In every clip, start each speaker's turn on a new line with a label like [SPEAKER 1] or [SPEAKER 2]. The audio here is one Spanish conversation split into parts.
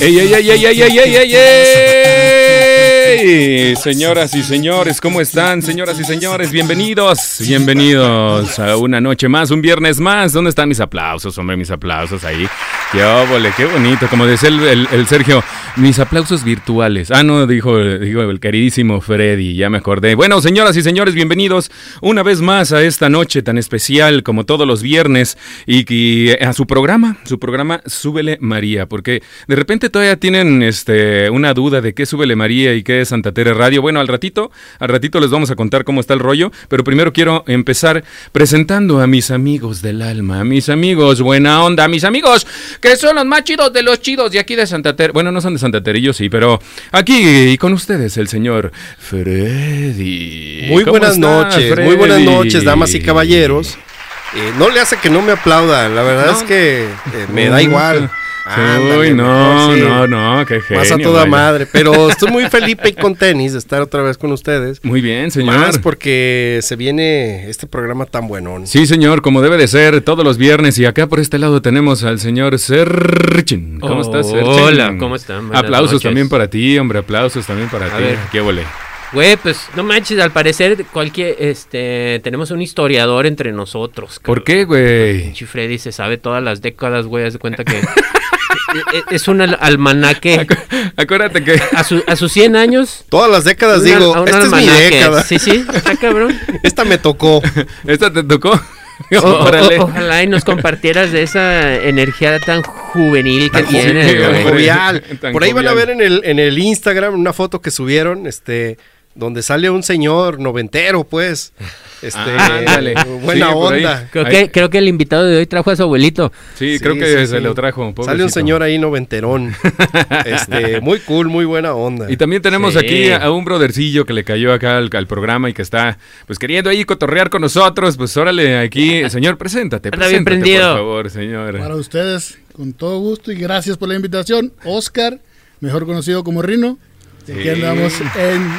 [SPEAKER 1] ¡Ey, ey, ey, ey, ey, ey, ey, ey, ey! Señoras y señores, ¿cómo están? Señoras y señores, bienvenidos, bienvenidos a una noche más, un viernes más. ¿Dónde están mis aplausos, hombre? Mis aplausos ahí. ¡Qué óvole, qué bonito! Como decía el, el- el Sergio, mis aplausos virtuales. Ah, no, dijo, dijo el queridísimo Freddy, ya me acordé. Bueno, señoras y señores, bienvenidos una vez más a esta noche tan especial como todos los viernes y, que- a su programa, su programa Súbele María, porque de repente todavía tienen este, una duda de qué es Súbele María y qué es Santa Tere Radio. Bueno, al ratito, al ratito les vamos a contar cómo está el rollo, pero primero quiero empezar presentando a mis amigos del alma, a mis amigos buena onda, a mis amigos que son los más chidos de los chidos de aquí de Santa Tere. Bueno, no son de Santa Tere, yo sí, pero aquí con ustedes el señor Freddy. Eh,
[SPEAKER 2] Muy
[SPEAKER 1] ¿Cómo
[SPEAKER 2] buenas
[SPEAKER 1] está,
[SPEAKER 2] noches, muy
[SPEAKER 1] Freddy?
[SPEAKER 2] buenas noches, damas y caballeros. Eh, no le hace que no me aplaudan, la verdad
[SPEAKER 1] No.
[SPEAKER 2] es que eh, me da igual.
[SPEAKER 1] Sí,
[SPEAKER 2] Ah, Ándale,
[SPEAKER 1] uy, no,
[SPEAKER 2] mejor sí.
[SPEAKER 1] no, no, qué genio.
[SPEAKER 2] Más a toda
[SPEAKER 1] vaya.
[SPEAKER 2] madre, pero estoy muy Felipe y con tenis de estar otra vez con ustedes.
[SPEAKER 1] Muy bien, señor.
[SPEAKER 2] Más porque se viene este programa tan buenón.
[SPEAKER 1] Sí, señor, como debe de ser, todos los viernes. Y acá por este lado tenemos al señor Serchin. ¿Cómo estás, Serchin?
[SPEAKER 3] Hola, ¿cómo están? Buenas
[SPEAKER 1] aplausos
[SPEAKER 3] noches.
[SPEAKER 1] también para ti, hombre, aplausos también para
[SPEAKER 3] A
[SPEAKER 1] ti.
[SPEAKER 3] ver.
[SPEAKER 1] Qué huele.
[SPEAKER 3] Güey, pues no manches, al parecer cualquier, este, tenemos un historiador entre nosotros.
[SPEAKER 1] ¿Por
[SPEAKER 3] cabrón.
[SPEAKER 1] qué, güey?
[SPEAKER 3] Pinche Freddy se sabe todas las décadas, güey, haz de cuenta que e- e- es un al- almanaque.
[SPEAKER 1] Acuérdate que...
[SPEAKER 3] A, su- a sus 100 años.
[SPEAKER 2] Todas las décadas
[SPEAKER 3] un
[SPEAKER 2] digo,
[SPEAKER 3] al- un
[SPEAKER 2] esta es mi
[SPEAKER 3] almanaque".
[SPEAKER 2] década.
[SPEAKER 3] Sí, sí, está cabrón.
[SPEAKER 2] Esta me tocó.
[SPEAKER 1] ¿Esta te tocó?
[SPEAKER 3] O- o-
[SPEAKER 1] Órale.
[SPEAKER 3] o- ojalá y nos compartieras de esa energía tan juvenil que
[SPEAKER 2] Tan ju-
[SPEAKER 3] tienes,
[SPEAKER 2] tan
[SPEAKER 3] güey.
[SPEAKER 2] jovial.
[SPEAKER 1] eh, Tan
[SPEAKER 2] Por ahí van a
[SPEAKER 1] jovial.
[SPEAKER 2] ver en el, en el Instagram una foto que subieron, este, donde sale un señor noventero, pues. Este,
[SPEAKER 1] Ah, Ándale.
[SPEAKER 2] buena
[SPEAKER 1] Sí, por ahí.
[SPEAKER 2] onda.
[SPEAKER 3] Creo
[SPEAKER 1] Ahí-
[SPEAKER 3] que, creo que el invitado de hoy trajo a su abuelito.
[SPEAKER 1] Sí,
[SPEAKER 2] Sí,
[SPEAKER 1] creo que
[SPEAKER 2] sí,
[SPEAKER 1] se
[SPEAKER 2] sí.
[SPEAKER 1] lo trajo.
[SPEAKER 2] Sale
[SPEAKER 1] pobrecito.
[SPEAKER 2] un señor ahí noventerón. Este, muy cool, muy buena onda.
[SPEAKER 1] Y también tenemos
[SPEAKER 3] Sí.
[SPEAKER 1] aquí a un brothercillo que le cayó acá al, al programa y que está pues queriendo ahí cotorrear con nosotros. Pues órale, aquí, señor, preséntate.
[SPEAKER 3] Anda bien
[SPEAKER 1] preséntate,
[SPEAKER 3] prendido.
[SPEAKER 1] Por favor, señor.
[SPEAKER 4] Para ustedes, con todo gusto y gracias por la invitación. Oscar, mejor conocido como Rino. Y aquí
[SPEAKER 1] Sí. Eh.
[SPEAKER 4] andamos en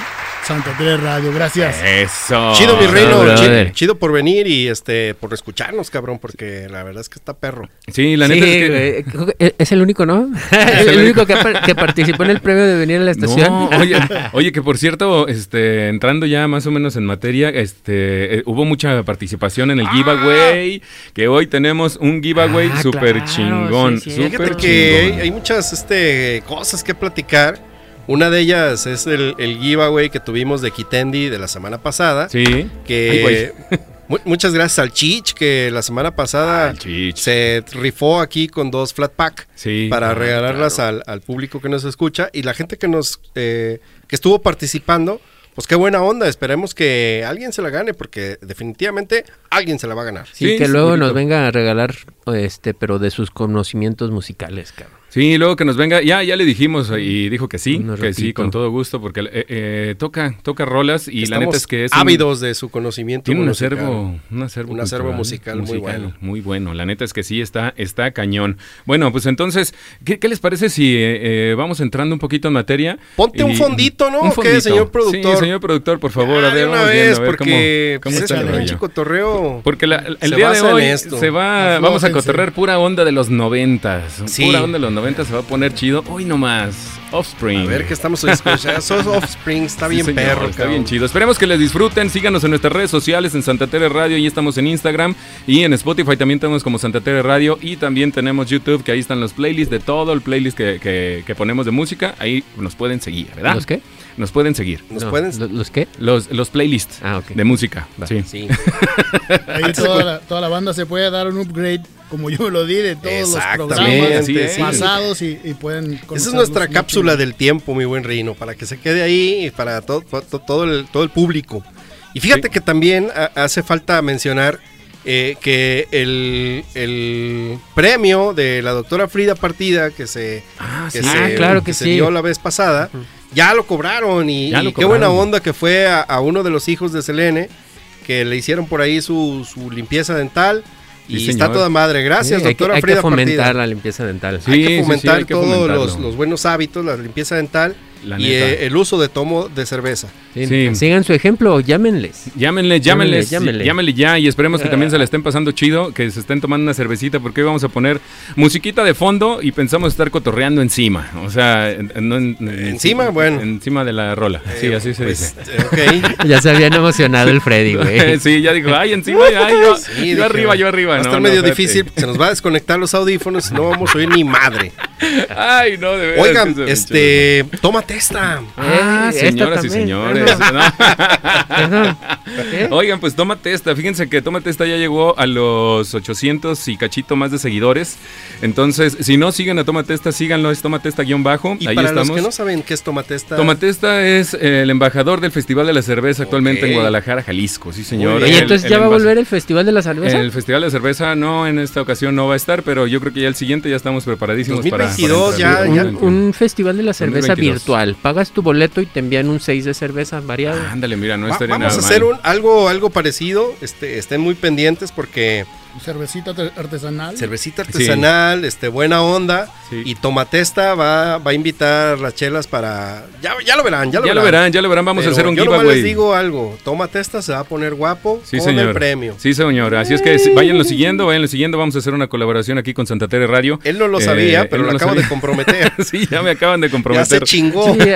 [SPEAKER 4] Santa Teresa Radio. Gracias.
[SPEAKER 1] Eso.
[SPEAKER 2] Chido, mi reino.
[SPEAKER 3] brother.
[SPEAKER 2] chi- chido por venir y este por escucharnos, cabrón, porque la verdad es que está perro.
[SPEAKER 1] Sí, la neta
[SPEAKER 3] Sí,
[SPEAKER 1] es que-
[SPEAKER 3] güey, creo que es el único, ¿no? el,
[SPEAKER 1] el único.
[SPEAKER 3] único que, ha par- que participó en el premio de venir a la estación.
[SPEAKER 1] No, oye, oye, que por cierto, este, entrando ya más o menos en materia, este, eh, hubo mucha participación en el giveaway, que hoy tenemos un giveaway
[SPEAKER 3] Ah,
[SPEAKER 1] súper
[SPEAKER 3] claro,
[SPEAKER 1] chingón,
[SPEAKER 3] sí,
[SPEAKER 1] súper
[SPEAKER 3] cierto.
[SPEAKER 1] chingón.
[SPEAKER 2] Fíjate que hay, hay muchas este, cosas que platicar. Una de ellas es el, el giveaway que tuvimos de Kitendi de la semana pasada.
[SPEAKER 1] Sí. Ay, güey.
[SPEAKER 2] Que mu- muchas gracias al Chich, que la semana pasada
[SPEAKER 1] Al Chich.
[SPEAKER 2] se rifó aquí con dos flat pack
[SPEAKER 1] Sí. Ah,
[SPEAKER 2] para regalarlas al, al público que nos escucha y la gente que nos eh, que estuvo participando. Pues qué buena onda, esperemos que alguien se la gane porque definitivamente alguien se la va a ganar.
[SPEAKER 3] Sí,
[SPEAKER 1] Sí,
[SPEAKER 3] que
[SPEAKER 1] sí,
[SPEAKER 3] luego
[SPEAKER 1] bonito.
[SPEAKER 3] nos venga a regalar, este, pero de sus conocimientos musicales, cabrón.
[SPEAKER 1] Sí, luego que nos venga, ya, ya le dijimos eh, y dijo que sí,
[SPEAKER 3] Nos
[SPEAKER 1] que sí,
[SPEAKER 3] repito.
[SPEAKER 1] con todo gusto, porque eh, eh, toca, toca rolas y la
[SPEAKER 2] Estamos
[SPEAKER 1] neta es que es un-
[SPEAKER 2] ávidos de su conocimiento.
[SPEAKER 1] tiene un
[SPEAKER 2] musical.
[SPEAKER 1] acervo, un acervo,
[SPEAKER 2] Un acervo
[SPEAKER 1] cultural,
[SPEAKER 2] musical muy bueno.
[SPEAKER 1] muy bueno. La neta es que sí está, está cañón. Bueno, pues entonces, ¿qué, qué les parece si eh, eh, vamos entrando un poquito en materia?
[SPEAKER 2] Ponte un fondito, ¿no?
[SPEAKER 1] un
[SPEAKER 2] ¿O qué, señor productor?
[SPEAKER 1] Sí, señor productor, por favor,
[SPEAKER 2] Ya,
[SPEAKER 1] a ver,
[SPEAKER 2] Ah, de una
[SPEAKER 1] vamos
[SPEAKER 2] vez,
[SPEAKER 1] viendo, a ver cómo-
[SPEAKER 2] porque
[SPEAKER 1] cómo,
[SPEAKER 2] pues,
[SPEAKER 1] está el
[SPEAKER 2] este pinche
[SPEAKER 1] rollo.
[SPEAKER 2] cotorreo.
[SPEAKER 1] Porque la- el
[SPEAKER 2] se
[SPEAKER 1] día de
[SPEAKER 2] basa en
[SPEAKER 1] hoy
[SPEAKER 2] esto.
[SPEAKER 1] se va,
[SPEAKER 4] Aflójense.
[SPEAKER 1] vamos a cotorrear pura onda de los noventas.
[SPEAKER 2] Sí.
[SPEAKER 1] Pura onda de los noventas se va a poner chido. Hoy nomás, Offspring.
[SPEAKER 2] A ver qué estamos escuchando. Sos Offspring, está
[SPEAKER 1] Sí,
[SPEAKER 2] bien
[SPEAKER 1] señor,
[SPEAKER 2] perro,
[SPEAKER 1] Está
[SPEAKER 2] cabrón.
[SPEAKER 1] bien chido. Esperemos que les disfruten. Síganos en nuestras redes sociales, en Santa Tere Radio. Ahí estamos en Instagram y en Spotify. También tenemos como Santa Tere Radio. Y también tenemos YouTube, que ahí están los playlists de todo el playlist que, que- que ponemos de música. Ahí nos pueden seguir, ¿verdad?
[SPEAKER 3] ¿Los qué?
[SPEAKER 1] Nos pueden seguir.
[SPEAKER 2] ¿Nos
[SPEAKER 3] No,
[SPEAKER 2] pueden?
[SPEAKER 3] ¿lo- ¿Los qué?
[SPEAKER 1] Los, los playlists
[SPEAKER 3] Ah, ok.
[SPEAKER 1] de música.
[SPEAKER 3] Va.
[SPEAKER 1] Sí.
[SPEAKER 2] Sí.
[SPEAKER 4] Ahí toda la, toda la banda se puede dar un upgrade, como yo lo di, de todos los programas
[SPEAKER 2] Exactamente.
[SPEAKER 1] así es.
[SPEAKER 2] sí.
[SPEAKER 4] pasados y, y pueden
[SPEAKER 2] Esa
[SPEAKER 4] conocerlos
[SPEAKER 2] es nuestra
[SPEAKER 4] mucho.
[SPEAKER 2] cápsula del tiempo, mi buen reino, para que se quede ahí y para todo, todo, todo el, todo el público. Y fíjate que también ha- hace falta mencionar eh, que el, el premio de la doctora Frida Partida que se,
[SPEAKER 1] Ah,
[SPEAKER 2] que
[SPEAKER 1] sí.
[SPEAKER 2] se-
[SPEAKER 3] Ah, claro que
[SPEAKER 2] se
[SPEAKER 3] sí.
[SPEAKER 2] dio la vez pasada, ya lo cobraron y,
[SPEAKER 1] Ya lo
[SPEAKER 2] y qué buena
[SPEAKER 1] cobraron.
[SPEAKER 2] onda que fue a, a uno de los hijos de Selene que le hicieron por ahí su, su limpieza dental
[SPEAKER 1] Sí,
[SPEAKER 2] y
[SPEAKER 1] señor.
[SPEAKER 2] está toda madre. Gracias,
[SPEAKER 3] Sí, hay que-
[SPEAKER 2] doctora
[SPEAKER 3] hay que,
[SPEAKER 2] Frida
[SPEAKER 3] fomentar
[SPEAKER 2] Partida.
[SPEAKER 3] la limpieza dental.
[SPEAKER 1] Sí.
[SPEAKER 2] hay que fomentar
[SPEAKER 1] hay que
[SPEAKER 2] todos
[SPEAKER 1] fomentarlo.
[SPEAKER 2] los, los buenos hábitos, la limpieza dental
[SPEAKER 1] La
[SPEAKER 2] y
[SPEAKER 1] neta.
[SPEAKER 2] eh, el uso de tomo de cerveza.
[SPEAKER 3] Sí.
[SPEAKER 1] Sí.
[SPEAKER 3] Sigan su ejemplo, llámenles.
[SPEAKER 1] Llámenle, llámenles,
[SPEAKER 3] Llámenle,
[SPEAKER 1] llámenle.
[SPEAKER 3] llámenle.
[SPEAKER 1] ya y esperemos que también se la estén pasando chido, que se estén tomando una cervecita, porque hoy vamos a poner musiquita de fondo y pensamos estar cotorreando encima. O sea, en- no en-
[SPEAKER 2] Encima, bueno.
[SPEAKER 1] Encima de la rola. Sí, así se
[SPEAKER 2] Pues,
[SPEAKER 1] dice.
[SPEAKER 2] eh, ok.
[SPEAKER 3] Ya se habían emocionado el Freddy, güey.
[SPEAKER 1] sí, ya dijo, ay, encima, ay, yo,
[SPEAKER 2] Sí,
[SPEAKER 1] yo
[SPEAKER 2] dije,
[SPEAKER 1] arriba, yo arriba.
[SPEAKER 2] Va a
[SPEAKER 1] No,
[SPEAKER 2] estar
[SPEAKER 1] no,
[SPEAKER 2] medio
[SPEAKER 1] espérate.
[SPEAKER 2] difícil, se nos va a desconectar los audífonos, no vamos a oír ni madre.
[SPEAKER 1] Ay, no, de veras,
[SPEAKER 2] Oigan,
[SPEAKER 1] eso es
[SPEAKER 2] este, tómate esta.
[SPEAKER 1] Ah,
[SPEAKER 3] Eh, esta
[SPEAKER 1] señoras y
[SPEAKER 3] también.
[SPEAKER 1] señores.
[SPEAKER 3] Ah,
[SPEAKER 1] No.
[SPEAKER 3] ¿Eh?
[SPEAKER 1] Oigan, pues Tómate Esta. Fíjense que Tómate Esta ya llegó a los 800 y cachito más de seguidores. Entonces, si no siguen a Tómate Esta, síganlo. Es Tómate Esta guión bajo.
[SPEAKER 2] Y
[SPEAKER 1] Ahí
[SPEAKER 2] para
[SPEAKER 1] estamos.
[SPEAKER 2] los que no saben qué es tómate esta.
[SPEAKER 1] Tómate Esta es eh, el embajador del Festival de la Cerveza actualmente
[SPEAKER 2] Ok.
[SPEAKER 1] en Guadalajara, Jalisco. Sí, señor.
[SPEAKER 2] Muy
[SPEAKER 3] Oye,
[SPEAKER 2] bien.
[SPEAKER 1] El-
[SPEAKER 3] entonces
[SPEAKER 1] el
[SPEAKER 3] ya va a
[SPEAKER 1] envase-
[SPEAKER 3] volver el Festival de la Cerveza.
[SPEAKER 1] El Festival de la Cerveza no, en esta ocasión no va a estar, pero yo creo que ya el siguiente ya estamos preparadísimos para-
[SPEAKER 2] 2022
[SPEAKER 1] para...
[SPEAKER 2] ya-
[SPEAKER 1] entrar.
[SPEAKER 3] un, un festival de la cerveza
[SPEAKER 1] 2022.
[SPEAKER 3] virtual. Pagas tu boleto y te envían un 6 de cerveza variado.
[SPEAKER 1] Ándale, mira, no
[SPEAKER 2] Va-
[SPEAKER 1] estaría
[SPEAKER 2] vamos a
[SPEAKER 1] nada
[SPEAKER 2] hacer
[SPEAKER 1] mal.
[SPEAKER 2] un, algo, algo parecido, este, estén muy pendientes porque
[SPEAKER 4] Cervecita te- artesanal.
[SPEAKER 2] cervecita artesanal, este, buena onda,
[SPEAKER 1] Sí.
[SPEAKER 2] y Tomatesta va, va a invitar las chelas para... Ya, ya lo verán, ya lo
[SPEAKER 1] Ya
[SPEAKER 2] verán.
[SPEAKER 1] lo verán, ya lo verán, vamos
[SPEAKER 2] Pero
[SPEAKER 1] a hacer un
[SPEAKER 2] yo nomás
[SPEAKER 1] giveaway.
[SPEAKER 2] les digo algo, Tómate esta, se va a poner guapo
[SPEAKER 1] Sí,
[SPEAKER 2] con
[SPEAKER 1] señor.
[SPEAKER 2] el premio.
[SPEAKER 1] Sí, señor. Así es que sí, váyanlo siguiendo, váyanlo siguiendo. Vamos a hacer una colaboración aquí con Santa Tere Radio.
[SPEAKER 2] Él no lo
[SPEAKER 1] Eh,
[SPEAKER 2] sabía,
[SPEAKER 1] él
[SPEAKER 2] pero
[SPEAKER 1] no
[SPEAKER 2] lo acabo de
[SPEAKER 1] sabía.
[SPEAKER 2] comprometer.
[SPEAKER 1] sí, ya me acaban de
[SPEAKER 2] ya se
[SPEAKER 1] comprometer.
[SPEAKER 2] chingó.
[SPEAKER 3] Sí, eh,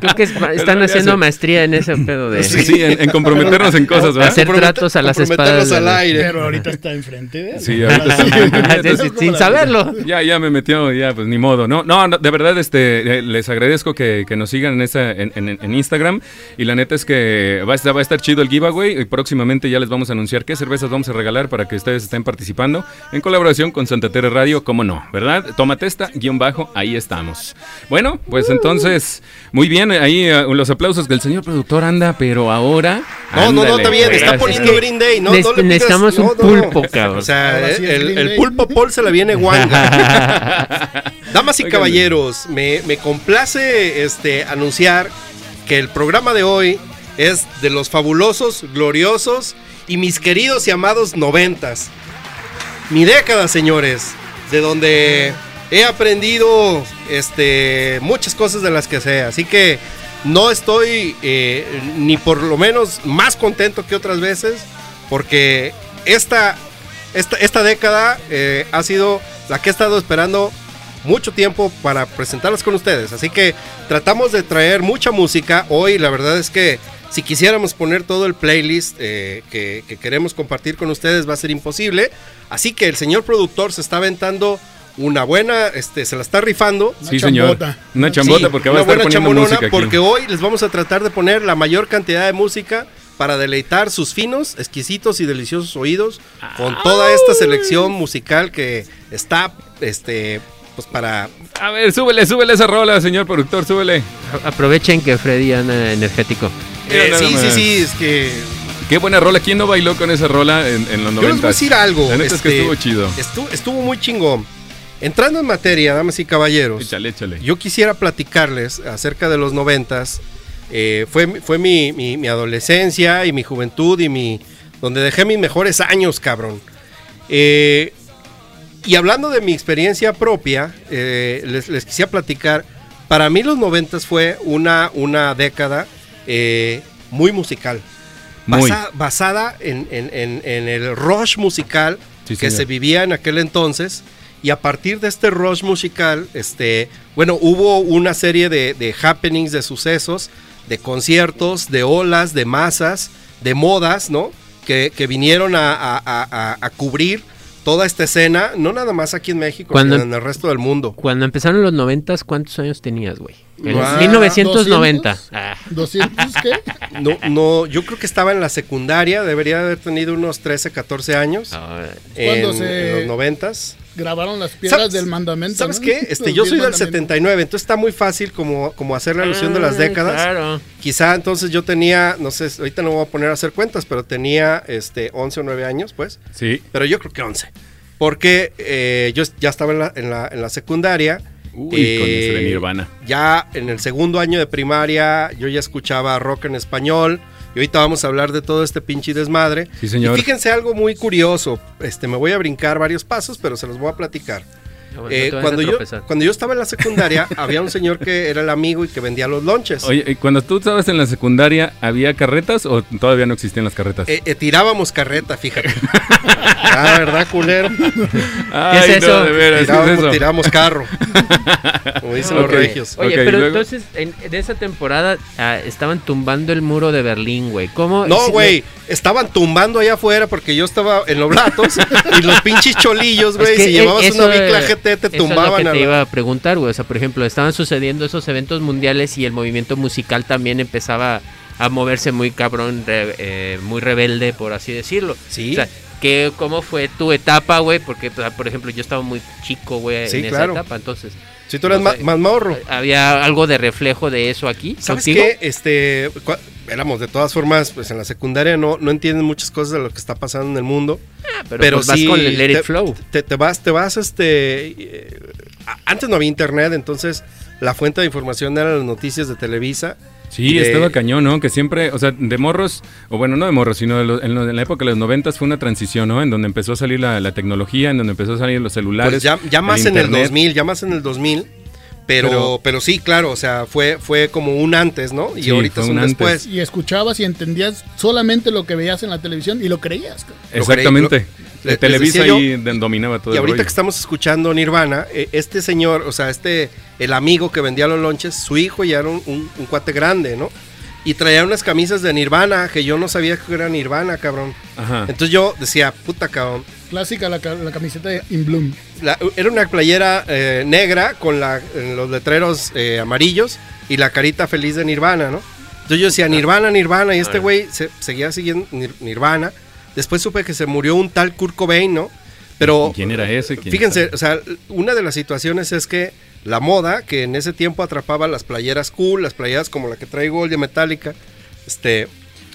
[SPEAKER 3] creo que es- están
[SPEAKER 1] Ya
[SPEAKER 3] haciendo
[SPEAKER 1] sé.
[SPEAKER 3] maestría en ese pedo de
[SPEAKER 1] Sí, sí, en, en comprometernos en cosas, ¿verdad?
[SPEAKER 3] hacer
[SPEAKER 2] Compromet-
[SPEAKER 3] tratos a las
[SPEAKER 2] comprometerlos
[SPEAKER 3] espadas.
[SPEAKER 2] al
[SPEAKER 3] de-
[SPEAKER 2] aire.
[SPEAKER 4] Pero ahorita está enfrente de él.
[SPEAKER 1] Sí, ahorita está
[SPEAKER 3] de-
[SPEAKER 1] enfrente.
[SPEAKER 3] sin saberlo.
[SPEAKER 1] Ya, ya me metió, ya, pues ni modo. No, no, no, de verdad, este, eh, les agradezco que, que nos sigan en, esa, en, en- en Instagram. Y la neta es que va a, estar, va a estar chido el giveaway. Y próximamente ya les vamos a anunciar qué cervezas vamos a regalar para que ustedes estén participando en colaboración con Santa Tere Radio, cómo no, ¿verdad? Tómate esta, guión bajo, ahí estamos. Bueno, pues entonces, muy bien, ahí eh, los aplausos que el señor productor anda, pero ahora.
[SPEAKER 2] No, no, no,
[SPEAKER 1] ándale,
[SPEAKER 2] está bien,
[SPEAKER 1] güey.
[SPEAKER 2] está
[SPEAKER 3] Es
[SPEAKER 2] poniendo
[SPEAKER 3] que
[SPEAKER 2] Green Day. No,
[SPEAKER 3] neces-
[SPEAKER 2] no le piques,
[SPEAKER 3] necesitamos un
[SPEAKER 2] no, no.
[SPEAKER 3] pulpo, cabrón.
[SPEAKER 2] O sea,
[SPEAKER 1] Ah,
[SPEAKER 4] Ahora sí es
[SPEAKER 2] el,
[SPEAKER 4] Green
[SPEAKER 2] el
[SPEAKER 4] Day.
[SPEAKER 2] pulpo Paul se la viene guanga. Damas y
[SPEAKER 1] Oigan.
[SPEAKER 2] caballeros, me, me complace este, anunciar que el programa de hoy es de los fabulosos, gloriosos y mis queridos y amados noventas. Mi década, señores, de donde he aprendido este, muchas cosas de las que sé. Así que no estoy eh, ni por lo menos más contento que otras veces porque esta, esta, esta década eh, ha sido la que he estado esperando mucho tiempo para presentarlas con ustedes. Así que tratamos de traer mucha música. Hoy la verdad es que si quisiéramos poner todo el playlist eh, que, que queremos compartir con ustedes va a ser imposible. Así que el señor productor se está aventando una buena, este, se la está rifando.
[SPEAKER 4] Una
[SPEAKER 1] Sí, señor.
[SPEAKER 4] chambota.
[SPEAKER 1] Una chambota
[SPEAKER 2] Sí,
[SPEAKER 1] porque va a
[SPEAKER 2] una
[SPEAKER 1] estar
[SPEAKER 2] buena
[SPEAKER 1] poniendo
[SPEAKER 2] chamonona,
[SPEAKER 1] música aquí.
[SPEAKER 2] Porque hoy les vamos a tratar de poner la mayor cantidad de música para deleitar sus finos, exquisitos y deliciosos oídos con toda esta selección musical que está, este, pues para...
[SPEAKER 1] A ver, súbele, súbele esa rola, señor productor, súbele.
[SPEAKER 3] Aprovechen que Freddy anda energético.
[SPEAKER 1] Mira
[SPEAKER 2] Eh,
[SPEAKER 1] nada
[SPEAKER 2] sí, sí,
[SPEAKER 1] más.
[SPEAKER 2] sí, es que...
[SPEAKER 1] Qué buena rola. ¿Quién no bailó con esa rola en, en los 90?
[SPEAKER 2] Yo les voy a decir algo.
[SPEAKER 1] La neta es que
[SPEAKER 2] este,
[SPEAKER 1] estuvo chido.
[SPEAKER 2] estu- estuvo muy chingón. Entrando en materia, damas y caballeros.
[SPEAKER 1] Échale, échale.
[SPEAKER 2] Yo quisiera platicarles acerca de los noventas. Eh, fue mi- fue mi, mi- mi adolescencia y mi juventud y mi. donde dejé mis mejores años, cabrón. Eh, y hablando de mi experiencia propia, eh, les, les quisiera platicar. Para mí los noventas fue una, una década eh, muy musical.
[SPEAKER 1] Muy.
[SPEAKER 2] Basa- basada en, en- en- en el rush musical
[SPEAKER 1] Sí,
[SPEAKER 2] que
[SPEAKER 1] señor.
[SPEAKER 2] se vivía en aquel entonces. Y a partir de este rush musical, este, bueno, hubo una serie de, de happenings, de sucesos, de conciertos, de olas, de masas, de modas, ¿no? Que, que vinieron a, a- a- a- a cubrir toda esta escena, no nada más aquí en México,
[SPEAKER 3] Cuando-
[SPEAKER 2] sino
[SPEAKER 1] em
[SPEAKER 2] en el resto del mundo.
[SPEAKER 3] Cuando empezaron los noventas, ¿cuántos años tenías, güey? En
[SPEAKER 2] Ah,
[SPEAKER 3] 1990.
[SPEAKER 4] 200.
[SPEAKER 3] Ah,
[SPEAKER 4] 200, ¿qué?
[SPEAKER 2] No, no, yo creo que estaba en la secundaria, debería haber tenido unos 13, 14 años
[SPEAKER 3] ah,
[SPEAKER 2] en,
[SPEAKER 4] se-
[SPEAKER 2] en los noventas.
[SPEAKER 4] Grabaron las piedras
[SPEAKER 2] ¿Sabes-
[SPEAKER 4] del mandamento.
[SPEAKER 2] ¿Sabes
[SPEAKER 4] ¿no?
[SPEAKER 2] qué? Este,
[SPEAKER 4] Los
[SPEAKER 2] yo
[SPEAKER 4] diez
[SPEAKER 2] soy del
[SPEAKER 4] mandamientos.
[SPEAKER 2] 79, entonces está muy fácil como, como hacer la alusión de las
[SPEAKER 3] ah,
[SPEAKER 2] décadas.
[SPEAKER 3] Claro.
[SPEAKER 2] Quizá entonces yo tenía, no sé, ahorita no me voy a poner a hacer cuentas, pero tenía este 11 o 9 años, pues.
[SPEAKER 1] Sí.
[SPEAKER 2] Pero yo creo que 11. Porque eh, yo ya estaba en la, en la, en la secundaria. eh,
[SPEAKER 1] Uy, con ese de Nirvana.
[SPEAKER 2] Ya en el segundo año de primaria yo ya escuchaba rock en español. Y ahorita vamos a hablar de todo este pinche desmadre.
[SPEAKER 1] Sí, señor.
[SPEAKER 2] Y fíjense algo muy curioso. Este, me voy a brincar varios pasos, pero se los voy a platicar.
[SPEAKER 3] bueno, no
[SPEAKER 2] Eh,
[SPEAKER 3] te vayas a
[SPEAKER 2] cuando, yo,
[SPEAKER 3] tropezar.
[SPEAKER 2] cuando yo estaba en la secundaria, había un señor que era el amigo y que vendía los lonches.
[SPEAKER 1] Oye, ¿y cuando tú estabas en la secundaria, ¿había carretas o todavía no existían las carretas?
[SPEAKER 2] Eh, eh, tirábamos carreta, fíjate. ah, ¿verdad, culero?
[SPEAKER 1] Ay,
[SPEAKER 3] ¿qué es
[SPEAKER 1] no,
[SPEAKER 3] eso?
[SPEAKER 1] de veras, ¿qué es
[SPEAKER 2] Tirábamos,
[SPEAKER 1] eso?
[SPEAKER 2] tirábamos carro. Como dicen
[SPEAKER 1] Ok.
[SPEAKER 2] los regios.
[SPEAKER 3] Oye,
[SPEAKER 1] Ok,
[SPEAKER 3] pero
[SPEAKER 1] ¿y luego?
[SPEAKER 3] entonces, en, de esa temporada ah, estaban tumbando el muro de Berlín, güey. ¿Cómo?
[SPEAKER 2] No,
[SPEAKER 3] si-
[SPEAKER 2] güey, estaban tumbando allá afuera porque yo estaba en los blatos y los pinches cholillos, güey,
[SPEAKER 3] Es que
[SPEAKER 2] si
[SPEAKER 3] e-
[SPEAKER 2] llevabas
[SPEAKER 3] eso,
[SPEAKER 2] una bicla
[SPEAKER 3] eh,
[SPEAKER 2] GT te
[SPEAKER 3] eso es lo
[SPEAKER 2] tumbaban
[SPEAKER 3] que
[SPEAKER 2] a
[SPEAKER 3] te
[SPEAKER 2] la-
[SPEAKER 3] iba a preguntar, güey. O sea, por ejemplo, estaban sucediendo esos eventos mundiales y el movimiento musical también empezaba a moverse muy cabrón, re- eh, muy rebelde, por así decirlo.
[SPEAKER 2] Sí.
[SPEAKER 3] O sea, ¿qué- ¿cómo fue tu etapa, güey? Porque, pues, por ejemplo, yo estaba muy chico, güey,
[SPEAKER 2] Sí,
[SPEAKER 3] en
[SPEAKER 2] claro.
[SPEAKER 3] esa etapa. Entonces,
[SPEAKER 2] Si tú eras
[SPEAKER 3] no
[SPEAKER 2] ma-
[SPEAKER 3] sé.
[SPEAKER 2] más morro.
[SPEAKER 3] ¿había algo de reflejo de eso aquí?
[SPEAKER 2] ¿Sabes
[SPEAKER 3] contigo?
[SPEAKER 2] qué? Este, cua- éramos de todas formas, pues en la secundaria no, no entienden muchas cosas de lo que está pasando en el mundo.
[SPEAKER 3] Ah, pero,
[SPEAKER 2] Pero,
[SPEAKER 3] pues, vas
[SPEAKER 2] sí,
[SPEAKER 3] con el Let It
[SPEAKER 2] te-
[SPEAKER 3] Flow.
[SPEAKER 2] Te, te vas, te vas, este. eh, a- antes no había internet, entonces la fuente de información eran las noticias de Televisa.
[SPEAKER 1] Sí,
[SPEAKER 2] de-
[SPEAKER 1] estaba cañón, ¿no? Que siempre, o sea, de morros, o bueno, no de morros, sino de lo- en, lo- en la época de los noventas fue una transición, ¿no? En donde empezó a salir la, la tecnología, en donde empezó a salir los celulares.
[SPEAKER 2] Pues ya, ya más en el
[SPEAKER 1] internet.
[SPEAKER 2] 2000, ya más en el 2000. Pero,
[SPEAKER 1] Pero-
[SPEAKER 2] pero, sí, claro, o sea, fue, fue como un antes, ¿no? Y
[SPEAKER 1] Sí,
[SPEAKER 2] ahorita
[SPEAKER 1] fue
[SPEAKER 2] es
[SPEAKER 1] un
[SPEAKER 2] un
[SPEAKER 1] antes.
[SPEAKER 2] después.
[SPEAKER 4] Y escuchabas y entendías solamente lo que veías en la televisión y lo creías. cabrón.
[SPEAKER 1] Exactamente.
[SPEAKER 2] lo- les
[SPEAKER 1] Televisa
[SPEAKER 2] decía yo-
[SPEAKER 1] ahí de- dominaba todo
[SPEAKER 2] Y
[SPEAKER 1] el
[SPEAKER 2] ahorita
[SPEAKER 1] rollo.
[SPEAKER 2] que estamos escuchando Nirvana, eh, este señor, o sea, este, el amigo que vendía los lonches, su hijo ya era un, un- un cuate grande, ¿no? Y traía unas camisas de Nirvana, que yo no sabía que era Nirvana, cabrón.
[SPEAKER 1] Ajá.
[SPEAKER 2] Entonces yo decía, puta cabrón.
[SPEAKER 4] Clásica la, ca- la camiseta de In Bloom.
[SPEAKER 2] La- era una playera eh, negra con la- eh, los letreros eh, amarillos y la carita feliz de Nirvana, ¿no? Entonces yo decía Nirvana, Nirvana, y
[SPEAKER 1] Ah,
[SPEAKER 2] este güey se- seguía siguiendo Nir- Nirvana. Después supe que se murió un tal Kurt Cobain, ¿no? Pero
[SPEAKER 1] ¿Quién era ese? ¿Quién
[SPEAKER 2] fíjense,
[SPEAKER 1] sabe?
[SPEAKER 2] o sea, una de las situaciones es que la moda, que en ese tiempo atrapaba las playeras cool, las playeras como la que traigo hoy de Metallica, este,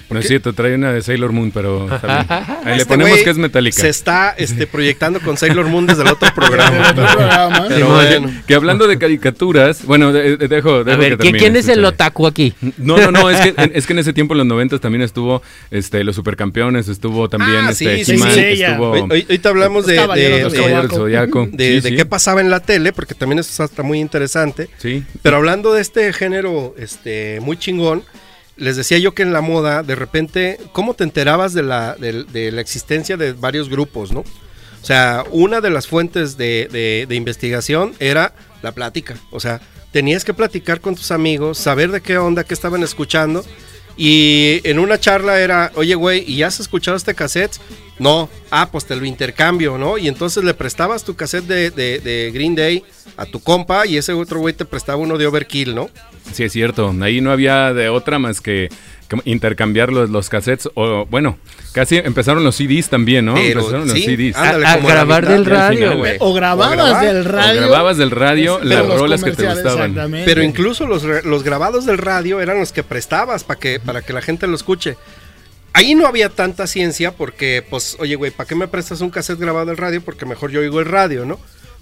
[SPEAKER 1] Por cierto, trae una de Sailor Moon, pero está bien. Ahí le
[SPEAKER 2] este
[SPEAKER 1] ponemos
[SPEAKER 2] güey
[SPEAKER 1] que es metálica.
[SPEAKER 2] Se está este, proyectando con Sailor Moon desde el otro
[SPEAKER 1] Ah,
[SPEAKER 2] programa.
[SPEAKER 4] Otro programa.
[SPEAKER 2] Pero bueno.
[SPEAKER 1] Que hablando de caricaturas, bueno, de- de- dejo, dejo
[SPEAKER 3] A
[SPEAKER 1] que
[SPEAKER 3] ver, ¿quién,
[SPEAKER 1] termines,
[SPEAKER 2] este
[SPEAKER 3] quién es el
[SPEAKER 1] échale.
[SPEAKER 3] otaku aquí?
[SPEAKER 1] No, no, no, es que, en- es que en ese tiempo, en los noventas, también estuvo este, los supercampeones, estuvo también
[SPEAKER 2] Ah, sí,
[SPEAKER 1] este,
[SPEAKER 2] sí,
[SPEAKER 1] He-Man,
[SPEAKER 4] sí, ella.
[SPEAKER 1] estuvo
[SPEAKER 2] Hoy- hoy- Ahorita hablamos de,
[SPEAKER 4] Los caballeros
[SPEAKER 2] de-
[SPEAKER 4] del
[SPEAKER 1] los
[SPEAKER 2] de-
[SPEAKER 1] Caballeros del Zodiaco.
[SPEAKER 2] de-
[SPEAKER 1] Sí,
[SPEAKER 2] de
[SPEAKER 1] sí.
[SPEAKER 2] qué pasaba en la tele, porque también eso está muy interesante.
[SPEAKER 1] Sí.
[SPEAKER 2] Pero hablando de este género este, muy chingón, les decía yo que en la moda, de repente, ¿cómo te enterabas de la, de, de la existencia de varios grupos, no? O sea, una de las fuentes de, de- de investigación era la plática. O sea, tenías que platicar con tus amigos, saber de qué onda, qué estaban escuchando. Y en una charla era, oye, güey, ¿y ya has escuchado este cassette? No, ah, pues te lo intercambio, ¿no? Y entonces le prestabas tu cassette de, de- de Green Day a tu compa y ese otro güey te prestaba uno de Overkill, ¿no?
[SPEAKER 1] Sí, es cierto. Ahí no había de otra más que que intercambiar los, los cassettes. O bueno, casi empezaron los CDs también, ¿no?
[SPEAKER 2] Pero,
[SPEAKER 1] empezaron los
[SPEAKER 2] sí,
[SPEAKER 1] CDs.
[SPEAKER 2] ah, Ándale,
[SPEAKER 3] a a
[SPEAKER 2] como la
[SPEAKER 3] grabar
[SPEAKER 2] mitad,
[SPEAKER 3] del
[SPEAKER 1] ya al final,
[SPEAKER 3] radio, güey.
[SPEAKER 4] O grababas
[SPEAKER 2] O grababas.
[SPEAKER 4] del
[SPEAKER 1] O
[SPEAKER 4] radio.
[SPEAKER 1] grababas del radio
[SPEAKER 4] Pero
[SPEAKER 1] las
[SPEAKER 4] los
[SPEAKER 1] rolas que te
[SPEAKER 4] comerciales,
[SPEAKER 1] gustaban.
[SPEAKER 4] exactamente.
[SPEAKER 2] Pero incluso los, re- los grabados del radio eran los que prestabas para que, para que la gente lo escuche. Ahí no había tanta ciencia porque, pues, oye, güey, ¿para qué me prestas un cassette grabado del radio? Porque mejor yo oigo el radio, ¿no?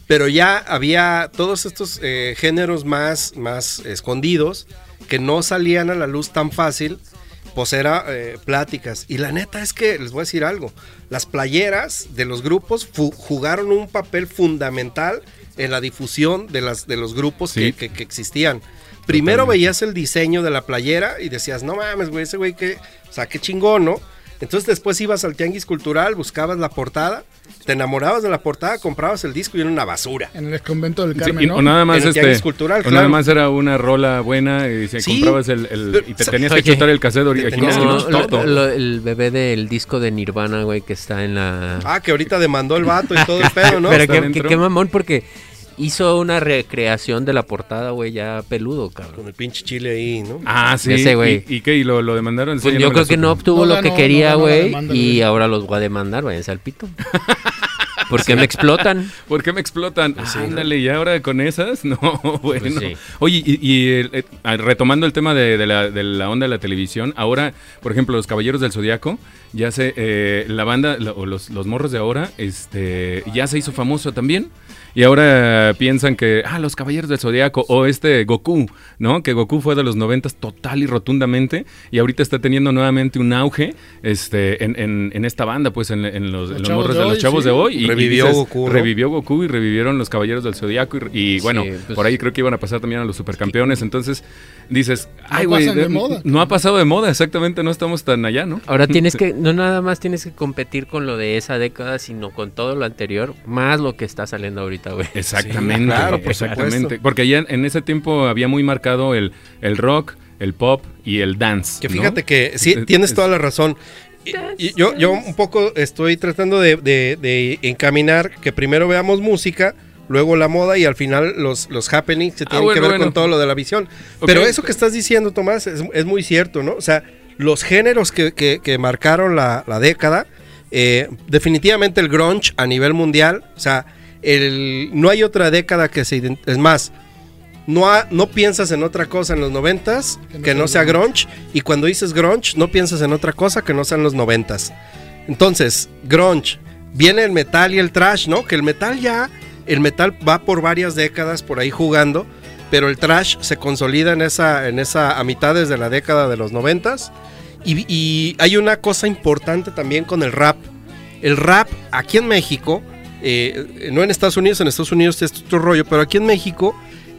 [SPEAKER 2] Pero ya había todos estos eh, géneros más, más escondidos que no salían a la luz tan fácil, pues era eh, pláticas. Y la neta es que, les voy a decir algo, las playeras de los grupos fu- jugaron un papel fundamental en la difusión de, las, de los grupos
[SPEAKER 1] Sí.
[SPEAKER 2] que, que- que existían. Primero veías el diseño de la playera y decías, no mames, güey, ese güey que, o sea, qué chingón, ¿no? Entonces después ibas al tianguis cultural, buscabas la portada, te enamorabas de la portada, comprabas el disco y era una basura.
[SPEAKER 4] En el convento del
[SPEAKER 1] Sí,
[SPEAKER 4] Carmen,
[SPEAKER 1] y-
[SPEAKER 4] ¿no?
[SPEAKER 1] O nada más
[SPEAKER 2] En el
[SPEAKER 1] este,
[SPEAKER 2] tianguis cultural,
[SPEAKER 1] o
[SPEAKER 2] claro.
[SPEAKER 1] nada más era una rola buena y se
[SPEAKER 2] Sí.
[SPEAKER 1] comprabas el, el-
[SPEAKER 2] Pero,
[SPEAKER 1] y te
[SPEAKER 2] sa-
[SPEAKER 1] tenías
[SPEAKER 3] oye,
[SPEAKER 1] que chutar el cassette
[SPEAKER 2] te
[SPEAKER 1] original.
[SPEAKER 2] tenías que
[SPEAKER 1] ¿no?
[SPEAKER 2] chutar
[SPEAKER 1] Todo.
[SPEAKER 3] lo- lo- el bebé del disco de Nirvana, güey, que está en la...
[SPEAKER 2] Ah, que ahorita demandó el vato y todo el pedo,
[SPEAKER 1] Pero
[SPEAKER 2] ¿no?
[SPEAKER 3] Pero
[SPEAKER 1] Está
[SPEAKER 3] que- que,
[SPEAKER 1] dentro.
[SPEAKER 3] qué mamón, porque hizo una recreación de la portada, güey, ya peludo, cabrón.
[SPEAKER 2] Con el pinche chile ahí, ¿no?
[SPEAKER 1] Ah, sí.
[SPEAKER 3] Ya sé, güey.
[SPEAKER 1] ¿Y, y qué? ¿Y lo, lo demandaron? Sí,
[SPEAKER 3] Pues
[SPEAKER 1] no
[SPEAKER 3] yo
[SPEAKER 1] me
[SPEAKER 3] creo
[SPEAKER 1] la
[SPEAKER 3] que
[SPEAKER 1] supe.
[SPEAKER 3] no obtuvo
[SPEAKER 4] No
[SPEAKER 3] lo
[SPEAKER 4] ganó,
[SPEAKER 3] que
[SPEAKER 4] no
[SPEAKER 3] quería,
[SPEAKER 4] ganó la
[SPEAKER 3] güey,
[SPEAKER 4] demanda,
[SPEAKER 3] y
[SPEAKER 4] güey.
[SPEAKER 3] ahora los voy a demandar, váyanse al pito. Porque me explotan.
[SPEAKER 1] ¿Por qué me explotan?
[SPEAKER 2] Pues
[SPEAKER 1] Ah, Ándale, ¿y ahora con esas? No, bueno.
[SPEAKER 3] sí.
[SPEAKER 1] Oye, y, y el- eh, ah, retomando el tema de, de la, de la onda de la televisión, ahora, por ejemplo, los Caballeros del Zodiaco, ya se, eh, la banda, la- o los, los morros de ahora, este, ya se hizo famoso también. Y ahora piensan que, ah, los Caballeros del Zodiaco o este Goku, ¿no? Que Goku fue de los noventas total y rotundamente y ahorita está teniendo nuevamente un auge este, en, en- en esta banda, pues en, en los, en los
[SPEAKER 4] chavos
[SPEAKER 1] morros
[SPEAKER 4] de
[SPEAKER 1] de los
[SPEAKER 4] hoy,
[SPEAKER 1] chavos
[SPEAKER 4] sí.
[SPEAKER 1] de hoy. Y, y
[SPEAKER 2] Revivió
[SPEAKER 1] dices,
[SPEAKER 2] Goku, ¿no?
[SPEAKER 1] Revivió Goku y revivieron los Caballeros del Zodiaco. Y, y bueno,
[SPEAKER 3] Sí, pues-
[SPEAKER 1] por ahí creo que iban a pasar también a los supercampeones. Entonces dices, ay,
[SPEAKER 4] No
[SPEAKER 1] güey,
[SPEAKER 4] pasan de
[SPEAKER 1] eh,
[SPEAKER 4] moda.
[SPEAKER 1] no ha pasado de moda, exactamente. No estamos tan allá, ¿no?
[SPEAKER 3] Ahora tienes que, no nada más tienes que competir con lo de esa década, sino con todo lo anterior, más lo que está saliendo ahorita, güey. pues,
[SPEAKER 1] Exactamente,
[SPEAKER 2] Sí, claro, por
[SPEAKER 1] exactamente.
[SPEAKER 2] supuesto.
[SPEAKER 1] Porque allá en, en ese tiempo había muy marcado el, el rock, el pop y el dance.
[SPEAKER 2] Que
[SPEAKER 1] ¿no?
[SPEAKER 2] fíjate que sí,
[SPEAKER 1] Es-
[SPEAKER 2] tienes
[SPEAKER 1] es-
[SPEAKER 2] toda la razón. Y- y yo, yo un poco estoy tratando de, de- de encaminar que primero veamos música, luego la moda y al final los, los happenings que tienen
[SPEAKER 1] Ah, bueno,
[SPEAKER 2] que ver
[SPEAKER 1] bueno.
[SPEAKER 2] con todo lo de la visión.
[SPEAKER 1] Ok.
[SPEAKER 2] Pero eso que estás diciendo, Tomás, es, es muy cierto, ¿no? O sea, los géneros que, que- que marcaron la, la década, eh, definitivamente el grunge a nivel mundial, o sea, el, no hay otra década que se... ident- Es más, no, ha- no piensas en otra cosa en los noventas
[SPEAKER 4] Que no
[SPEAKER 2] que no
[SPEAKER 4] sea
[SPEAKER 2] sea grunge y cuando dices grunge no piensas en otra cosa que no sean los noventas. Entonces, grunge, viene el metal y el trash, ¿no? Que el metal ya, el metal va por varias décadas por ahí jugando, pero el trash se consolida en esa, en esa a mitades de la década de los noventas y, y hay una cosa importante también con el rap. El rap aquí en México, eh, no en Estados Unidos, en Estados Unidos es otro rollo, pero aquí en México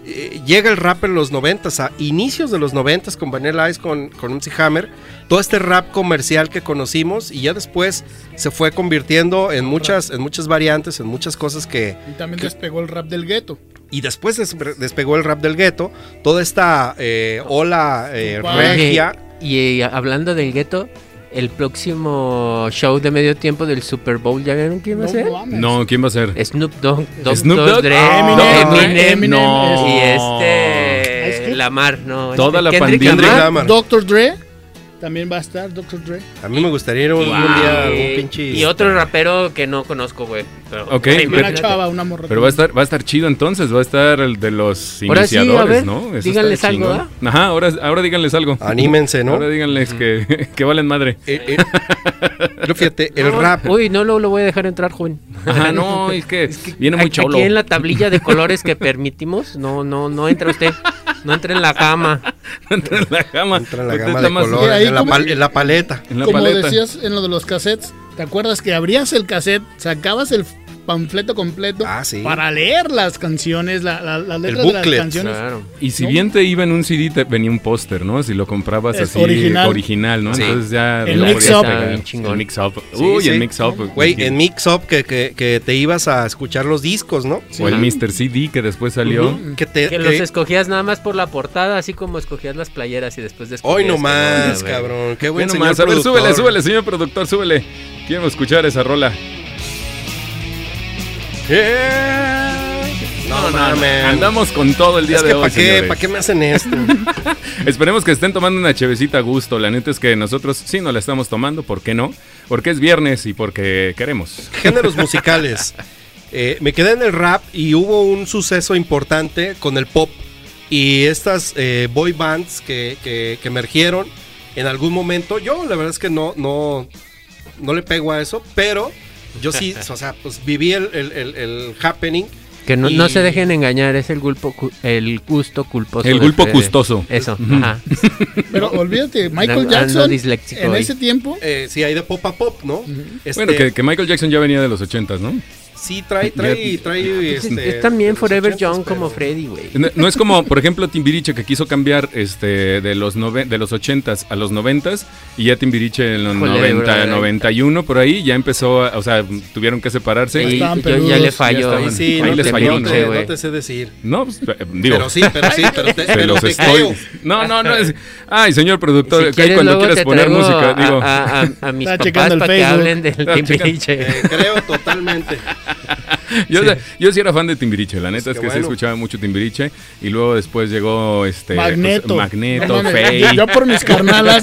[SPEAKER 2] eh, llega el rap en los 90, a inicios de los 90 con Vanilla Ice, con, con MC Hammer, todo este rap comercial que conocimos y ya después se fue convirtiendo en muchas, en muchas variantes, en muchas cosas que...
[SPEAKER 4] Y también despegó el rap del gueto.
[SPEAKER 2] Y después des- despegó el rap del gueto, toda esta eh, ola eh,
[SPEAKER 4] Oye,
[SPEAKER 2] regia.
[SPEAKER 3] Y, eh, hablando del gueto, el próximo show de medio tiempo del Super Bowl, ¿ya vieron quién va a ser?
[SPEAKER 4] mames.
[SPEAKER 1] No, ¿quién va a ser?
[SPEAKER 3] Snoop Dogg, Dr.
[SPEAKER 1] Snoop Eh, Dogg,
[SPEAKER 3] Dre,
[SPEAKER 1] Eminem,
[SPEAKER 3] Eminem,
[SPEAKER 4] Eminem,
[SPEAKER 1] no.
[SPEAKER 3] y
[SPEAKER 4] Ice
[SPEAKER 3] este
[SPEAKER 4] Cube.
[SPEAKER 3] Lamar, no,
[SPEAKER 1] Oh. Toda
[SPEAKER 3] este
[SPEAKER 1] la
[SPEAKER 3] Kendrick
[SPEAKER 1] pandilla.
[SPEAKER 3] Lamar.
[SPEAKER 2] Lamar.
[SPEAKER 4] Dr. Dre también va a estar, Dr. Dre.
[SPEAKER 2] A mí me gustaría ir un, un día a un pinche...
[SPEAKER 3] Y otro rapero que no conozco, güey. pero-
[SPEAKER 1] este. Ok,
[SPEAKER 3] Ay,
[SPEAKER 1] pero-
[SPEAKER 4] Una
[SPEAKER 3] imagínate.
[SPEAKER 4] chava, una morra.
[SPEAKER 1] Pero va a estar, va a estar chido entonces, va a estar el de los
[SPEAKER 3] Ahora sí, a
[SPEAKER 1] iniciadores,
[SPEAKER 3] ver,
[SPEAKER 1] ¿no? Eso
[SPEAKER 3] díganles
[SPEAKER 1] está
[SPEAKER 3] algo,
[SPEAKER 1] chingón. Ajá, ahora, ahora díganles algo.
[SPEAKER 2] Anímense, ¿no?
[SPEAKER 1] Ahora díganles que, que valen madre.
[SPEAKER 2] Eh, eh, pero fíjate, el
[SPEAKER 3] No,
[SPEAKER 2] rap.
[SPEAKER 3] Uy, no lo, lo voy a dejar entrar, joven.
[SPEAKER 1] Ajá, Ah, no, es que, viene
[SPEAKER 3] pues, Aquí-
[SPEAKER 1] muy cholo.
[SPEAKER 3] Aquí en la tablilla de colores que permitimos, no, no, no entra usted. No entra en la cama.
[SPEAKER 1] Entra en la gama.
[SPEAKER 2] Entra en la
[SPEAKER 1] Usted
[SPEAKER 2] gama
[SPEAKER 1] está
[SPEAKER 2] de
[SPEAKER 1] más
[SPEAKER 4] Y ahí
[SPEAKER 2] colores, en la,
[SPEAKER 4] como-
[SPEAKER 2] pal- en la paleta.
[SPEAKER 1] En la
[SPEAKER 4] Como
[SPEAKER 1] paleta.
[SPEAKER 4] decías en lo de los cassettes, ¿te acuerdas que abrías el cassette, sacabas el panfleto completo
[SPEAKER 2] Ah, sí.
[SPEAKER 4] para leer las canciones, la- la- las letras de las
[SPEAKER 2] booklet.
[SPEAKER 4] canciones?
[SPEAKER 3] Claro.
[SPEAKER 1] Y si bien te iba en un CD, te venía un póster, ¿no? Si lo comprabas
[SPEAKER 4] Es
[SPEAKER 1] así original,
[SPEAKER 4] original.
[SPEAKER 1] ¿no?
[SPEAKER 2] Sí.
[SPEAKER 1] Entonces ya
[SPEAKER 4] El
[SPEAKER 1] lo
[SPEAKER 4] mix
[SPEAKER 1] podías
[SPEAKER 4] up.
[SPEAKER 1] pegar.
[SPEAKER 3] Está bien Ah, chingón.
[SPEAKER 1] El mix up.
[SPEAKER 2] Sí,
[SPEAKER 1] Uy, el
[SPEAKER 2] sí.
[SPEAKER 1] mix up.
[SPEAKER 2] Güey, en Mix Up que, que- que te ibas a escuchar los discos, ¿no?
[SPEAKER 1] O el
[SPEAKER 4] Sí.
[SPEAKER 1] Mr. CD que después salió.
[SPEAKER 2] Que te.
[SPEAKER 3] Que
[SPEAKER 2] que-
[SPEAKER 3] los escogías nada más por la portada, así como escogías las playeras y después descogías.
[SPEAKER 2] Hoy
[SPEAKER 3] que no era,
[SPEAKER 2] nomás,
[SPEAKER 3] güey.
[SPEAKER 2] cabrón. Qué buen
[SPEAKER 1] Bueno,
[SPEAKER 2] señor
[SPEAKER 1] más, a ver,
[SPEAKER 2] productor.
[SPEAKER 1] súbele, súbele, señor productor, súbele. Quiero escuchar esa rola.
[SPEAKER 2] No, mames.
[SPEAKER 1] Andamos con todo el día
[SPEAKER 2] Es
[SPEAKER 1] de
[SPEAKER 2] que
[SPEAKER 1] hoy.
[SPEAKER 2] ¿para qué?
[SPEAKER 1] señores.
[SPEAKER 2] ¿Para qué me hacen esto?
[SPEAKER 1] Esperemos que estén tomando una chevecita a gusto. La neta es que nosotros sí nos la estamos tomando, ¿por qué no? Porque es viernes y porque queremos.
[SPEAKER 2] Géneros musicales. Eh, me quedé en el rap y hubo un suceso importante con el pop y estas eh, boy bands que, que- que emergieron en algún momento. Yo la verdad es que no, no, no le pego a eso, pero yo sí, o sea, pues viví el, el- el- el happening.
[SPEAKER 3] Que no,
[SPEAKER 2] Y-
[SPEAKER 3] no se dejen engañar, es el, gulpo, cu- el gusto culposo.
[SPEAKER 1] El
[SPEAKER 3] de
[SPEAKER 1] gulpo
[SPEAKER 3] Fede.
[SPEAKER 1] gustoso.
[SPEAKER 3] Eso, ajá.
[SPEAKER 4] Pero olvídate, Michael
[SPEAKER 3] Ando
[SPEAKER 4] Jackson
[SPEAKER 3] disléxico
[SPEAKER 4] en
[SPEAKER 3] hoy.
[SPEAKER 4] ese tiempo
[SPEAKER 2] Eh, sí, hay de pop a pop, ¿no? Este,
[SPEAKER 1] Bueno, que, que Michael Jackson ya venía de los ochentas, ¿no?
[SPEAKER 2] Sí, trae, trae,
[SPEAKER 1] Ya- Ah, pues,
[SPEAKER 2] trae.
[SPEAKER 3] Es-
[SPEAKER 2] este,
[SPEAKER 3] es también
[SPEAKER 2] de los
[SPEAKER 3] Forever
[SPEAKER 2] 80s,
[SPEAKER 3] Young como
[SPEAKER 2] pero-
[SPEAKER 3] Freddy, güey.
[SPEAKER 1] No, no es como, por ejemplo, Timbiriche que quiso cambiar este de los nove- de los 80s a los 90s y ya Timbiriche en los
[SPEAKER 3] Híjole,
[SPEAKER 1] 90,
[SPEAKER 3] brother.
[SPEAKER 1] 91 por ahí ya empezó, a- o sea, tuvieron que separarse.
[SPEAKER 3] Y
[SPEAKER 1] Y,
[SPEAKER 4] estaban
[SPEAKER 3] yo ya
[SPEAKER 4] peludos,
[SPEAKER 3] le
[SPEAKER 4] ya
[SPEAKER 3] fallo.
[SPEAKER 1] estaban.
[SPEAKER 2] Ahí sí,
[SPEAKER 1] Ahí
[SPEAKER 2] no
[SPEAKER 1] les
[SPEAKER 2] te-
[SPEAKER 1] falló,
[SPEAKER 2] no
[SPEAKER 1] güey.
[SPEAKER 2] te- no te sé decir.
[SPEAKER 1] no, pues, eh, digo,
[SPEAKER 2] Pero sí, pero sí, pero te,
[SPEAKER 1] se
[SPEAKER 2] pero
[SPEAKER 1] los
[SPEAKER 2] te
[SPEAKER 1] estoy.
[SPEAKER 2] creo.
[SPEAKER 1] No, no, no es. Ay, señor productor,
[SPEAKER 3] Si
[SPEAKER 1] ay, cuando
[SPEAKER 3] luego
[SPEAKER 1] quieras
[SPEAKER 3] te
[SPEAKER 1] poner
[SPEAKER 3] traigo
[SPEAKER 1] música,
[SPEAKER 3] a-
[SPEAKER 1] digo.
[SPEAKER 3] A, a- a mis
[SPEAKER 4] Está
[SPEAKER 3] papás
[SPEAKER 4] checando el
[SPEAKER 3] para que
[SPEAKER 4] Facebook.
[SPEAKER 3] hablen del
[SPEAKER 1] Está checando-
[SPEAKER 3] Timbiriche.
[SPEAKER 2] Te Eh, creo totalmente.
[SPEAKER 1] Yo, sí. yo sí era fan de Timbiriche, la neta
[SPEAKER 2] Pues
[SPEAKER 1] es
[SPEAKER 2] qué
[SPEAKER 1] que sí
[SPEAKER 2] bueno.
[SPEAKER 1] escuchaba mucho Timbiriche y luego después llegó este
[SPEAKER 4] Magneto.
[SPEAKER 1] pues, Magneto,
[SPEAKER 4] No mames,
[SPEAKER 1] Faye.
[SPEAKER 4] Yo, yo por mis carnalas,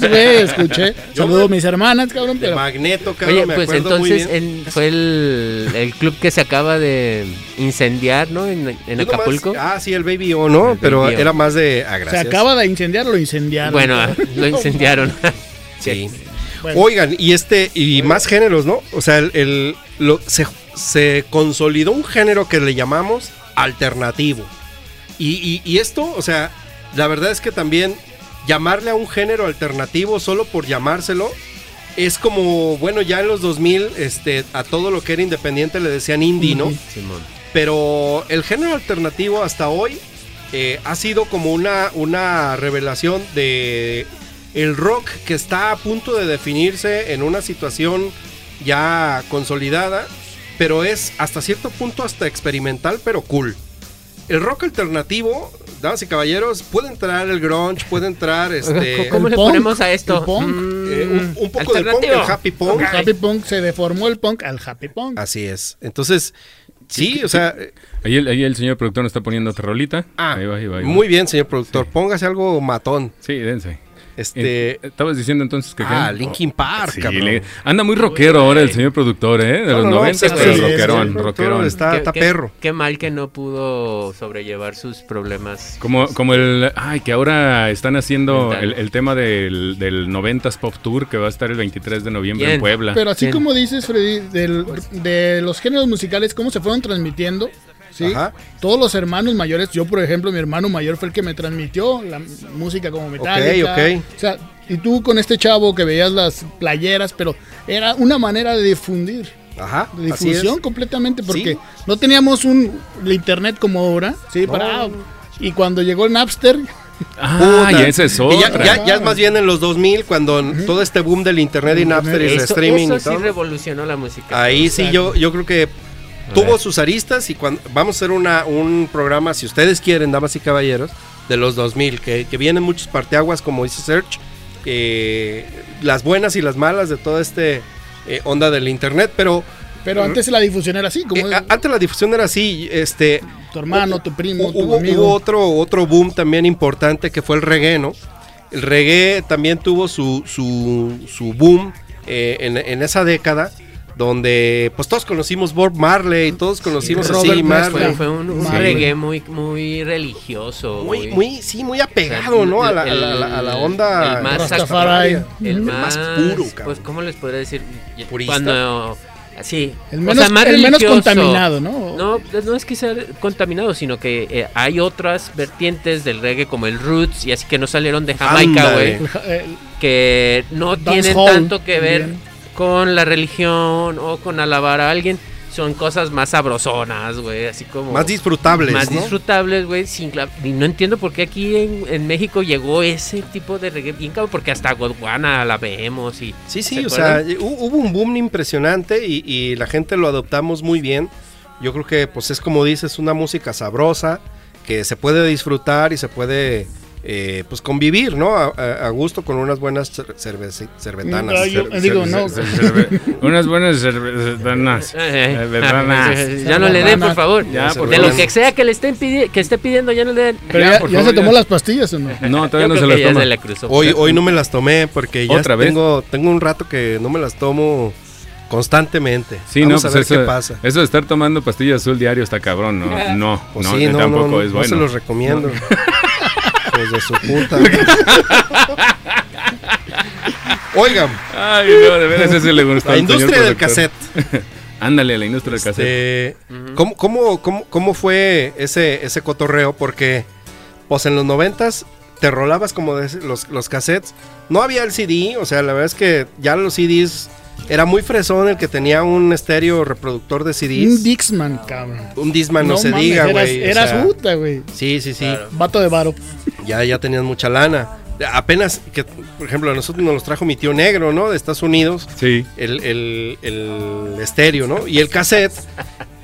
[SPEAKER 4] güey, escuché. Saludo a mis hermanas, cabrón,
[SPEAKER 2] De
[SPEAKER 4] pero
[SPEAKER 2] Magneto, cabrón,
[SPEAKER 3] Oye,
[SPEAKER 2] me
[SPEAKER 3] pues
[SPEAKER 2] acuerdo muy
[SPEAKER 3] entonces
[SPEAKER 2] bien.
[SPEAKER 3] él fue el, el club que se acaba de incendiar, ¿no? En, en
[SPEAKER 2] Yo nomás-
[SPEAKER 3] Acapulco.
[SPEAKER 2] ah, sí, el Baby O, ¿no?
[SPEAKER 3] El
[SPEAKER 2] pero
[SPEAKER 3] Baby O.
[SPEAKER 2] era más de... Ah,
[SPEAKER 4] se
[SPEAKER 2] gracias.
[SPEAKER 4] acaba de incendiar, lo incendiaron.
[SPEAKER 3] bueno, lo incendiaron.
[SPEAKER 2] Sí.
[SPEAKER 4] Bueno.
[SPEAKER 2] Oigan, y este, y más géneros, ¿no? O sea, el, el- lo- se, se consolidó un género que le llamamos alternativo. Y, y- y esto, o sea, la verdad es que también llamarle a un género alternativo solo por llamárselo, es como, bueno, ya en los 2000 este, a todo lo que era independiente le decían indie, ¿no?
[SPEAKER 3] Simón.
[SPEAKER 2] Pero el género alternativo hasta hoy eh, ha sido como una, una revelación de el rock que está a punto de definirse en una situación ya consolidada, pero es hasta cierto punto hasta experimental, pero cool. El rock alternativo, damas y caballeros, puede entrar el grunge, puede entrar este...
[SPEAKER 3] ¿Cómo
[SPEAKER 4] El
[SPEAKER 3] le
[SPEAKER 4] punk,
[SPEAKER 3] ponemos a esto?
[SPEAKER 4] el punk.
[SPEAKER 3] Mm,
[SPEAKER 2] Eh, un, un poco de punk,
[SPEAKER 3] alternativo.
[SPEAKER 2] el happy punk.
[SPEAKER 4] El happy punk se deformó el punk al happy
[SPEAKER 3] Ah,
[SPEAKER 4] punk.
[SPEAKER 2] Así es. Entonces, sí, o sea, eh,
[SPEAKER 1] Ahí el, ahí el señor productor nos está poniendo otra rolita.
[SPEAKER 2] ah,
[SPEAKER 1] ahí va, ahí va, ahí va.
[SPEAKER 2] muy bien, señor productor, póngase algo matón.
[SPEAKER 1] Sí, dense.
[SPEAKER 2] Este,
[SPEAKER 1] Eh, Estabas diciendo entonces que...
[SPEAKER 2] ah,
[SPEAKER 1] que-
[SPEAKER 2] Linkin Park,
[SPEAKER 1] Sí,
[SPEAKER 2] cabrón.
[SPEAKER 1] le- anda muy rockero ahora el señor productor, ¿eh? De
[SPEAKER 2] No,
[SPEAKER 1] los
[SPEAKER 2] no, no,
[SPEAKER 1] 90,
[SPEAKER 2] pues,
[SPEAKER 1] pero
[SPEAKER 4] sí, sí,
[SPEAKER 1] rockerón,
[SPEAKER 2] sí, sí,
[SPEAKER 1] rockerón.
[SPEAKER 2] está-
[SPEAKER 3] qué-
[SPEAKER 2] está
[SPEAKER 3] qué-
[SPEAKER 2] perro.
[SPEAKER 3] Qué mal que no pudo sobrellevar sus problemas.
[SPEAKER 1] Como, como el... Ay, que ahora están haciendo
[SPEAKER 3] Mental.
[SPEAKER 1] el, el tema del, del 90s Pop Tour que va a estar el 23 de noviembre en
[SPEAKER 3] Bien.
[SPEAKER 1] Puebla.
[SPEAKER 4] Pero así
[SPEAKER 3] Bien.
[SPEAKER 4] como dices, Freddy, del- de los géneros musicales, cómo se fueron transmitiendo, ¿sí?
[SPEAKER 2] Ajá.
[SPEAKER 4] Todos los hermanos mayores, yo por ejemplo, mi hermano mayor fue el que me transmitió la música como metálica.
[SPEAKER 2] ok.
[SPEAKER 4] O sea, y tú con este chavo que veías las playeras, pero era una manera de difundir.
[SPEAKER 2] Ajá,
[SPEAKER 4] de
[SPEAKER 2] así es.
[SPEAKER 4] difusión completamente porque
[SPEAKER 2] Sí.
[SPEAKER 4] no teníamos un el internet como ahora, sí,
[SPEAKER 2] No.
[SPEAKER 4] para y cuando llegó el Napster,
[SPEAKER 1] ah,
[SPEAKER 2] Puta.
[SPEAKER 1] y esa es
[SPEAKER 2] Y ya-
[SPEAKER 1] otra.
[SPEAKER 2] ya, ya es más bien en los 2000 cuando todo este boom del internet y Napster y el
[SPEAKER 3] Eso,
[SPEAKER 2] streaming
[SPEAKER 3] eso
[SPEAKER 2] y
[SPEAKER 3] sí
[SPEAKER 2] todo.
[SPEAKER 3] revolucionó la música.
[SPEAKER 2] Ahí sí yo, yo creo que tuvo
[SPEAKER 3] ver.
[SPEAKER 2] sus aristas y cuando vamos a hacer una, un programa, si ustedes quieren, damas y caballeros, de los 2000, que, que vienen muchos parteaguas, como dice Search, eh, las buenas y las malas de toda este eh, onda del internet, pero
[SPEAKER 4] pero antes la difusión era así, como
[SPEAKER 2] eh, a- antes la difusión era así, este...
[SPEAKER 4] tu hermano, tu primo, tu
[SPEAKER 2] Hubo, hubo
[SPEAKER 4] amigo.
[SPEAKER 2] otro, otro boom también importante que fue el reggae, ¿no? El reggae también tuvo su, su, su boom eh, en, en esa década, donde pues todos conocimos Bob Marley, todos conocimos así
[SPEAKER 4] Robert Plant.
[SPEAKER 2] Marley.
[SPEAKER 3] pues, Fue, fue un, un
[SPEAKER 4] Sí.
[SPEAKER 3] reggae muy, muy religioso.
[SPEAKER 2] Muy, muy, sí, muy apegado, ¿no? A la, a la- a la- a la onda
[SPEAKER 3] el más
[SPEAKER 4] Rastafari.
[SPEAKER 3] El
[SPEAKER 2] El
[SPEAKER 3] más,
[SPEAKER 2] más puro, cabrón.
[SPEAKER 3] Pues, ¿cómo les podría decir?
[SPEAKER 2] Purista.
[SPEAKER 3] Cuando. Así.
[SPEAKER 4] El menos- el menos contaminado, ¿no?
[SPEAKER 3] No, no es que sea contaminado, sino que eh, hay otras vertientes del reggae como el roots y así que no salieron de Jamaica,
[SPEAKER 2] Ándale.
[SPEAKER 3] güey.
[SPEAKER 4] Eh,
[SPEAKER 3] Que no
[SPEAKER 4] Dancehall
[SPEAKER 3] tienen tanto que ver
[SPEAKER 4] también.
[SPEAKER 3] con la religión o con alabar a alguien. Son cosas más sabrosonas, güey. Así como.
[SPEAKER 2] más disfrutables,
[SPEAKER 3] Más
[SPEAKER 2] ¿no?
[SPEAKER 3] disfrutables, güey. sin cla- y no entiendo por qué aquí en, en México llegó ese tipo de reggae bien cabrón, porque hasta Godwana la vemos y. eh,
[SPEAKER 2] Sí, sí,
[SPEAKER 3] ¿se
[SPEAKER 2] o sea,
[SPEAKER 3] acuerdan?
[SPEAKER 2] hu- hubo un boom impresionante y, y la gente lo adoptamos muy bien. Yo creo que, pues es como dices, una música sabrosa que se puede disfrutar y se puede, eh, pues convivir, ¿no? A, a- a gusto con unas buenas cer- cerveci- cervetanas.
[SPEAKER 4] Ay, yo-
[SPEAKER 2] Cer-
[SPEAKER 4] digo,
[SPEAKER 2] cer-
[SPEAKER 4] no.
[SPEAKER 2] cer-
[SPEAKER 1] Unas buenas cervetanas.
[SPEAKER 3] Eh, eh,
[SPEAKER 1] Cervetanas.
[SPEAKER 3] eh, ya no le den, por favor.
[SPEAKER 1] Ya, por
[SPEAKER 3] de
[SPEAKER 1] favor.
[SPEAKER 3] lo que sea que le estén pidi- que esté pidiendo, ya no le den.
[SPEAKER 4] Pero
[SPEAKER 1] Ya,
[SPEAKER 4] ya,
[SPEAKER 1] por
[SPEAKER 4] ya
[SPEAKER 1] favor,
[SPEAKER 4] se tomó
[SPEAKER 1] ya.
[SPEAKER 4] las pastillas o no?
[SPEAKER 1] No,
[SPEAKER 3] Yo
[SPEAKER 1] todavía no
[SPEAKER 3] creo
[SPEAKER 1] se
[SPEAKER 3] que
[SPEAKER 1] las
[SPEAKER 3] ya
[SPEAKER 1] toma.
[SPEAKER 3] se la cruzó.
[SPEAKER 2] Hoy, hoy no me las tomé porque ya
[SPEAKER 1] ¿Otra vez?
[SPEAKER 2] tengo, tengo un rato que no me las tomo constantemente.
[SPEAKER 1] Sí,
[SPEAKER 2] Vamos
[SPEAKER 1] no,
[SPEAKER 2] a
[SPEAKER 1] pues
[SPEAKER 2] ver
[SPEAKER 1] eso,
[SPEAKER 2] qué pasa.
[SPEAKER 1] eso de estar tomando pastilla azul diario está cabrón, ¿no? No,
[SPEAKER 2] Pues
[SPEAKER 1] no,
[SPEAKER 2] sí, no, no,
[SPEAKER 1] tampoco
[SPEAKER 2] no,
[SPEAKER 1] es
[SPEAKER 2] no
[SPEAKER 1] bueno.
[SPEAKER 2] se los recomiendo. Pues de su puta. Oigan,
[SPEAKER 1] Ay, no, de veras ese le gustó.
[SPEAKER 2] la
[SPEAKER 1] al señor
[SPEAKER 2] industria del
[SPEAKER 1] productor.
[SPEAKER 2] cassette.
[SPEAKER 1] Ándale, la industria del cassette.
[SPEAKER 2] Este, ¿cómo, cómo, cómo, cómo fue ese, ese cotorreo? Porque, pues en los noventas te rolabas como de los, los cassettes. No había el CD, o sea, la verdad es que ya los CDs era muy fresón el que tenía un estéreo reproductor de
[SPEAKER 4] Un
[SPEAKER 2] CDs.
[SPEAKER 4] Dixman, cabrón.
[SPEAKER 2] un Disman no, se
[SPEAKER 4] mames,
[SPEAKER 2] diga,
[SPEAKER 4] eras-
[SPEAKER 2] güey. o
[SPEAKER 4] Eras
[SPEAKER 2] sea,
[SPEAKER 4] puta, güey.
[SPEAKER 2] Sí, Pues sí, sí.
[SPEAKER 4] Vato de varo.
[SPEAKER 2] ya, ya tenían mucha lana. Apenas que, por ejemplo, a nosotros nos los trajo mi tío negro, ¿no? De Estados Unidos,
[SPEAKER 1] Sí.
[SPEAKER 2] el, el- el estéreo, ¿no? Y el cassette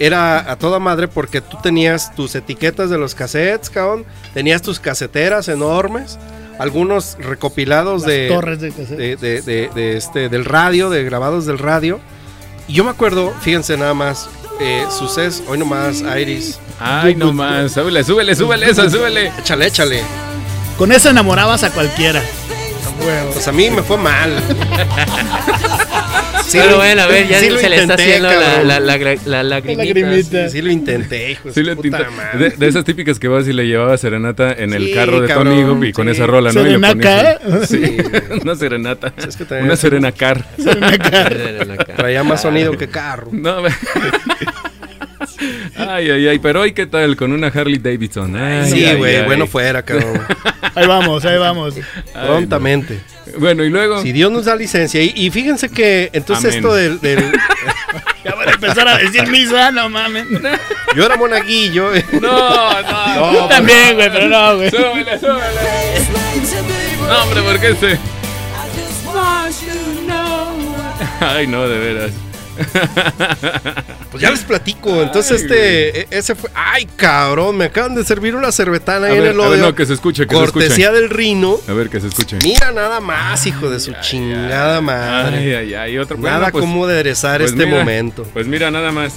[SPEAKER 2] era a toda madre porque tú tenías tus etiquetas de los cassettes, cabrón. Tenías tus caseteras enormes, algunos recopilados
[SPEAKER 4] Las
[SPEAKER 2] de,
[SPEAKER 4] torres de cassette.
[SPEAKER 2] de, de- de- de este, del radio, de grabados del radio. Y yo me acuerdo, fíjense nada más, eh, suceso, hoy nomás, Iris.
[SPEAKER 1] Ay, no más. Súbele, súbele, súbele esa, súbele.
[SPEAKER 2] Échale, échale.
[SPEAKER 4] Con esa enamorabas a cualquiera. Huevo.
[SPEAKER 2] Pues a mí me fue mal. Sí
[SPEAKER 3] Pero
[SPEAKER 2] lo-
[SPEAKER 3] bueno, a ver, ya
[SPEAKER 2] sí
[SPEAKER 3] se
[SPEAKER 2] lo
[SPEAKER 3] le está
[SPEAKER 2] intenté,
[SPEAKER 3] haciendo la,
[SPEAKER 2] cabrón.
[SPEAKER 3] la, la, gra- la lagrimita.
[SPEAKER 4] lagrimita.
[SPEAKER 2] Sí, sí lo intenté, hijo. de
[SPEAKER 1] Sí,
[SPEAKER 2] su
[SPEAKER 1] le
[SPEAKER 2] puta
[SPEAKER 1] tinta-
[SPEAKER 2] madre.
[SPEAKER 1] de, de esas típicas que vas y le llevabas serenata en el
[SPEAKER 2] Sí,
[SPEAKER 1] carro de tu
[SPEAKER 2] cabrón,
[SPEAKER 1] amigo y con
[SPEAKER 2] sí.
[SPEAKER 1] esa rola, ¿no? Y le
[SPEAKER 4] Serenaca,
[SPEAKER 1] ponías- Sí,
[SPEAKER 2] Sí.
[SPEAKER 1] una serenata.
[SPEAKER 2] Es que también-
[SPEAKER 1] Una serenacar.
[SPEAKER 2] Traía más sonido que carro.
[SPEAKER 1] No, ve- ay, ay, ay, pero hoy qué tal con una Harley Davidson. Ay,
[SPEAKER 2] Sí,
[SPEAKER 1] ay,
[SPEAKER 2] güey,
[SPEAKER 1] ay.
[SPEAKER 2] bueno fuera, cabrón.
[SPEAKER 4] Ahí ¿eh? vamos, ahí vamos.
[SPEAKER 1] Ay, no.
[SPEAKER 2] Prontamente.
[SPEAKER 1] Bueno, y luego.
[SPEAKER 2] Si Dios nos da licencia. Y, y fíjense que, entonces
[SPEAKER 1] Amén.
[SPEAKER 2] esto del... del-
[SPEAKER 4] Ya van a empezar a decir misa, no mames.
[SPEAKER 2] yo era monaguillo. eh,
[SPEAKER 1] No, no.
[SPEAKER 2] No,
[SPEAKER 1] no
[SPEAKER 2] pues-
[SPEAKER 4] También, güey, pero no, güey.
[SPEAKER 1] Súbele, súbele. No, hombre, ¿por qué este? Ay, no, de veras.
[SPEAKER 2] Pues ya les platico. Entonces,
[SPEAKER 1] Ay,
[SPEAKER 2] este, e- ese fue. Ay, cabrón, me acaban de servir una cervetana
[SPEAKER 1] A
[SPEAKER 2] ahí en
[SPEAKER 1] ver,
[SPEAKER 2] el
[SPEAKER 1] a ver,
[SPEAKER 2] odio.
[SPEAKER 1] no, que se escuche, que se escuche.
[SPEAKER 2] cortesía del Rino.
[SPEAKER 1] A ver, que se escuche.
[SPEAKER 2] Mira nada más, hijo de su chingada madre.
[SPEAKER 1] Ay, ay, ay, otro
[SPEAKER 2] nada
[SPEAKER 1] bueno, pues-
[SPEAKER 2] como aderezar
[SPEAKER 1] pues
[SPEAKER 2] este
[SPEAKER 1] mira,
[SPEAKER 2] momento.
[SPEAKER 1] Pues mira, nada más.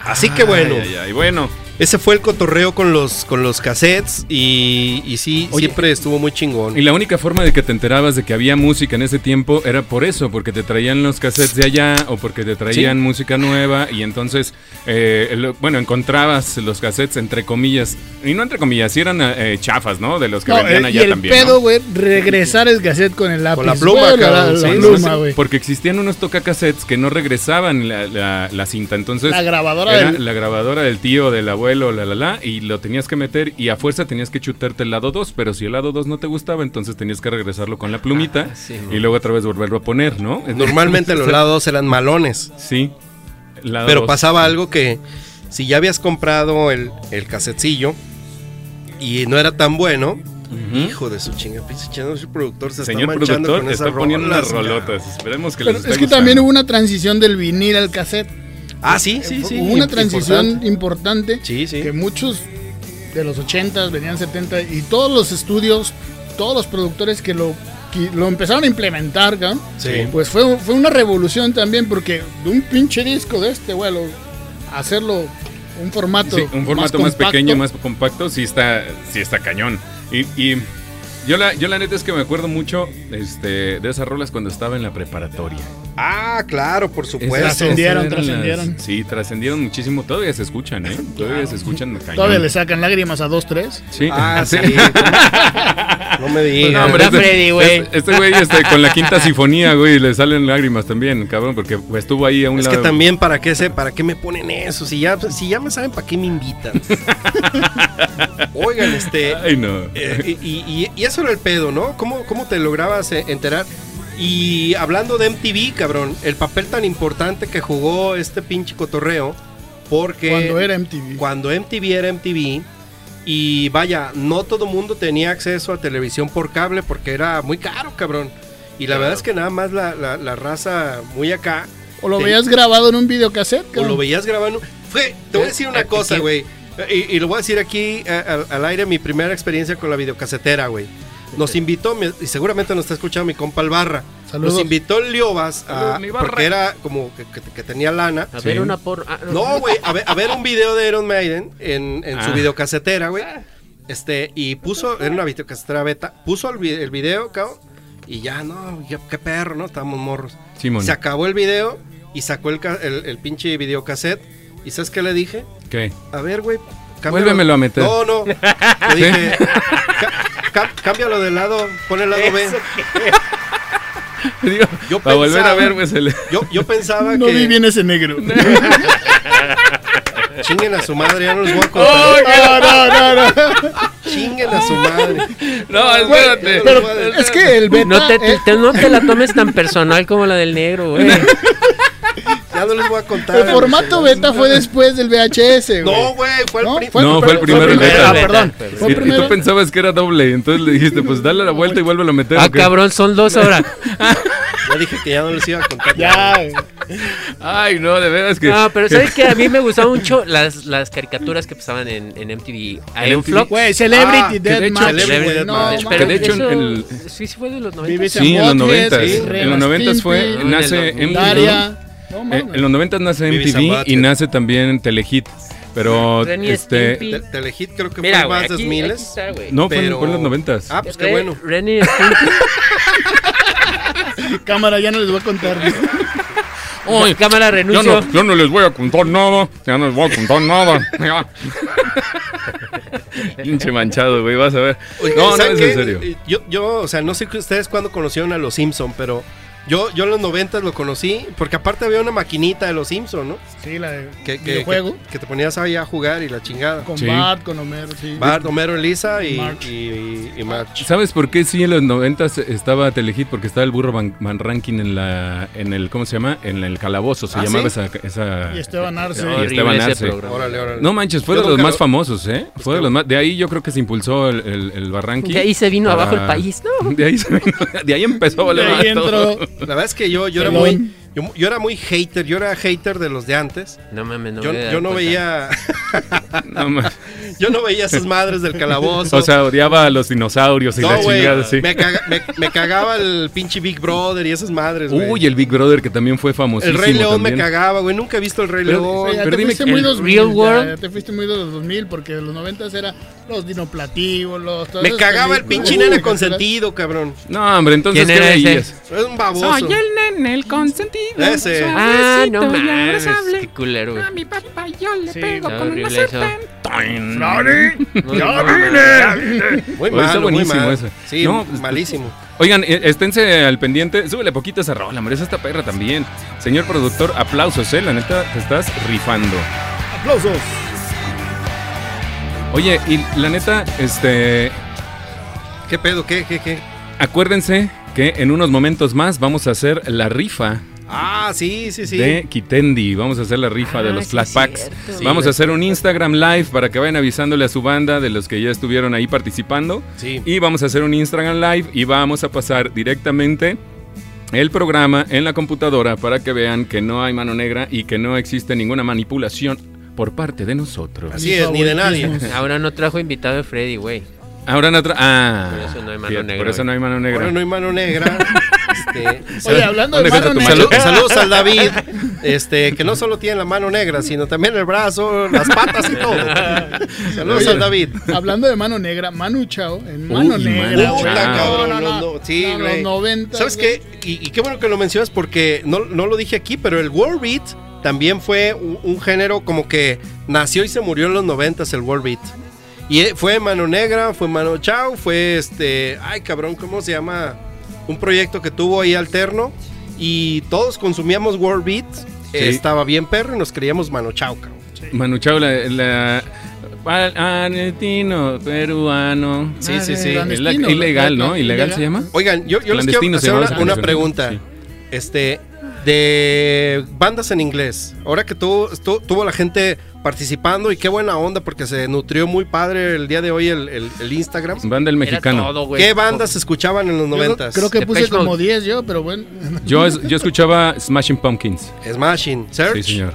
[SPEAKER 2] Así que bueno,
[SPEAKER 1] Ay, ay, ay, bueno.
[SPEAKER 2] ese fue el cotorreo con los, con los cassettes y, y sí,
[SPEAKER 1] Oye.
[SPEAKER 2] siempre estuvo muy chingón.
[SPEAKER 1] Y la única forma de que te enterabas de que había música en ese tiempo era por eso, porque te traían los cassettes de allá o porque te traían música nueva y entonces, eh, lo- bueno, encontrabas los cassettes entre comillas, y no entre comillas, sí eran eh, chafas, ¿no? De los que
[SPEAKER 4] No,
[SPEAKER 1] vendían
[SPEAKER 4] eh, y
[SPEAKER 1] allá
[SPEAKER 4] el
[SPEAKER 1] también. ¿no?
[SPEAKER 4] pedo, güey, regresar el cassette con el lápiz.
[SPEAKER 2] Con la pluma,
[SPEAKER 4] güey, la-
[SPEAKER 2] cabrón,
[SPEAKER 4] La
[SPEAKER 2] sí, sí,
[SPEAKER 4] pluma,
[SPEAKER 2] sí,
[SPEAKER 4] güey.
[SPEAKER 1] Porque existían unos tocacassettes que no regresaban la, la- la cinta, entonces...
[SPEAKER 4] La grabadora
[SPEAKER 1] era
[SPEAKER 4] del-
[SPEAKER 1] la grabadora del tío, del abuelo, la la la, y lo tenías que meter y a fuerza tenías que chutarte el lado 2, pero si el lado 2 no te gustaba, entonces tenías que regresarlo con la plumita
[SPEAKER 3] Ah, sí,
[SPEAKER 1] y luego otra vez volverlo a poner, ¿no?
[SPEAKER 2] Normalmente los lados eran malones.
[SPEAKER 1] Sí. lado
[SPEAKER 2] Pero
[SPEAKER 1] dos.
[SPEAKER 2] pasaba algo que si ya habías comprado el, el casetcillo y no era tan bueno,
[SPEAKER 1] Ujú.
[SPEAKER 2] hijo de su chinga, pinche chino, su productor se
[SPEAKER 1] ¿Mm? Señor
[SPEAKER 2] está manchando
[SPEAKER 1] productor,
[SPEAKER 2] con
[SPEAKER 1] está
[SPEAKER 2] esas
[SPEAKER 1] poniendo
[SPEAKER 2] rolas,
[SPEAKER 1] unas rolotas. Esperemos que
[SPEAKER 4] Pero
[SPEAKER 1] les
[SPEAKER 4] es que también hubo una transición del vinil al cassette.
[SPEAKER 2] Ah, sí, sí, sí.
[SPEAKER 4] hubo una
[SPEAKER 2] im-
[SPEAKER 4] transición
[SPEAKER 2] importante.
[SPEAKER 4] importante.
[SPEAKER 2] Sí, sí.
[SPEAKER 4] que muchos de los 80s venían 70 y todos los estudios, todos los productores que lo, que lo empezaron a implementar, cabrón,
[SPEAKER 2] Sí.
[SPEAKER 4] pues fue, fue una revolución también porque de un pinche disco de este, güey, lo- hacerlo un formato,
[SPEAKER 1] Sí, un formato más,
[SPEAKER 4] compacto,
[SPEAKER 1] pequeño, más compacto, sí está, sí está cañón. Y, y yo, la, yo la neta es que me acuerdo mucho este, de esas rolas cuando estaba en la preparatoria.
[SPEAKER 2] Ah, claro, por supuesto.
[SPEAKER 4] Trascendía. Pues, Trascendieron,
[SPEAKER 1] Esas eran las-
[SPEAKER 4] trascendieron.
[SPEAKER 1] sí, trascendieron muchísimo. Todavía se escuchan, ¿eh? Todavía se escuchan cañón.
[SPEAKER 4] Todavía le sacan lágrimas a dos, tres.
[SPEAKER 1] Sí.
[SPEAKER 2] Ah, sí. No me
[SPEAKER 1] Pues no,
[SPEAKER 2] digas.
[SPEAKER 1] hombre,
[SPEAKER 3] Ya,
[SPEAKER 1] este,
[SPEAKER 3] Freddy, güey.
[SPEAKER 1] este- este güey este, con la quinta sinfonía, güey, le salen lágrimas también, cabrón, porque estuvo ahí a un
[SPEAKER 2] es que
[SPEAKER 1] lado.
[SPEAKER 2] también para qué sé, para qué me ponen eso, si ya, si ya me saben para qué me invitan. Oigan, este,
[SPEAKER 1] Ay, no.
[SPEAKER 2] Eh, y, y- y eso era el pedo, ¿no? ¿Cómo, cómo te lograbas eh, enterar? Y hablando de MTV, cabrón, el papel tan importante que jugó este pinche cotorreo, porque
[SPEAKER 4] Cuando era MTV.
[SPEAKER 2] cuando MTV era MTV, y vaya, no todo mundo tenía acceso a televisión por cable porque era muy caro, cabrón. Y la verdad es que nada más la, la- la raza muy acá,
[SPEAKER 4] O lo
[SPEAKER 2] Sí.
[SPEAKER 4] veías grabado en un videocassette,
[SPEAKER 2] o lo
[SPEAKER 4] cabrón.
[SPEAKER 2] veías grabando. Fue, te
[SPEAKER 1] Eh,
[SPEAKER 2] voy a decir una cosa, güey. Y, y lo voy a decir aquí a- al- al aire, mi primera experiencia con la videocasetera, güey. Nos invitó, mi- y seguramente nos está escuchando mi compa Albarra.
[SPEAKER 4] Saludos.
[SPEAKER 2] Nos invitó el Liobas, a-
[SPEAKER 1] Saludos, mi barra.
[SPEAKER 2] porque era como que, que- que tenía lana.
[SPEAKER 3] A
[SPEAKER 1] Sí.
[SPEAKER 3] ver, una por. ah,
[SPEAKER 2] No, güey, a ver, a ver un video de Iron Maiden en, en
[SPEAKER 1] Ah.
[SPEAKER 2] su videocasetera, güey. Este, y puso, era una videocasetera beta, puso el, vi- el video, cabrón. Y ya, no, ya, qué perro, ¿no? Estábamos morros.
[SPEAKER 1] Simón.
[SPEAKER 2] Se acabó el video y sacó el, ca- el, el pinche videocassette. ¿Y sabes qué le dije?
[SPEAKER 1] ¿Qué?
[SPEAKER 2] A ver, güey. cámbialo.
[SPEAKER 1] Vuélvemelo a meter.
[SPEAKER 2] No, no. Le dije, "Ca- ca- cámbialo de lado, pon el lado B.
[SPEAKER 1] Digo,
[SPEAKER 2] Yo
[SPEAKER 1] para volver a
[SPEAKER 2] pensaba-
[SPEAKER 1] ver, pues el.
[SPEAKER 2] Yo, yo pensaba
[SPEAKER 4] No
[SPEAKER 2] que
[SPEAKER 4] vi bien ese negro. No,
[SPEAKER 2] chinguen a su madre, ya no les voy a contar.
[SPEAKER 4] no, no, no.
[SPEAKER 2] Chinguen a su madre.
[SPEAKER 1] No,
[SPEAKER 2] Güey,
[SPEAKER 1] espérate.
[SPEAKER 4] Pero es que el beta...
[SPEAKER 3] No te, te-
[SPEAKER 4] eh,
[SPEAKER 3] te- no te la tomes tan personal como la del negro, güey.
[SPEAKER 2] Ya no les voy a contar.
[SPEAKER 4] el formato beta fue después del VHS, güey.
[SPEAKER 2] No, güey, fue el
[SPEAKER 4] ¿No?
[SPEAKER 2] prim-
[SPEAKER 1] No, fue el primero el
[SPEAKER 4] Ah,
[SPEAKER 1] beta.
[SPEAKER 4] perdón.
[SPEAKER 3] Sí,
[SPEAKER 4] Fue
[SPEAKER 1] Y,
[SPEAKER 4] el
[SPEAKER 1] y tú
[SPEAKER 4] primero.
[SPEAKER 1] pensabas que era doble, entonces le dijiste, pues dale la vuelta y vuélvelo a meter.
[SPEAKER 3] Ah,
[SPEAKER 1] ¿o qué?
[SPEAKER 3] cabrón, son dos ahora.
[SPEAKER 2] Ya dije que ya no les iba a contar.
[SPEAKER 4] Ya, güey.
[SPEAKER 1] Ay, no, de veras que.
[SPEAKER 3] No, pero ¿sabes que A mí me gustaban mucho las, las caricaturas que pasaban en, en MTV. Iron
[SPEAKER 1] MTV?
[SPEAKER 3] Flux.
[SPEAKER 4] Güey, Celebrity
[SPEAKER 2] Ah,
[SPEAKER 4] Death
[SPEAKER 1] que de hecho-
[SPEAKER 4] Match.
[SPEAKER 2] Celebrity
[SPEAKER 4] güey,
[SPEAKER 2] Death
[SPEAKER 4] no,
[SPEAKER 2] Match,
[SPEAKER 4] mames.
[SPEAKER 1] pero de hecho-
[SPEAKER 3] eso-
[SPEAKER 1] en el-
[SPEAKER 3] Sí, sí fue de los
[SPEAKER 4] Vive
[SPEAKER 3] 90.
[SPEAKER 1] Sí, en los
[SPEAKER 4] Butthead,
[SPEAKER 1] 90.
[SPEAKER 4] sí,
[SPEAKER 1] En los 90 fue.
[SPEAKER 4] Rasputin,
[SPEAKER 1] Nace
[SPEAKER 3] Daria.
[SPEAKER 1] MTV.
[SPEAKER 4] Daria. No,
[SPEAKER 1] Eh,
[SPEAKER 4] mames.
[SPEAKER 1] en los 90 nace
[SPEAKER 2] Babies and
[SPEAKER 1] MTV y
[SPEAKER 2] Butthead.
[SPEAKER 1] nace también Telehit. Pero.
[SPEAKER 3] Ren y
[SPEAKER 1] este
[SPEAKER 3] Stimpy.
[SPEAKER 2] Te- Telehit creo que
[SPEAKER 3] Mira,
[SPEAKER 2] fue
[SPEAKER 3] güey,
[SPEAKER 2] más
[SPEAKER 3] aquí,
[SPEAKER 2] de
[SPEAKER 3] aquí
[SPEAKER 2] miles.
[SPEAKER 3] está, güey.
[SPEAKER 1] No, fue en-
[SPEAKER 2] pero-
[SPEAKER 1] fue en los 90.
[SPEAKER 2] Ah, pues qué bueno.
[SPEAKER 3] Renny Stimpy.
[SPEAKER 4] Cámara, ya no les voy a contar.
[SPEAKER 1] Uy,
[SPEAKER 3] cámara
[SPEAKER 1] Yo
[SPEAKER 3] renuncio.
[SPEAKER 1] no, yo no les voy a contar nada. Ya no les voy a contar nada. Ya. Pinche manchado, güey, vas a ver.
[SPEAKER 2] Oye,
[SPEAKER 1] no, no,
[SPEAKER 2] ¿saben
[SPEAKER 1] es
[SPEAKER 2] qué? Eh,
[SPEAKER 1] en serio.
[SPEAKER 2] Yo, yo, o sea, no sé que ustedes cuándo conocieron a los Simpson, pero Yo, yo en los 90 lo conocí, porque aparte había una maquinita de los Simpsons, ¿no?
[SPEAKER 4] Sí, la de
[SPEAKER 2] Que, que,
[SPEAKER 4] videojuego.
[SPEAKER 2] que- que te ponías ahí a jugar y la chingada.
[SPEAKER 4] Con
[SPEAKER 1] Sí.
[SPEAKER 4] Bart, con Homero, sí.
[SPEAKER 2] Bart, Homero, Elisa y,
[SPEAKER 4] March.
[SPEAKER 2] y, y- y March.
[SPEAKER 1] ¿Sabes por qué sí en los 90 estaba Telehit? Porque estaba el burro Van, Van Ranking en la en el ¿cómo se llama? En el calabozo se
[SPEAKER 2] ¿Ah,
[SPEAKER 1] llamaba
[SPEAKER 2] sí?
[SPEAKER 1] esa, esa-
[SPEAKER 4] Y Esteban Arce.
[SPEAKER 1] Y
[SPEAKER 3] Horrible
[SPEAKER 1] Esteban
[SPEAKER 3] ese
[SPEAKER 1] Arce.
[SPEAKER 3] programa.
[SPEAKER 2] Órale, órale.
[SPEAKER 1] No manches, fue
[SPEAKER 2] Yo
[SPEAKER 1] de los
[SPEAKER 2] nunca
[SPEAKER 1] más
[SPEAKER 2] lo- Pues
[SPEAKER 1] famosos, ¿eh? Fue de
[SPEAKER 2] Esteban.
[SPEAKER 1] los más de ahí yo creo que se impulsó el el, el Barranqui.
[SPEAKER 3] De ahí se vino
[SPEAKER 1] para-
[SPEAKER 3] abajo el país, ¿no?
[SPEAKER 1] De ahí se vino- de ahí empezó a
[SPEAKER 4] De
[SPEAKER 1] valer
[SPEAKER 4] ahí
[SPEAKER 1] más todo.
[SPEAKER 4] entró.
[SPEAKER 2] La verdad es que yo, yo era
[SPEAKER 4] Pelón.
[SPEAKER 2] muy. Yo, yo era muy hater, yo era hater de los de antes.
[SPEAKER 3] No mames, no pues,
[SPEAKER 2] yo,
[SPEAKER 3] me había
[SPEAKER 2] yo no
[SPEAKER 3] dado
[SPEAKER 2] veía,
[SPEAKER 3] cuenta.
[SPEAKER 1] No mames.
[SPEAKER 2] yo no veía esas madres del calabozo.
[SPEAKER 1] O sea, odiaba a los dinosaurios y
[SPEAKER 2] no,
[SPEAKER 1] la
[SPEAKER 2] güey,
[SPEAKER 1] chingada, sí.
[SPEAKER 2] me, caga- me- me cagaba el pinche Big Brother y esas madres, güey.
[SPEAKER 1] Uy, el Big Brother que también fue famosísimo
[SPEAKER 2] El Rey León me
[SPEAKER 1] también.
[SPEAKER 2] cagaba, güey. Nunca he visto el Rey
[SPEAKER 1] Pero-
[SPEAKER 2] León.
[SPEAKER 4] Sí, ya
[SPEAKER 1] Pero
[SPEAKER 4] te
[SPEAKER 1] dime
[SPEAKER 4] fuiste
[SPEAKER 1] que
[SPEAKER 4] muy
[SPEAKER 1] el
[SPEAKER 4] 2000,
[SPEAKER 3] real
[SPEAKER 4] ya,
[SPEAKER 3] world-
[SPEAKER 4] ya te fuiste muy de los 2000 porque de los 90 era los dinoplatíbulos. todas
[SPEAKER 2] Me
[SPEAKER 4] esas
[SPEAKER 2] cagaba el
[SPEAKER 4] películas.
[SPEAKER 2] pinche
[SPEAKER 4] Uh,
[SPEAKER 2] nene
[SPEAKER 4] que
[SPEAKER 2] consentido, cabrón.
[SPEAKER 1] No, hombre, entonces
[SPEAKER 3] ¿Quién era
[SPEAKER 1] ¿qué
[SPEAKER 3] ese?
[SPEAKER 1] veías?
[SPEAKER 2] Es un baboso.
[SPEAKER 5] nene, el consentido.
[SPEAKER 2] Ese.
[SPEAKER 3] Ah, no
[SPEAKER 5] Suavecito y
[SPEAKER 3] mames,
[SPEAKER 5] abrazable.
[SPEAKER 3] qué culero, güey.
[SPEAKER 5] A mi papá yo le
[SPEAKER 4] Sí,
[SPEAKER 5] pego
[SPEAKER 3] está
[SPEAKER 5] con una
[SPEAKER 3] horrible eso.
[SPEAKER 5] sartén.
[SPEAKER 3] No, no, no, no, no.
[SPEAKER 2] Muy
[SPEAKER 1] Oye,
[SPEAKER 2] malo,
[SPEAKER 1] está buenísimo
[SPEAKER 2] muy mal.
[SPEAKER 1] ese.
[SPEAKER 2] Sí,
[SPEAKER 1] No,
[SPEAKER 2] malísimo.
[SPEAKER 1] Oigan, eh, esténse al pendiente. Súbele poquito a esa rola, hombre. Esa está perra también. Señor productor, aplausos, ¿eh? La neta, te estás rifando.
[SPEAKER 4] Aplausos.
[SPEAKER 1] Oye, y la neta, este.
[SPEAKER 2] ¿Qué pedo? ¿Qué? ¿Qué? ¿Qué?
[SPEAKER 1] Acuérdense que en unos momentos más vamos a hacer la rifa
[SPEAKER 2] Ah, sí, sí, sí.
[SPEAKER 1] de Kitendi. Vamos a hacer la rifa de
[SPEAKER 3] Ah,
[SPEAKER 1] los
[SPEAKER 3] sí,
[SPEAKER 1] flashbacks.
[SPEAKER 3] cierto.
[SPEAKER 1] vamos a hacer un Instagram live para que vayan avisándole a su banda de los que ya estuvieron ahí participando.
[SPEAKER 2] Sí.
[SPEAKER 1] Y vamos a hacer un Instagram Live y vamos a pasar directamente el programa en la computadora para que vean que no hay mano negra y que no existe ninguna manipulación por parte de nosotros.
[SPEAKER 2] Así es, ni de nadie.
[SPEAKER 4] Favoritismos.
[SPEAKER 3] Ahora no trajo invitado de Freddy, güey.
[SPEAKER 1] Ahora no tra- ah,
[SPEAKER 3] Por eso no hay mano
[SPEAKER 1] cierto,
[SPEAKER 3] negra
[SPEAKER 1] Por eso
[SPEAKER 3] hoy.
[SPEAKER 1] no hay mano negra.
[SPEAKER 2] Ahora no hay mano negra. este,
[SPEAKER 4] Oye, hablando de
[SPEAKER 1] ¿Dónde
[SPEAKER 4] mano
[SPEAKER 1] está tu
[SPEAKER 4] negra,
[SPEAKER 2] Salud-
[SPEAKER 1] Salud.
[SPEAKER 2] saludos al David, este, que no solo tiene la mano negra, sino también el brazo, las patas y todo. Saludos al David.
[SPEAKER 4] hablando de mano negra, Manu Chao en
[SPEAKER 1] Uy,
[SPEAKER 4] mano
[SPEAKER 1] Manu
[SPEAKER 4] negra.
[SPEAKER 1] Chao.
[SPEAKER 4] güey.
[SPEAKER 1] Puta, cabrón,
[SPEAKER 4] No, no, no.
[SPEAKER 2] Sí,
[SPEAKER 4] No,
[SPEAKER 2] güey.
[SPEAKER 4] los 90.
[SPEAKER 2] ¿Sabes
[SPEAKER 4] güey.
[SPEAKER 2] qué? Y, y qué bueno que lo mencionas porque no, no lo dije aquí, pero el World Beat también fue un, un género como que nació y se murió en los noventas el World Beat. Y eh, fue Mano Negra, fue Mano Chao, fue este. Ay, cabrón, ¿cómo se llama? Un proyecto que tuvo ahí alterno. Y todos consumíamos World Beat. eh,
[SPEAKER 1] Sí.
[SPEAKER 2] Estaba bien perro y nos creíamos Mano Chao, cabrón.
[SPEAKER 1] Manu Chao, la, la- al- argentino, peruano.
[SPEAKER 2] Sí, sí, sí.
[SPEAKER 1] Es la-
[SPEAKER 4] Clandestino,
[SPEAKER 1] ilegal,
[SPEAKER 4] ¿no?
[SPEAKER 1] ¿no? ¿Ilegal se llama?
[SPEAKER 2] Oigan, yo, yo les quiero
[SPEAKER 1] Clandestino se
[SPEAKER 2] hacer
[SPEAKER 1] llama
[SPEAKER 2] una,
[SPEAKER 1] esa
[SPEAKER 2] una
[SPEAKER 1] canción,
[SPEAKER 2] pregunta.
[SPEAKER 1] sí.
[SPEAKER 2] Este, de bandas en inglés. Ahora que tú, tú- tuvo la gente participando y qué buena onda porque se nutrió muy padre el día de hoy el, el- el Instagram.
[SPEAKER 1] Banda del
[SPEAKER 3] Era
[SPEAKER 1] mexicano.
[SPEAKER 3] todo, güey.
[SPEAKER 2] ¿Qué bandas se escuchaban en los
[SPEAKER 4] Yo
[SPEAKER 2] noventas?
[SPEAKER 4] Creo que puse
[SPEAKER 3] Depeche Mode.
[SPEAKER 4] como 10 yo, pero bueno.
[SPEAKER 1] Yo, es- yo escuchaba Smashing Pumpkins.
[SPEAKER 2] Smashing, Search,
[SPEAKER 1] Sí, señor.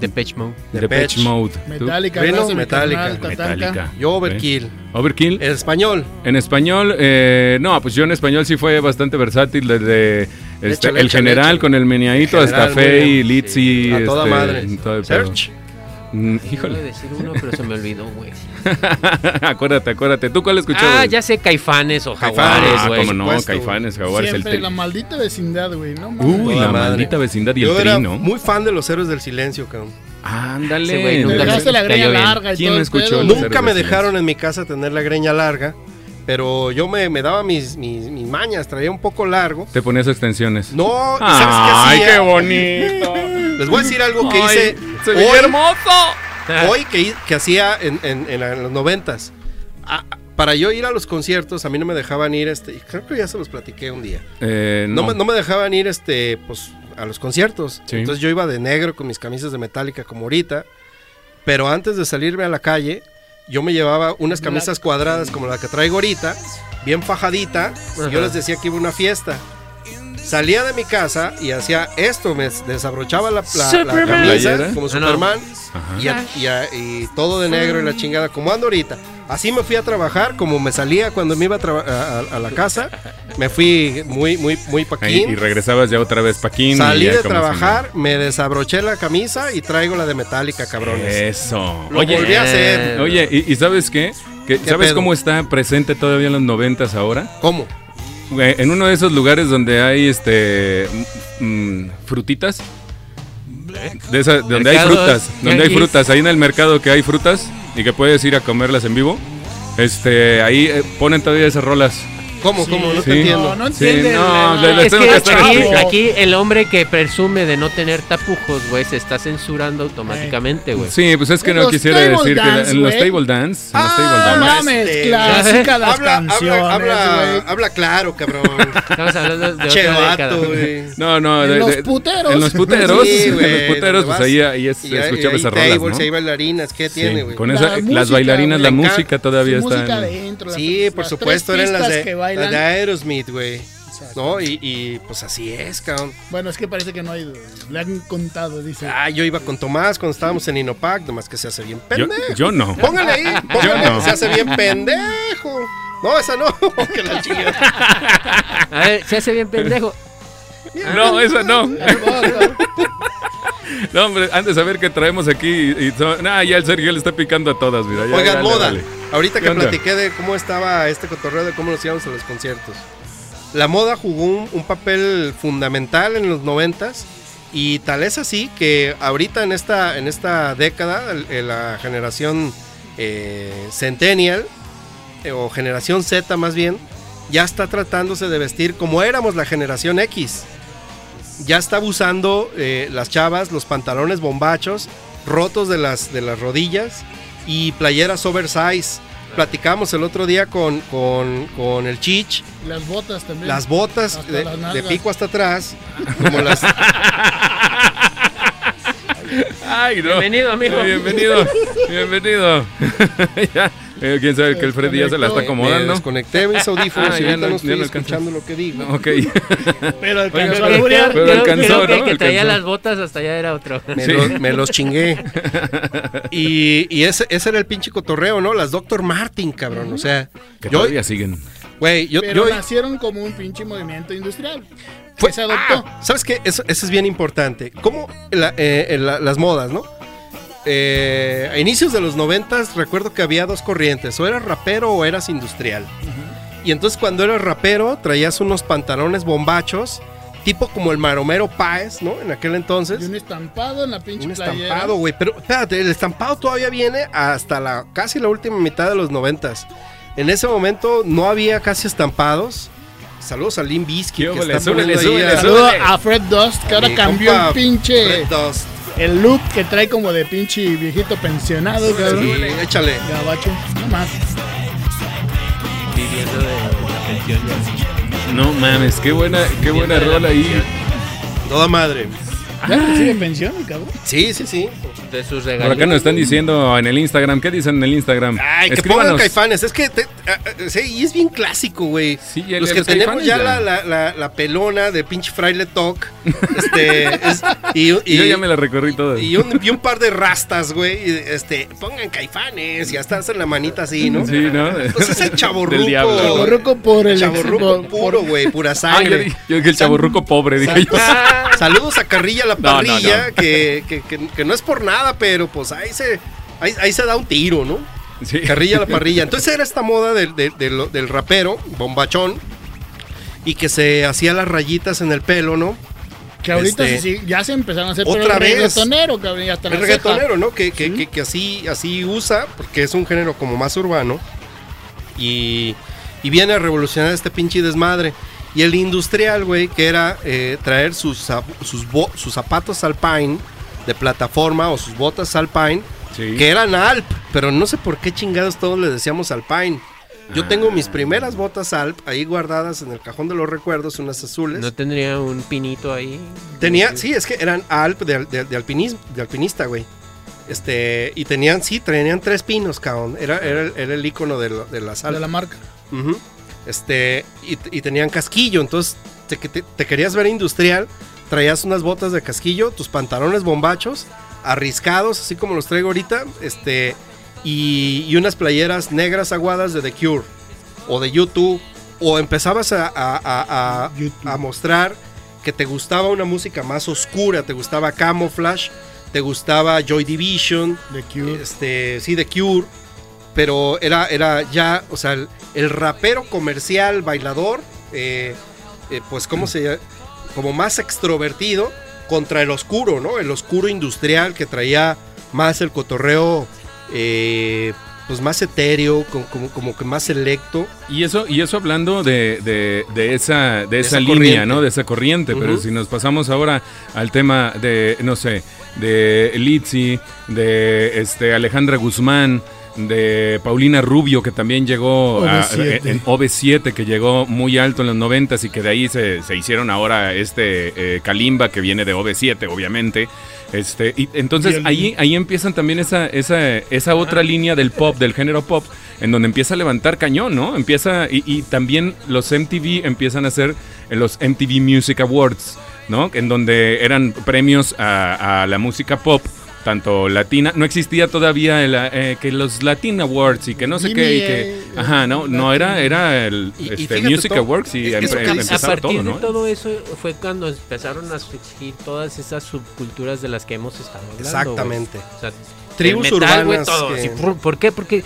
[SPEAKER 3] Depeche Mode.
[SPEAKER 1] Depeche
[SPEAKER 2] Depeche.
[SPEAKER 1] Mode. ¿Tú?
[SPEAKER 4] Metallica,
[SPEAKER 2] Reno,
[SPEAKER 4] abrazo, mi
[SPEAKER 2] Metallica.
[SPEAKER 4] carnal, Tatanka.
[SPEAKER 1] Metallica.
[SPEAKER 2] yo Overkill, Eh.
[SPEAKER 1] Sí. Overkill.
[SPEAKER 2] en español.
[SPEAKER 1] En español, eh, no, pues yo en español sí fue bastante versátil desde este,
[SPEAKER 2] Échale,
[SPEAKER 1] el
[SPEAKER 2] échale,
[SPEAKER 1] general
[SPEAKER 2] échale.
[SPEAKER 1] con el meniadito
[SPEAKER 2] General,
[SPEAKER 1] hasta
[SPEAKER 2] muy
[SPEAKER 1] Fey,
[SPEAKER 2] bien.
[SPEAKER 1] Litzy,
[SPEAKER 2] a toda
[SPEAKER 1] este,
[SPEAKER 2] madre.
[SPEAKER 1] en todo el pedo.
[SPEAKER 2] Search,
[SPEAKER 1] Mm,
[SPEAKER 3] Iba a
[SPEAKER 1] híjole,
[SPEAKER 3] decir uno, pero se me olvidó, güey.
[SPEAKER 1] acuérdate, acuérdate. ¿Tú cuál escuchabas?
[SPEAKER 3] Ah, ya sé, Caifanes o Jaguares,
[SPEAKER 1] Ah,
[SPEAKER 2] Caifanes,
[SPEAKER 3] güey.
[SPEAKER 1] cómo no,
[SPEAKER 2] supuesto,
[SPEAKER 1] Caifanes, Jaguares, el
[SPEAKER 4] Siempre
[SPEAKER 1] tri.
[SPEAKER 4] la maldita vecindad, güey. No mames.
[SPEAKER 1] Uy,
[SPEAKER 2] Toda
[SPEAKER 1] la
[SPEAKER 2] madre.
[SPEAKER 1] maldita vecindad y el
[SPEAKER 2] yo era
[SPEAKER 1] tri, ¿no?
[SPEAKER 2] muy fan de los héroes del silencio, cabrón.
[SPEAKER 1] Ándale.
[SPEAKER 3] Ese güey
[SPEAKER 4] Me
[SPEAKER 3] nunca
[SPEAKER 1] Ándale.
[SPEAKER 4] dejaste la
[SPEAKER 3] Cayó
[SPEAKER 4] greña
[SPEAKER 3] bien.
[SPEAKER 4] larga y
[SPEAKER 1] ¿Quién
[SPEAKER 4] todo
[SPEAKER 1] no
[SPEAKER 4] el
[SPEAKER 1] escuchó
[SPEAKER 4] pedo.
[SPEAKER 1] el-
[SPEAKER 4] Nunca-
[SPEAKER 2] Nunca
[SPEAKER 1] héroes
[SPEAKER 2] me
[SPEAKER 1] del
[SPEAKER 2] dejaron en mi casa tener la greña larga, pero yo me, me daba mis, mis, mis mañas, traía un poco largo.
[SPEAKER 1] Te ponías extensiones.
[SPEAKER 2] No, ¿y ¿sabes
[SPEAKER 1] Ay,
[SPEAKER 2] qué
[SPEAKER 1] qué Eh,
[SPEAKER 2] hacía?
[SPEAKER 1] bonito.
[SPEAKER 2] Les voy a decir algo que
[SPEAKER 1] Ay,
[SPEAKER 2] hice
[SPEAKER 1] se veía
[SPEAKER 2] hoy,
[SPEAKER 1] hermoso.
[SPEAKER 2] hoy que, hi- que hacía en, en- en la- en los noventas. A- a- Para yo ir a los conciertos, a mí no me dejaban ir, este, y creo que ya se los platiqué un día.
[SPEAKER 1] Eh,
[SPEAKER 2] No,
[SPEAKER 1] no.
[SPEAKER 2] me, no me dejaban ir este, pues, a los conciertos.
[SPEAKER 1] Sí.
[SPEAKER 2] Entonces yo iba de negro con mis camisas de metálica como ahorita. Pero antes de salirme a la calle, yo me llevaba unas camisas cuadradas como la que traigo ahorita, bien fajadita. y
[SPEAKER 3] Ajá.
[SPEAKER 2] yo les decía que iba a una fiesta. Salía de mi casa y hacía esto, me desabrochaba la, la- la
[SPEAKER 5] Superman.
[SPEAKER 2] camisa
[SPEAKER 1] ¿Playera?
[SPEAKER 2] como
[SPEAKER 3] Ah, no.
[SPEAKER 2] Superman
[SPEAKER 1] Ajá.
[SPEAKER 2] y, a- y a- y todo de negro y la chingada, como ando ahorita. Así me fui a trabajar, como me salía cuando me iba a, traba- a- a- a la casa, me fui muy, muy, muy
[SPEAKER 1] Ahí,
[SPEAKER 2] paquín.
[SPEAKER 1] y regresabas ya otra vez Paquín. y
[SPEAKER 2] Salí
[SPEAKER 1] ya
[SPEAKER 2] de
[SPEAKER 1] como
[SPEAKER 2] trabajar, me desabroché la camisa y traigo la de Metallica, cabrones.
[SPEAKER 1] Eh. Eso. eh,
[SPEAKER 2] Lo volví
[SPEAKER 3] eh,
[SPEAKER 2] a hacer.
[SPEAKER 1] Oye, ¿y, y sabes qué? Que- ¿Sabes
[SPEAKER 2] pedo?
[SPEAKER 1] cómo está presente todavía en los noventas ahora?
[SPEAKER 2] ¿Cómo?
[SPEAKER 1] Eh, En uno de esos lugares donde hay este mm, frutitas. De esa- donde hay
[SPEAKER 3] Mercados,
[SPEAKER 1] frutas, donde hay
[SPEAKER 3] tianguis.
[SPEAKER 1] frutas, ahí en el mercado que hay frutas y que puedes ir a comerlas en vivo. Este, ahí eh, ponen todavía esas rolas.
[SPEAKER 2] ¿Cómo, cómo? No
[SPEAKER 1] Sí.
[SPEAKER 2] te entiendo.
[SPEAKER 4] No, no
[SPEAKER 1] Sí,
[SPEAKER 4] entiende.
[SPEAKER 1] no,
[SPEAKER 4] la-
[SPEAKER 1] le- le
[SPEAKER 4] la-
[SPEAKER 3] Es
[SPEAKER 1] estoy-
[SPEAKER 3] que
[SPEAKER 1] le estoy
[SPEAKER 3] aquí,
[SPEAKER 1] explicando.
[SPEAKER 3] aquí el hombre que presume de no tener tapujos, güey, se está censurando automáticamente, güey.
[SPEAKER 1] Sí, pues es que no
[SPEAKER 4] Los
[SPEAKER 1] quisiera
[SPEAKER 4] table
[SPEAKER 1] decir que
[SPEAKER 4] dance,
[SPEAKER 1] en los
[SPEAKER 4] güey.
[SPEAKER 1] table dance, en los
[SPEAKER 4] Ah,
[SPEAKER 1] table dance.
[SPEAKER 4] mames,
[SPEAKER 2] Este,
[SPEAKER 4] clásica las
[SPEAKER 2] Habla,
[SPEAKER 4] canciones,
[SPEAKER 2] habla, habla,
[SPEAKER 4] güey.
[SPEAKER 2] habla claro, cabrón.
[SPEAKER 3] Estamos hablando de
[SPEAKER 2] che,
[SPEAKER 3] otra década.
[SPEAKER 2] vato, güey.
[SPEAKER 1] No, no,
[SPEAKER 4] En
[SPEAKER 1] de-
[SPEAKER 4] los
[SPEAKER 1] de-
[SPEAKER 4] puteros.
[SPEAKER 1] En los puteros,
[SPEAKER 2] Sí, güey,
[SPEAKER 1] en los puteros,
[SPEAKER 2] donde
[SPEAKER 1] pues
[SPEAKER 2] vas.
[SPEAKER 1] ahí, ahí es,
[SPEAKER 2] Y hay-
[SPEAKER 1] escuchaba
[SPEAKER 2] y
[SPEAKER 1] esas
[SPEAKER 2] hay
[SPEAKER 1] rolas,
[SPEAKER 2] tables,
[SPEAKER 1] ¿no?
[SPEAKER 2] Hay bailarinas, ¿qué
[SPEAKER 1] Sí,
[SPEAKER 2] tiene, güey?
[SPEAKER 1] con
[SPEAKER 4] La
[SPEAKER 1] esa, las
[SPEAKER 4] música,
[SPEAKER 1] bailarinas,
[SPEAKER 4] güey,
[SPEAKER 1] la
[SPEAKER 2] la ca-
[SPEAKER 1] música todavía
[SPEAKER 4] Su música
[SPEAKER 1] está. en-
[SPEAKER 4] adentro, las-
[SPEAKER 2] Sí,
[SPEAKER 4] las
[SPEAKER 2] por
[SPEAKER 4] tres
[SPEAKER 2] supuesto, eran las
[SPEAKER 4] pistas
[SPEAKER 2] de,
[SPEAKER 4] que bailan.
[SPEAKER 2] las de Aerosmith, güey.
[SPEAKER 4] Exacto.
[SPEAKER 2] No, y, y, pues así es, cabrón.
[SPEAKER 4] Bueno, es que parece que no hay. Le han contado, dice.
[SPEAKER 2] Ah, yo iba con Tomás cuando estábamos en Inopac, nomás que se hace bien
[SPEAKER 1] Yo,
[SPEAKER 2] pendejo.
[SPEAKER 1] yo no.
[SPEAKER 2] Póngale ahí, póngale,
[SPEAKER 1] Yo no.
[SPEAKER 2] se hace bien pendejo. No, esa no, que la chingada.
[SPEAKER 3] A ver, se hace bien pendejo.
[SPEAKER 1] No, esa no.
[SPEAKER 4] Hermoso.
[SPEAKER 1] No, hombre, antes de saber qué traemos aquí. Y, y so- nah, ya el Sergio le está picando a todas, mira. ya,
[SPEAKER 2] Oigan,
[SPEAKER 1] dale,
[SPEAKER 2] moda.
[SPEAKER 1] dale.
[SPEAKER 2] Ahorita
[SPEAKER 1] ¿Qué
[SPEAKER 2] que
[SPEAKER 1] onda?
[SPEAKER 2] platiqué de cómo estaba este cotorreo, de cómo nos íbamos a los conciertos. La moda jugó un, un papel fundamental en los noventas y tal es así que ahorita en esta, en esta década, el- el- la generación eh, centennial eh, o generación Z más bien, ya está tratándose de vestir como éramos la generación X. Ya está usando eh, las chavas, los pantalones bombachos, rotos de las, de las rodillas y playeras oversize. Platicamos el otro día con, con, con el Chich,
[SPEAKER 4] Las botas también.
[SPEAKER 2] las botas
[SPEAKER 4] Hasta
[SPEAKER 2] de,
[SPEAKER 4] las
[SPEAKER 2] de
[SPEAKER 4] nalgas.
[SPEAKER 2] pico hasta atrás, como las,
[SPEAKER 1] Ay, no.
[SPEAKER 3] Bienvenido, amigo.
[SPEAKER 1] Bienvenido, bienvenido. Ya, eh, quién sabe que el Freddy ya se la está
[SPEAKER 2] me
[SPEAKER 1] acomodando.
[SPEAKER 2] desconecté mis audífonos
[SPEAKER 1] Ah,
[SPEAKER 2] y
[SPEAKER 1] ya
[SPEAKER 2] ahorita
[SPEAKER 1] no-
[SPEAKER 2] no,
[SPEAKER 1] ya
[SPEAKER 2] estoy
[SPEAKER 1] no alcanzas.
[SPEAKER 2] escuchando lo que digo.
[SPEAKER 1] Ok.
[SPEAKER 4] Pero
[SPEAKER 1] Oigan,
[SPEAKER 4] alcanzó a
[SPEAKER 1] pero-
[SPEAKER 4] alburear.
[SPEAKER 1] pero alcanzó,
[SPEAKER 3] creo que
[SPEAKER 1] ¿no?
[SPEAKER 3] el que traía
[SPEAKER 1] Alcanzó.
[SPEAKER 3] las botas hasta allá era otro.
[SPEAKER 2] Me,
[SPEAKER 1] Sí.
[SPEAKER 2] los, me los chingué. Y, y ese, ese era el pinche cotorreo, ¿no? Las Dr. Martin, cabrón. O sea,
[SPEAKER 1] Que
[SPEAKER 2] yo,
[SPEAKER 1] todavía siguen.
[SPEAKER 2] güey, yo,
[SPEAKER 4] Pero
[SPEAKER 2] yo-
[SPEAKER 4] nacieron como un pinche movimiento industrial.
[SPEAKER 2] Fue-
[SPEAKER 4] Que se adoptó.
[SPEAKER 2] Ah, ¿Sabes qué? Eso, eso es bien importante. ¿Cómo la- eh, eh, la- las modas, no? Eh, a inicios de los noventas recuerdo que había dos corrientes. O eras rapero o eras industrial. Y entonces cuando eras rapero traías unos pantalones bombachos, tipo como el maromero Páez, ¿no? En aquel entonces.
[SPEAKER 4] Y un estampado en la pinche
[SPEAKER 2] Un
[SPEAKER 4] playera.
[SPEAKER 2] estampado, güey. Pero espérate, el estampado todavía viene hasta la casi la última mitad de los noventas. En ese momento no había casi estampados. Saludos a Lim Bisky.
[SPEAKER 1] Qué
[SPEAKER 2] que
[SPEAKER 1] ole,
[SPEAKER 2] está
[SPEAKER 1] súbele,
[SPEAKER 2] poniendo ahí
[SPEAKER 1] súbele,
[SPEAKER 2] a-
[SPEAKER 4] Saludo a Fred Dust, que ahora
[SPEAKER 2] Mi
[SPEAKER 4] cambió
[SPEAKER 2] compa
[SPEAKER 4] el pinche.
[SPEAKER 2] Fred Dust.
[SPEAKER 4] El look que trae como de pinche viejito pensionado,
[SPEAKER 2] Sí,
[SPEAKER 4] cabrón.
[SPEAKER 2] échale.
[SPEAKER 4] Gabacho, no más.
[SPEAKER 3] Viviendo de la pensión.
[SPEAKER 1] No mames, qué buena, qué buena rola ahí.
[SPEAKER 2] Toda madre.
[SPEAKER 4] ¿Ya recibe pensión, cabrón?
[SPEAKER 2] Sí, sí, sí.
[SPEAKER 3] De sus
[SPEAKER 1] Por
[SPEAKER 3] regalos.
[SPEAKER 1] acá nos están diciendo en el Instagram. ¿Qué dicen en el Instagram?
[SPEAKER 2] Ay, que pongan
[SPEAKER 1] Escríbanos.
[SPEAKER 2] caifanes. Es que te- ah, ah, sí, y es bien clásico, güey.
[SPEAKER 1] Sí, ya
[SPEAKER 2] los
[SPEAKER 1] le-
[SPEAKER 2] que
[SPEAKER 1] los
[SPEAKER 2] tenemos
[SPEAKER 1] Caifanes
[SPEAKER 2] ya,
[SPEAKER 1] ya.
[SPEAKER 2] La, la, la- la pelona de pinche fraile talk. este, es- y, y-
[SPEAKER 1] Yo ya me la recorrí toda.
[SPEAKER 2] y un, y un par de rastas, güey. y, Este, pongan caifanes y hasta hacen la manita así, ¿no?
[SPEAKER 1] Sí, ¿no?
[SPEAKER 2] Pues es el chavorruco.
[SPEAKER 1] Del diablo.
[SPEAKER 4] Chavorruco por el.
[SPEAKER 2] Chaborruco
[SPEAKER 4] por-
[SPEAKER 2] puro, güey, pura
[SPEAKER 1] Ah, yo,
[SPEAKER 2] sangre.
[SPEAKER 1] dije- yo dije el chaborruco pobre, dije yo.
[SPEAKER 3] Ah,
[SPEAKER 2] Saludos a Carrilla la
[SPEAKER 1] No, no, no.
[SPEAKER 2] parrilla, Que, que- que- que no es por nada, pero pues ahí se, ahí, ahí se da un tiro, ¿no?
[SPEAKER 1] Sí.
[SPEAKER 2] Carrilla la parrilla. Entonces era esta moda del, del- del- del rapero, bombachón, y que se hacía las rayitas en el pelo, ¿no?
[SPEAKER 4] Que ahorita
[SPEAKER 2] Este,
[SPEAKER 4] sí, sí, ya se empezaron a hacer
[SPEAKER 2] otra
[SPEAKER 4] el
[SPEAKER 2] vez.
[SPEAKER 4] reggaetonero, cabrón, y hasta
[SPEAKER 2] El
[SPEAKER 4] la
[SPEAKER 2] reggaetonero, ¿no? Que, que- que- que así, así usa, porque es un género como más urbano. Y, y viene a revolucionar este pinche desmadre. Y el industrial, güey, que era eh, traer sus, zap- sus, bo- sus zapatos alpine de plataforma o sus botas alpine,
[SPEAKER 1] Sí.
[SPEAKER 2] que eran alp, pero no sé por qué chingados todos le decíamos alpine. Yo tengo mis primeras botas alp ahí guardadas en el cajón de los recuerdos, unas azules.
[SPEAKER 3] No tendría un pinito ahí.
[SPEAKER 2] Tenía, sí, es que eran alp de, de- de alpinismo, de alpinista, güey. Este, y tenían, sí, tenían tres pinos, cabrón. Era, era, el- era el icono de, la- de las
[SPEAKER 4] ceja de
[SPEAKER 2] alp.
[SPEAKER 4] la marca.
[SPEAKER 2] Ujú. Este, y, y tenían casquillo, entonces te, te- te querías ver industrial, traías unas botas de casquillo, tus pantalones bombachos, arriscados, así como los traigo ahorita, este, y, y unas playeras negras aguadas de The Cure, o de YouTube, o empezabas a, a- a- a-
[SPEAKER 4] YouTube.
[SPEAKER 2] a mostrar que te gustaba una música más oscura, te gustaba Camouflage, te gustaba Joy Division,
[SPEAKER 4] De Cure.
[SPEAKER 2] este, sí, de Cure, pero era, era ya, o sea, el, el rapero comercial, bailador, eh, eh, pues, ¿cómo se llama? Como más extrovertido contra el oscuro, ¿no? El oscuro industrial que traía más el cotorreo, eh, pues más etéreo, como, como, como que más selecto.
[SPEAKER 1] Y eso, y eso hablando de, de- de esa, de esa,
[SPEAKER 2] esa
[SPEAKER 1] línea,
[SPEAKER 2] corriente.
[SPEAKER 1] ¿no? De esa corriente. Pero
[SPEAKER 2] Ujú.
[SPEAKER 1] si nos pasamos ahora al tema de, no sé, de Litzy, de este Alejandra Guzmán, de Paulina Rubio, que también llegó a-
[SPEAKER 4] OV7.
[SPEAKER 1] en OV7, que llegó muy alto en los noventas y que de ahí se, se hicieron ahora este eh, Kalimba, que viene de OV7, obviamente. Este, y entonces
[SPEAKER 4] Violín.
[SPEAKER 1] ahí, ahí empiezan también esa, esa, esa otra línea del pop, del género pop, en donde empieza a levantar cañón, ¿no? Empieza, y, y también los MTV empiezan a hacer los MTV Music Awards, ¿no? En donde eran premios a, a la música pop. Tanto latina, no existía todavía el, eh, que los Latin Awards y que no sé qué, y que,
[SPEAKER 4] Jimmy, eh,
[SPEAKER 1] ajá, no, no era, era el
[SPEAKER 2] Y- y
[SPEAKER 1] este,
[SPEAKER 2] fíjate
[SPEAKER 1] Music
[SPEAKER 2] todo-
[SPEAKER 1] Awards y
[SPEAKER 2] es que
[SPEAKER 1] empe-
[SPEAKER 2] eso cambia.
[SPEAKER 1] empezaba
[SPEAKER 3] a partir
[SPEAKER 1] todo, ¿no?
[SPEAKER 3] de todo eso fue cuando empezaron a surgir todas esas subculturas de las que hemos estado hablando. güey.
[SPEAKER 2] Exactamente.
[SPEAKER 3] O sea,
[SPEAKER 2] Tribus
[SPEAKER 3] el metal, güey,
[SPEAKER 2] urbanas
[SPEAKER 3] todo,
[SPEAKER 2] que-
[SPEAKER 3] así, ¿por, por qué? Porque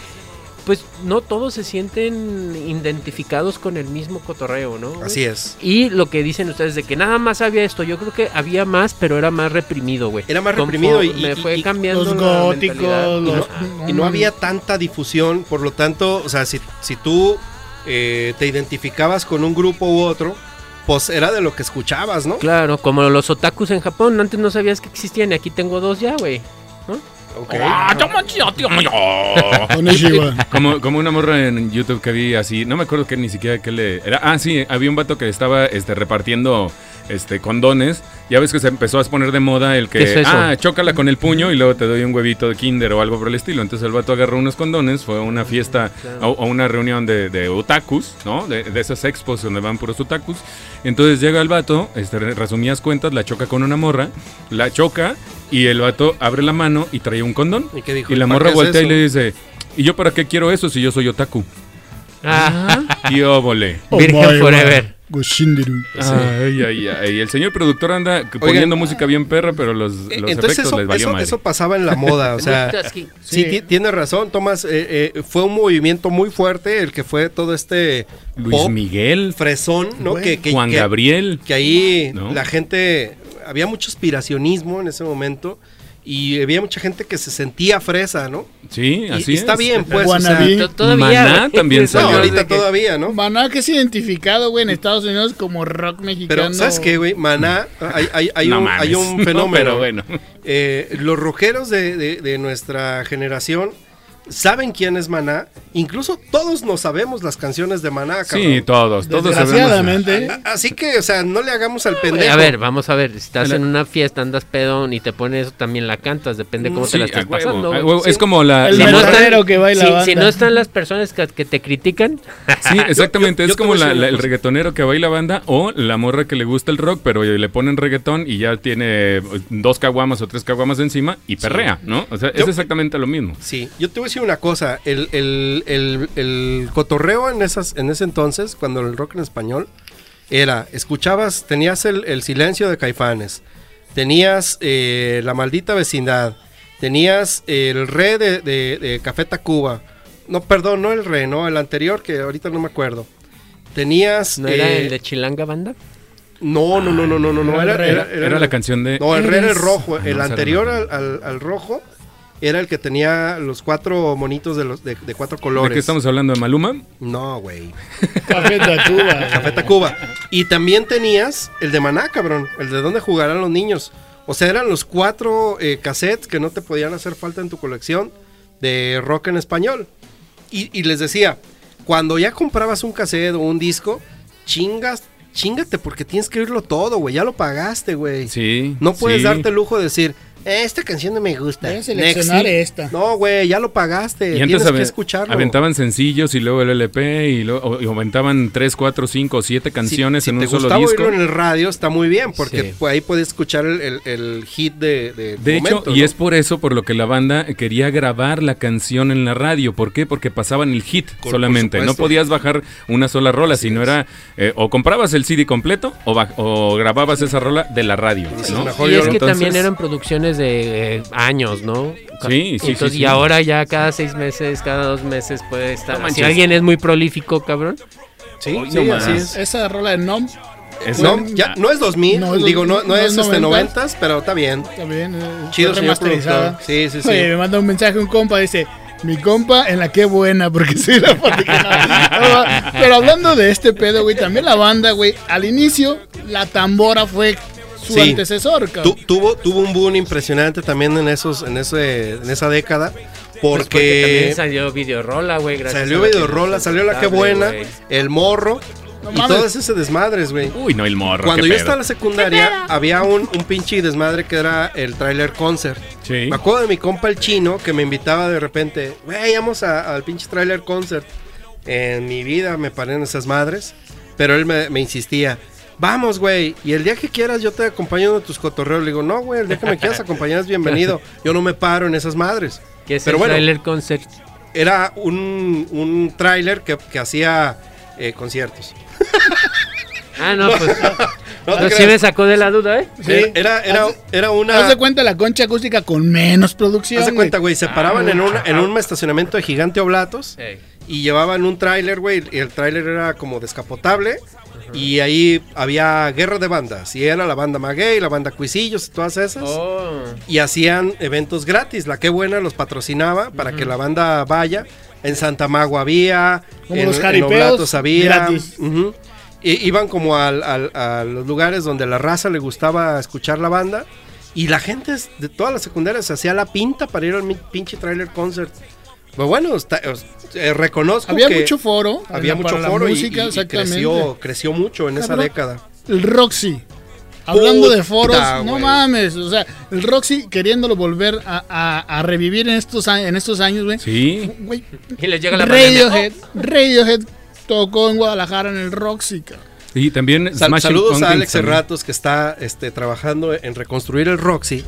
[SPEAKER 3] pues no todos se sienten identificados con el mismo cotorreo, ¿no? güey?
[SPEAKER 2] Así es.
[SPEAKER 3] Y lo que dicen ustedes de que nada más había esto, yo creo que había más, pero era más reprimido, güey.
[SPEAKER 2] Era más
[SPEAKER 3] Conforme
[SPEAKER 2] reprimido y- y-
[SPEAKER 3] fue
[SPEAKER 2] y-
[SPEAKER 3] cambiando
[SPEAKER 4] Los
[SPEAKER 3] la
[SPEAKER 4] góticos,
[SPEAKER 3] mentalidad.
[SPEAKER 4] los... Mm.
[SPEAKER 3] Ajá.
[SPEAKER 2] Y no había tanta difusión, por lo tanto, o sea, si, si tú eh, te identificabas con un grupo u otro, pues era de lo que escuchabas, ¿no?
[SPEAKER 3] Claro, como los otakus en Japón, antes no sabías que existían y aquí tengo dos ya, güey.
[SPEAKER 2] Ok.
[SPEAKER 5] ¡Ah, toma, tío, tío, mío!
[SPEAKER 4] Konnichiwa.
[SPEAKER 1] Como, como una morra en YouTube que vi así, no me acuerdo que ni siquiera que le era. Ah, sí, había un vato que estaba este, repartiendo este condones. Ya ves que se empezó a poner de moda el que
[SPEAKER 3] ¿Qué es eso?
[SPEAKER 1] ah, chócala con el puño y luego te doy un huevito de kinder o algo por el estilo. Entonces el vato agarró unos condones, fue a una fiesta o a, una reunión de, de otakus, ¿no? De, de esas expos donde van puros otakus. Entonces llega el vato, este, resumidas cuentas, la choca con una morra, la choca y el vato abre la mano y trae un condón.
[SPEAKER 2] ¿Y qué dijo?
[SPEAKER 1] Y la
[SPEAKER 2] ¿Para
[SPEAKER 1] morra
[SPEAKER 2] qué es
[SPEAKER 1] voltea y
[SPEAKER 2] eso?
[SPEAKER 1] le dice, ¿y yo para qué quiero eso si yo soy otaku?
[SPEAKER 2] Ah.
[SPEAKER 3] Ajá.
[SPEAKER 1] Y óvole.
[SPEAKER 4] Oh
[SPEAKER 3] Virgen forever.
[SPEAKER 4] Goshindiru.
[SPEAKER 1] Ay, ay, ay. El señor productor anda poniendo música bien perra, pero los, los
[SPEAKER 2] Eh,
[SPEAKER 1] efectos
[SPEAKER 2] Entonces eso,
[SPEAKER 1] les valió
[SPEAKER 2] eso-
[SPEAKER 1] madre.
[SPEAKER 2] eso pasaba en la moda, o sea, sí,
[SPEAKER 4] Sí.
[SPEAKER 2] ti- tienes razón, Tomás, eh, eh, fue un movimiento muy fuerte el que fue todo este
[SPEAKER 1] Luis
[SPEAKER 2] pop
[SPEAKER 1] Miguel,
[SPEAKER 2] fresón, ¿no?
[SPEAKER 4] Güey.
[SPEAKER 2] Que, que-
[SPEAKER 1] Juan
[SPEAKER 2] que-
[SPEAKER 1] Gabriel.
[SPEAKER 2] que ahí
[SPEAKER 1] ¿No?
[SPEAKER 2] la gente, había mucho aspiracionismo en ese momento y había mucha gente que se sentía fresa, ¿no?
[SPEAKER 1] Sí,
[SPEAKER 2] Y-
[SPEAKER 1] así
[SPEAKER 2] y está
[SPEAKER 1] es.
[SPEAKER 2] bien, pues, o sea,
[SPEAKER 4] Wannabe.
[SPEAKER 3] To- Todavía.
[SPEAKER 1] Maná
[SPEAKER 3] güey.
[SPEAKER 1] también
[SPEAKER 2] no,
[SPEAKER 1] salió.
[SPEAKER 2] ahorita todavía, ¿no?
[SPEAKER 4] Maná que es identificado, güey, en Estados Unidos como rock mexicano.
[SPEAKER 2] Pero, ¿sabes qué, güey? Maná, hay, hay- hay
[SPEAKER 1] No
[SPEAKER 2] un,
[SPEAKER 1] mames,
[SPEAKER 2] hay un
[SPEAKER 1] no,
[SPEAKER 2] fenómeno.
[SPEAKER 1] pero bueno.
[SPEAKER 2] Eh, los rojeros de, de- de nuestra generación saben quién es Maná. Incluso todos nos sabemos las canciones de Maná, cabrón.
[SPEAKER 1] Sí, todos, todos sabemos.
[SPEAKER 4] Desgraciadamente.
[SPEAKER 2] A- Así que, o sea, no le hagamos al
[SPEAKER 3] Güey,
[SPEAKER 2] pendejo.
[SPEAKER 3] A ver, vamos a ver, estás
[SPEAKER 1] La-
[SPEAKER 3] en una fiesta, andas pedón y te pones eso, también la cantas, depende cómo
[SPEAKER 1] Sí,
[SPEAKER 3] te la
[SPEAKER 1] a
[SPEAKER 3] estés
[SPEAKER 1] huevo,
[SPEAKER 3] pasando.
[SPEAKER 1] a
[SPEAKER 3] güey.
[SPEAKER 1] huevo.
[SPEAKER 3] Sí.
[SPEAKER 1] Es como la...
[SPEAKER 4] El
[SPEAKER 1] la
[SPEAKER 4] menor-
[SPEAKER 1] morra-
[SPEAKER 4] verdadero que baila
[SPEAKER 3] si-
[SPEAKER 4] banda.
[SPEAKER 3] si no están las personas que, que te critican,
[SPEAKER 1] Sí, exactamente.
[SPEAKER 2] yo- yo
[SPEAKER 1] es
[SPEAKER 2] te
[SPEAKER 1] como
[SPEAKER 2] voy
[SPEAKER 1] la-
[SPEAKER 2] a decir una
[SPEAKER 1] la- el
[SPEAKER 2] cosa.
[SPEAKER 1] reggaetonero que baila banda o la morra que le gusta el rock, pero le ponen reggaetón y ya tiene eh, dos caguamas o tres caguamas encima y perrea, ¿no? O sea, es
[SPEAKER 2] Yo-
[SPEAKER 1] exactamente lo mismo.
[SPEAKER 2] Sí, yo te voy a decir una cosa. El, el- el- el cotorreo en, esas, en ese entonces, cuando el rock en español, era, escuchabas, tenías el, el silencio de Caifanes, tenías eh, la maldita vecindad, tenías el re de, de- de Café Tacuba. No, perdón, no el re, no, el anterior, que ahorita no me acuerdo. Tenías...
[SPEAKER 3] ¿no era
[SPEAKER 2] eh,
[SPEAKER 3] el de Chilanga Banda?
[SPEAKER 2] No, no, no, no, no, no, no,
[SPEAKER 4] Ah, Era el re.
[SPEAKER 1] Era la canción de-
[SPEAKER 2] No, el re era el
[SPEAKER 1] Eh, Eres-
[SPEAKER 2] rojo.
[SPEAKER 1] Ah, no,
[SPEAKER 2] el
[SPEAKER 1] esa era
[SPEAKER 2] anterior
[SPEAKER 1] la-
[SPEAKER 2] al, al- al rojo era el que tenía los cuatro monitos de los de, de cuatro colores.
[SPEAKER 1] ¿De qué estamos hablando? ¿De Maluma?
[SPEAKER 2] No, güey.
[SPEAKER 4] Café Tacuba.
[SPEAKER 2] Café Tacuba. Y también tenías el de Maná, cabrón. El de donde jugarán los niños. O sea, eran los cuatro eh, cassettes que no te podían hacer falta en tu colección de rock en español. Y, y les decía, cuando ya comprabas un cassette o un disco, chingas, chingate porque tienes que oírlo todo, güey. Ya lo pagaste, güey.
[SPEAKER 1] Sí.
[SPEAKER 2] No puedes
[SPEAKER 1] sí.
[SPEAKER 2] darte el lujo de decir, esta canción no me gusta.
[SPEAKER 4] Voy a seleccionar
[SPEAKER 2] Next.
[SPEAKER 4] esta.
[SPEAKER 2] No, güey, ya lo pagaste.
[SPEAKER 1] Y antes
[SPEAKER 2] Tienes
[SPEAKER 1] ave-
[SPEAKER 2] que escucharlo.
[SPEAKER 1] aventaban sencillos y luego el LP y, luego, o- y aventaban 3, 4, 5, 7 canciones
[SPEAKER 2] si,
[SPEAKER 1] en
[SPEAKER 2] si
[SPEAKER 1] un
[SPEAKER 2] te
[SPEAKER 1] solo
[SPEAKER 2] gustaba
[SPEAKER 1] disco.
[SPEAKER 2] oírlo en el radio, está muy bien, porque
[SPEAKER 3] Sí.
[SPEAKER 2] pues, ahí puedes escuchar el, el- el hit de, de,
[SPEAKER 1] De hecho,
[SPEAKER 2] momento,
[SPEAKER 1] y
[SPEAKER 2] ¿no?
[SPEAKER 1] es por eso por lo que la banda quería grabar la canción en la radio. ¿Por qué? Porque pasaban el hit
[SPEAKER 2] Por-
[SPEAKER 1] solamente.
[SPEAKER 2] por
[SPEAKER 1] no
[SPEAKER 2] supuesto.
[SPEAKER 1] podías bajar una sola rola, sino era eh, o comprabas el CD completo o, baj- o grababas esa rola de la radio.
[SPEAKER 2] Dices,
[SPEAKER 1] ¿no?
[SPEAKER 2] mejor
[SPEAKER 3] y
[SPEAKER 2] yo
[SPEAKER 3] es que
[SPEAKER 1] Entonces-
[SPEAKER 3] también eran producciones de eh, años, ¿no? Ca-
[SPEAKER 1] Sí, sí, sí,
[SPEAKER 3] Entonces,
[SPEAKER 1] sí.
[SPEAKER 3] Y ahora ya cada seis meses, cada dos meses puede estar.
[SPEAKER 1] No
[SPEAKER 3] si
[SPEAKER 1] manches.
[SPEAKER 3] alguien es muy prolífico, cabrón.
[SPEAKER 2] Sí,
[SPEAKER 1] Hoy
[SPEAKER 2] sí,
[SPEAKER 1] no
[SPEAKER 2] así
[SPEAKER 1] más.
[SPEAKER 2] es.
[SPEAKER 4] Esa rola de Nom
[SPEAKER 1] Es-
[SPEAKER 2] No, ya, no es 2000,
[SPEAKER 4] No es
[SPEAKER 2] digo, no,
[SPEAKER 4] 2000,
[SPEAKER 2] no es,
[SPEAKER 4] no es
[SPEAKER 2] este
[SPEAKER 4] 90s,
[SPEAKER 2] 90, pero está bien.
[SPEAKER 4] también eh,
[SPEAKER 2] Chido,
[SPEAKER 4] fue
[SPEAKER 2] señor productor. Sí, sí, sí.
[SPEAKER 4] Oye, me manda un mensaje un compa, dice, Mi compa en la que buena, porque sí, la parte que no- no, Pero hablando de este pedo, güey, también la banda, güey, al inicio, la tambora fue su
[SPEAKER 2] Sí.
[SPEAKER 4] antecesor,
[SPEAKER 2] Tu-
[SPEAKER 4] cabrón.
[SPEAKER 2] tuvo, tuvo un boom impresionante también en esos, en ese, en esa década.
[SPEAKER 3] Pues porque
[SPEAKER 2] Porque
[SPEAKER 3] también salió Videorola, güey. gracias
[SPEAKER 2] salió
[SPEAKER 3] a la que
[SPEAKER 2] Videorola,
[SPEAKER 3] nos
[SPEAKER 2] salió la que
[SPEAKER 3] aceptable,
[SPEAKER 2] buena,
[SPEAKER 3] güey.
[SPEAKER 2] el morro
[SPEAKER 4] No
[SPEAKER 2] y
[SPEAKER 4] mames.
[SPEAKER 2] todo ese desmadres, güey.
[SPEAKER 1] Uy, no, el morro.
[SPEAKER 2] Cuando
[SPEAKER 1] qué
[SPEAKER 2] yo
[SPEAKER 1] pedo.
[SPEAKER 2] estaba en la secundaria, había un, un pinche desmadre que era el trailer concert.
[SPEAKER 1] Sí.
[SPEAKER 2] Me acuerdo de mi compa el chino que me invitaba de repente, güey, vamos a- al pinche trailer concert. En mi vida me paré en esas madres, pero él me, me insistía, vamos, güey, y el día que quieras yo te acompaño en tus cotorreos. Le digo, no, güey, el día que me quieras acompañar es bienvenido. Yo no me paro en esas madres.
[SPEAKER 3] Que es
[SPEAKER 2] Pero
[SPEAKER 3] el
[SPEAKER 2] bueno.
[SPEAKER 3] trailer concert.
[SPEAKER 2] Era un, un trailer que, que hacía eh, conciertos.
[SPEAKER 3] Ah, no, pues.
[SPEAKER 2] No te
[SPEAKER 3] pero sí
[SPEAKER 2] creas.
[SPEAKER 3] me sacó de la duda, ¿eh?
[SPEAKER 2] Era, era, era, era una...
[SPEAKER 4] Haz de cuenta la concha acústica con menos producción.
[SPEAKER 2] Haz de
[SPEAKER 4] güey.
[SPEAKER 2] cuenta, güey, se paraban en, una- en un estacionamiento de Gigante Oblatos y llevaban un tráiler, güey, y el tráiler era como descapotable y ahí había guerra de bandas y era la banda Maguey, la banda Cuisillos y todas esas
[SPEAKER 3] Oh.
[SPEAKER 2] y hacían eventos gratis, la que buena los patrocinaba para que la banda vaya, en Santa Magua había,
[SPEAKER 4] Como
[SPEAKER 2] en,
[SPEAKER 4] los
[SPEAKER 2] en
[SPEAKER 4] jaripeos,
[SPEAKER 2] Oblatos había,
[SPEAKER 4] gratis.
[SPEAKER 2] ujú. I- iban como al- al- a los lugares donde la raza le gustaba escuchar la banda y la gente es- de todas las secundarias se hacía la pinta para ir al mi- pinche trailer concert. Pero bueno, está- os- eh, reconozco
[SPEAKER 4] Había
[SPEAKER 2] que
[SPEAKER 4] mucho foro.
[SPEAKER 2] había
[SPEAKER 4] para
[SPEAKER 2] mucho
[SPEAKER 4] la
[SPEAKER 2] foro y-
[SPEAKER 4] música,
[SPEAKER 2] y, y
[SPEAKER 4] exactamente.
[SPEAKER 2] creció, creció mucho en esa
[SPEAKER 4] Cabrón.
[SPEAKER 2] década.
[SPEAKER 4] El Roxy. Hablando de foros, no
[SPEAKER 2] güey.
[SPEAKER 4] mames. O sea, el Roxy queriéndolo volver a, a- a revivir en estos, a- en estos años, güey.
[SPEAKER 1] Sí.
[SPEAKER 4] Güey,
[SPEAKER 3] Y les llega la pandemia.
[SPEAKER 4] Radiohead, Radiohead tocó en Guadalajara en el Roxy, cabrón.
[SPEAKER 1] Y también
[SPEAKER 2] Sal-
[SPEAKER 1] Smashing
[SPEAKER 2] saludos a
[SPEAKER 1] Pumpkins
[SPEAKER 2] Alex
[SPEAKER 1] también.
[SPEAKER 2] Serratos que está este, trabajando en reconstruir el Roxy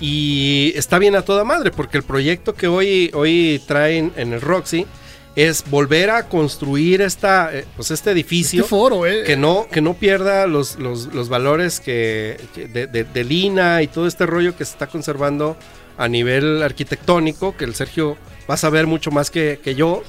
[SPEAKER 2] y está bien a toda madre porque el proyecto que hoy, hoy traen en el Roxy es volver a construir esta, eh, pues este
[SPEAKER 4] Este
[SPEAKER 2] edificio
[SPEAKER 4] foro, eh.
[SPEAKER 2] que, no, que no pierda los, los- los valores que, que de, de- de Lina y todo este rollo que se está conservando a nivel arquitectónico que el Sergio va a saber mucho más que, que yo.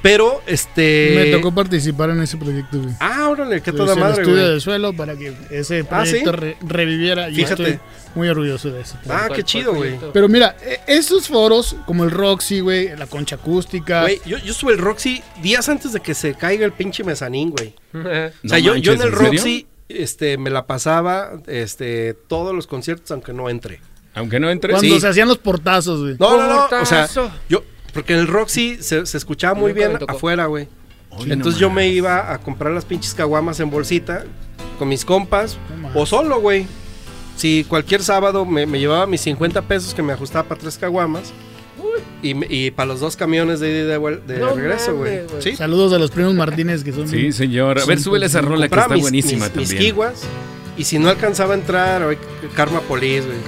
[SPEAKER 2] Pero este...
[SPEAKER 4] Me tocó participar en ese proyecto, güey.
[SPEAKER 2] Ah, órale, qué
[SPEAKER 4] Yo
[SPEAKER 2] toda
[SPEAKER 4] hice el
[SPEAKER 2] madre,
[SPEAKER 4] estudio
[SPEAKER 2] güey.
[SPEAKER 4] del suelo para que ese
[SPEAKER 2] Ah, ¿sí?
[SPEAKER 4] proyecto re- reviviera. Y
[SPEAKER 2] Fíjate.
[SPEAKER 4] estoy muy orgulloso de eso.
[SPEAKER 2] Ah,
[SPEAKER 3] ¿Cuál-
[SPEAKER 2] qué
[SPEAKER 3] cuál
[SPEAKER 2] chido, güey.
[SPEAKER 3] proyecto?
[SPEAKER 4] Pero mira, e- esos foros, como el Roxy, güey, la concha acústica.
[SPEAKER 2] Güey, yo, yo sube el Roxy días antes de que se caiga el pinche mezanín, güey.
[SPEAKER 1] No
[SPEAKER 3] Eh.
[SPEAKER 2] o sea, yo, yo en
[SPEAKER 1] manches,
[SPEAKER 2] el
[SPEAKER 1] serio?
[SPEAKER 2] Roxy este, me la pasaba este, todos los conciertos, aunque no entre.
[SPEAKER 1] Aunque no entre.
[SPEAKER 4] cuando
[SPEAKER 1] Sí.
[SPEAKER 4] se hacían los portazos, güey.
[SPEAKER 2] No, no, no. O sea,
[SPEAKER 3] Portazo.
[SPEAKER 2] yo, porque en el Roxy se, se escuchaba muy
[SPEAKER 3] Nunca me
[SPEAKER 2] bien
[SPEAKER 3] tocó.
[SPEAKER 2] afuera, güey.
[SPEAKER 1] Ay, no
[SPEAKER 2] Entonces yo me
[SPEAKER 1] mames.
[SPEAKER 2] iba a comprar las pinches caguamas en bolsita con mis compas
[SPEAKER 4] No mames.
[SPEAKER 2] o solo, güey. Si cualquier sábado me, me llevaba mis 50 pesos que me ajustaba para tres caguamas y, me- y para los dos camiones de ida y de, vuel- de
[SPEAKER 3] No
[SPEAKER 2] regreso, güey.
[SPEAKER 3] mames, güey.
[SPEAKER 2] Sí,
[SPEAKER 4] Saludos a los primos Martínez que son.
[SPEAKER 1] Sí, señor. A ver,
[SPEAKER 4] Sí,
[SPEAKER 1] súbele esa rola que
[SPEAKER 2] compraba
[SPEAKER 1] está
[SPEAKER 2] mis-
[SPEAKER 1] buenísima
[SPEAKER 2] mis- mis
[SPEAKER 1] también.
[SPEAKER 2] kiguas, y si no alcanzaba a entrar, hoy Karma Polis, güey.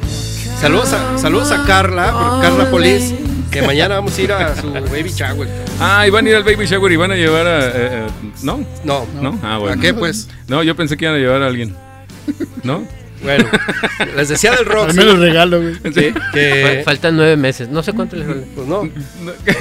[SPEAKER 2] Saludos a, saludos a Carla, porque Carla Polis, que mañana vamos a ir a su baby shower.
[SPEAKER 1] Ah, y van a ir al baby shower y van a llevar a. eh, eh, no,
[SPEAKER 2] No,
[SPEAKER 1] no. Ah,
[SPEAKER 2] ¿a
[SPEAKER 1] bueno.
[SPEAKER 2] qué pues?
[SPEAKER 1] No, yo pensé que iban a llevar a alguien. ¿No?
[SPEAKER 2] Bueno, les decía del
[SPEAKER 4] Al
[SPEAKER 2] Roxy
[SPEAKER 4] menos regalo, güey.
[SPEAKER 2] que,
[SPEAKER 3] Fal-
[SPEAKER 2] que-
[SPEAKER 3] Faltan nueve meses. No sé cuánto les rola.
[SPEAKER 2] pues no,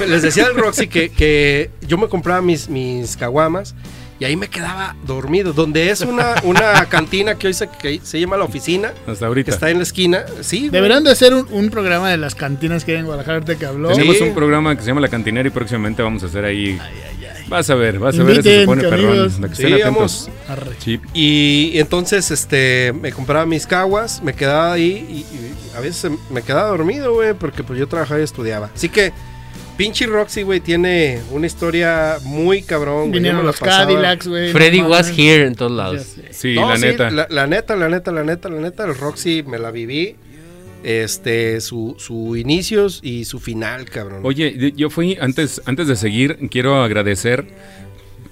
[SPEAKER 2] les decía del Roxy que, que yo me compraba mis mis caguamas y ahí me quedaba dormido, donde es una, una cantina que hoy se, que se llama la oficina,
[SPEAKER 1] Hasta
[SPEAKER 2] que
[SPEAKER 1] ahorita.
[SPEAKER 2] está en la esquina, sí. güey.
[SPEAKER 4] Deberán de hacer un, un programa de las cantinas que hay en Guadalajara, ahorita que habló.
[SPEAKER 1] Tenemos
[SPEAKER 2] Sí.
[SPEAKER 1] un programa que se llama La Cantinera y próximamente vamos a hacer ahí. Vas a ver, vas a ver, eso
[SPEAKER 4] Inviten,
[SPEAKER 1] se pone perrón.
[SPEAKER 4] amigos.
[SPEAKER 1] la que
[SPEAKER 2] Sí,
[SPEAKER 1] estén atentos.
[SPEAKER 2] vamos.
[SPEAKER 4] Arre.
[SPEAKER 1] Sí.
[SPEAKER 2] Y entonces, este, me compraba mis caguas, me quedaba ahí y, y a veces me quedaba dormido, güey, porque pues yo trabajaba y estudiaba. Así que, pinche Roxy, güey, tiene una historia muy cabrón, güey. Yo
[SPEAKER 4] Vinieron
[SPEAKER 2] me la
[SPEAKER 4] los
[SPEAKER 2] pasaba-
[SPEAKER 4] Cadillacs, güey.
[SPEAKER 3] Freddy
[SPEAKER 4] no
[SPEAKER 3] was
[SPEAKER 4] mames.
[SPEAKER 3] here en todos
[SPEAKER 4] Ya
[SPEAKER 3] lados.
[SPEAKER 4] sé.
[SPEAKER 1] Sí,
[SPEAKER 2] No,
[SPEAKER 1] la
[SPEAKER 2] sí,
[SPEAKER 1] neta.
[SPEAKER 2] La, la neta, la neta, la neta, la neta, el Roxy me la viví. Este, su, su inicios y su final, cabrón.
[SPEAKER 1] Oye, de- yo fui, antes, antes de seguir, quiero agradecer,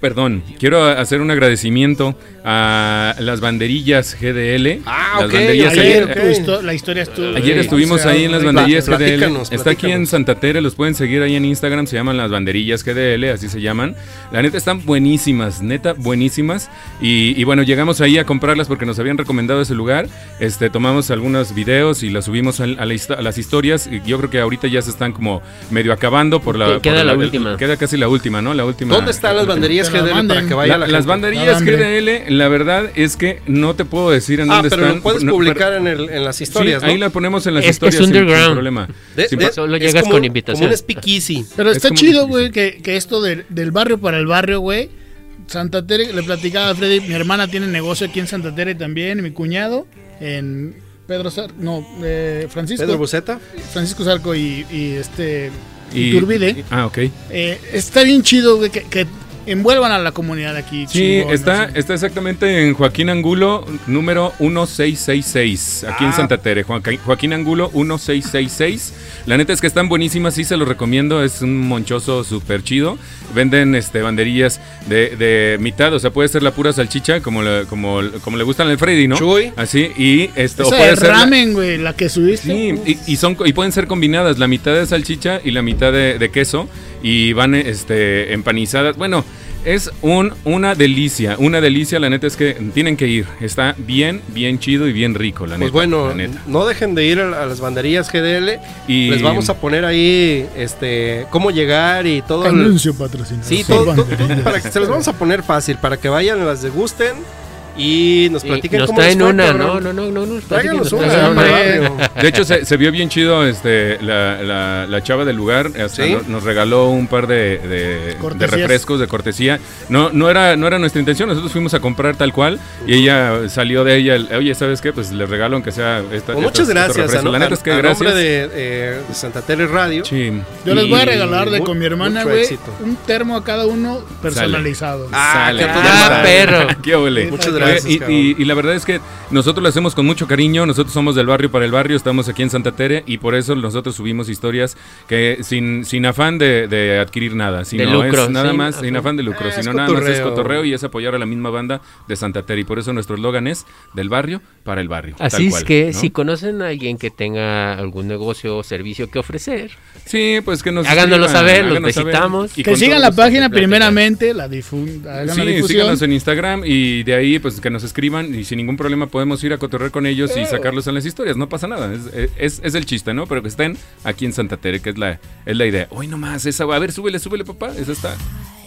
[SPEAKER 1] perdón, quiero a- hacer un agradecimiento a las banderillas GDL.
[SPEAKER 2] Ah,
[SPEAKER 1] las
[SPEAKER 2] ok,
[SPEAKER 1] banderillas
[SPEAKER 2] ok,
[SPEAKER 1] ayer,
[SPEAKER 4] Ayer
[SPEAKER 2] ok.
[SPEAKER 4] tu histo- la historia estuvo.
[SPEAKER 1] ayer
[SPEAKER 4] Sí,
[SPEAKER 1] estuvimos
[SPEAKER 4] o sea,
[SPEAKER 1] ahí en las
[SPEAKER 4] güey.
[SPEAKER 1] banderillas
[SPEAKER 2] Pla-
[SPEAKER 1] GDL.
[SPEAKER 2] platícanos,
[SPEAKER 1] Está aquí en
[SPEAKER 2] platícanos.
[SPEAKER 1] Santa Tere, los pueden seguir ahí en Instagram, se llaman las banderillas GDL, así se llaman. La neta están buenísimas, neta buenísimas. Y, y bueno, llegamos ahí a comprarlas porque nos habían recomendado ese lugar. Este, tomamos algunos videos y las subimos al- a, la histo- a las historias. Y Yo creo que ahorita ya se están como medio acabando por la...
[SPEAKER 3] Que- queda
[SPEAKER 1] por
[SPEAKER 3] la última.
[SPEAKER 1] queda casi la última, ¿no? La última.
[SPEAKER 2] ¿Dónde están
[SPEAKER 1] la
[SPEAKER 2] las
[SPEAKER 1] última.
[SPEAKER 2] banderías banderillas
[SPEAKER 4] que nos
[SPEAKER 2] GDL para
[SPEAKER 4] manden.
[SPEAKER 2] que vaya la,
[SPEAKER 1] La- las
[SPEAKER 2] gente.
[SPEAKER 1] banderillas
[SPEAKER 4] Ah, hombre.
[SPEAKER 1] GDL, la verdad es que no te puedo decir en
[SPEAKER 2] Ah,
[SPEAKER 1] dónde
[SPEAKER 2] pero
[SPEAKER 1] están.
[SPEAKER 2] lo puedes
[SPEAKER 1] no,
[SPEAKER 2] publicar en, el- en las
[SPEAKER 1] pero-
[SPEAKER 2] historias,
[SPEAKER 1] sí,
[SPEAKER 2] ¿no?
[SPEAKER 1] ahí la ponemos en las
[SPEAKER 3] Es que es
[SPEAKER 1] historias. sin-
[SPEAKER 3] underground.
[SPEAKER 1] sin problema.
[SPEAKER 2] De-
[SPEAKER 1] Sin
[SPEAKER 2] de-
[SPEAKER 1] pa-
[SPEAKER 3] solo
[SPEAKER 2] es
[SPEAKER 3] llegas
[SPEAKER 2] como-
[SPEAKER 3] con invitación.
[SPEAKER 2] Como un speakeasy.
[SPEAKER 4] Pero
[SPEAKER 1] Es
[SPEAKER 4] está
[SPEAKER 1] como
[SPEAKER 4] chido,
[SPEAKER 1] difícil.
[SPEAKER 4] güey, que, que esto del, del barrio para el barrio, güey. Santa Tere, le platicaba a Freddy, mi hermana tiene negocio aquí en Santa Tere también, y mi cuñado en Pedro Sar, no, eh, Francisco,
[SPEAKER 2] Pedro Buceta.
[SPEAKER 4] Francisco Sarco y, y este
[SPEAKER 1] Y-
[SPEAKER 4] Iturbide.
[SPEAKER 1] y- Ah, ok.
[SPEAKER 4] Eh, está bien chido, güey, que, que envuelvan a la comunidad aquí.
[SPEAKER 1] Sí,
[SPEAKER 4] chingón,
[SPEAKER 1] está,
[SPEAKER 4] así.
[SPEAKER 1] está exactamente en Joaquín Angulo, número 1666, aquí en
[SPEAKER 2] Ah.
[SPEAKER 1] Santa Tere. Joaquín, Joaquín Angulo, 1666. La neta es que están buenísimas, sí se los recomiendo, es un monchoso súper chido. Venden este, banderillas de, de mitad, o sea, puede ser la pura salchicha, como le, como, como le gustan al Freddy, ¿no?
[SPEAKER 2] Chuy.
[SPEAKER 1] Así, y esto, este,
[SPEAKER 4] Esa
[SPEAKER 1] puede
[SPEAKER 4] de
[SPEAKER 1] ser la-
[SPEAKER 4] ramen, güey, la que subiste.
[SPEAKER 1] Sí,
[SPEAKER 4] güey.
[SPEAKER 1] y, y son co- y pueden ser combinadas, la mitad de salchicha y la mitad de, de queso y van este empanizadas. Bueno, es un una delicia, una delicia, la neta es que tienen que ir. Está bien, bien chido y bien rico, la
[SPEAKER 2] Pues
[SPEAKER 1] neta.
[SPEAKER 2] bueno,
[SPEAKER 1] la neta.
[SPEAKER 2] no dejen de ir a, la- a las banderillas GDL.
[SPEAKER 1] Y-
[SPEAKER 2] Les vamos a poner ahí este cómo llegar y todo. el-
[SPEAKER 4] Anuncio patrocinado.
[SPEAKER 2] sí,
[SPEAKER 4] por
[SPEAKER 2] todo, todo-
[SPEAKER 4] banderillas.
[SPEAKER 2] todo para que se los vamos a poner fácil, para que vayan, las degusten y nos
[SPEAKER 3] Y
[SPEAKER 2] platiquen
[SPEAKER 3] nos
[SPEAKER 2] cómo les
[SPEAKER 3] traen
[SPEAKER 2] fue,
[SPEAKER 3] una,
[SPEAKER 2] cabrón.
[SPEAKER 3] no, no, no, no, no.
[SPEAKER 2] Tráiganos
[SPEAKER 3] platiquen,
[SPEAKER 2] una,
[SPEAKER 3] nos traen
[SPEAKER 2] hombre.
[SPEAKER 1] De hecho, se, se vio bien chido este, la, la- la chava del lugar. hasta
[SPEAKER 2] Sí.
[SPEAKER 1] no- nos regaló un par de, de- de
[SPEAKER 4] Cortesías.
[SPEAKER 1] refrescos de cortesía. No, no, era, no era nuestra intención. Nosotros fuimos a comprar tal cual y ella salió de ella. el, Oye, ¿sabes qué? Pues les regalo aunque sea esta.
[SPEAKER 2] Pues
[SPEAKER 1] estos- estos
[SPEAKER 2] muchas gracias.
[SPEAKER 1] refrescos".
[SPEAKER 2] A, no-
[SPEAKER 1] la neta
[SPEAKER 2] a-
[SPEAKER 1] es que
[SPEAKER 2] a
[SPEAKER 1] gracias.
[SPEAKER 2] nombre de, eh, de Santa Tele Radio.
[SPEAKER 1] Sí.
[SPEAKER 4] Yo les voy a
[SPEAKER 2] Y
[SPEAKER 4] regalar de
[SPEAKER 2] mu-
[SPEAKER 4] con mi hermana,
[SPEAKER 2] mucho
[SPEAKER 4] güey,
[SPEAKER 2] éxito.
[SPEAKER 4] un termo a cada uno personalizado.
[SPEAKER 2] Ah,
[SPEAKER 1] Sale.
[SPEAKER 2] qué a toda
[SPEAKER 3] Ah,
[SPEAKER 2] madre.
[SPEAKER 3] perro.
[SPEAKER 1] Qué ole.
[SPEAKER 2] Muchas
[SPEAKER 1] Oye,
[SPEAKER 2] gracias,
[SPEAKER 1] y-
[SPEAKER 2] cabrón.
[SPEAKER 1] Y, y la verdad es que nosotros lo hacemos con mucho cariño. Nosotros somos del barrio para el barrio. Estamos aquí en Santa Tere y por eso nosotros subimos historias que sin, sin afán de, de adquirir nada. Sino
[SPEAKER 3] De lucro,
[SPEAKER 1] Es nada
[SPEAKER 3] sin
[SPEAKER 1] más,
[SPEAKER 3] afán.
[SPEAKER 1] sin afán de lucro.
[SPEAKER 2] Ah,
[SPEAKER 1] sino
[SPEAKER 2] es
[SPEAKER 1] nada más es
[SPEAKER 2] cotorreo.
[SPEAKER 1] cotorreo y es apoyar a la misma banda de Santa Tere. Y por eso nuestro eslogan es del barrio para el barrio. tal
[SPEAKER 3] Así es
[SPEAKER 1] cual,
[SPEAKER 3] que
[SPEAKER 1] ¿no?
[SPEAKER 3] si conocen a alguien que tenga algún negocio o servicio que ofrecer,
[SPEAKER 1] Sí, pues que nos.
[SPEAKER 3] Háganoslo
[SPEAKER 1] escriban,
[SPEAKER 3] saber, los
[SPEAKER 1] háganos saber.
[SPEAKER 3] visitamos.
[SPEAKER 1] Y
[SPEAKER 4] que
[SPEAKER 1] con
[SPEAKER 4] sigan
[SPEAKER 1] todo
[SPEAKER 4] la
[SPEAKER 1] gusto.
[SPEAKER 4] página
[SPEAKER 3] te platican.
[SPEAKER 4] primeramente, la, difun hagan la
[SPEAKER 1] Sí,
[SPEAKER 4] difusión.
[SPEAKER 1] síganos en Instagram y de ahí pues que nos escriban y sin ningún problema podemos ir a cotorrear con ellos
[SPEAKER 2] Eh.
[SPEAKER 1] y sacarlos en las historias, no pasa nada, es, es- es el chiste, ¿no? Pero que estén aquí en Santa Tere, que es la, es la idea. Hoy nomás, esa, a ver, súbele, súbele papá, esa está.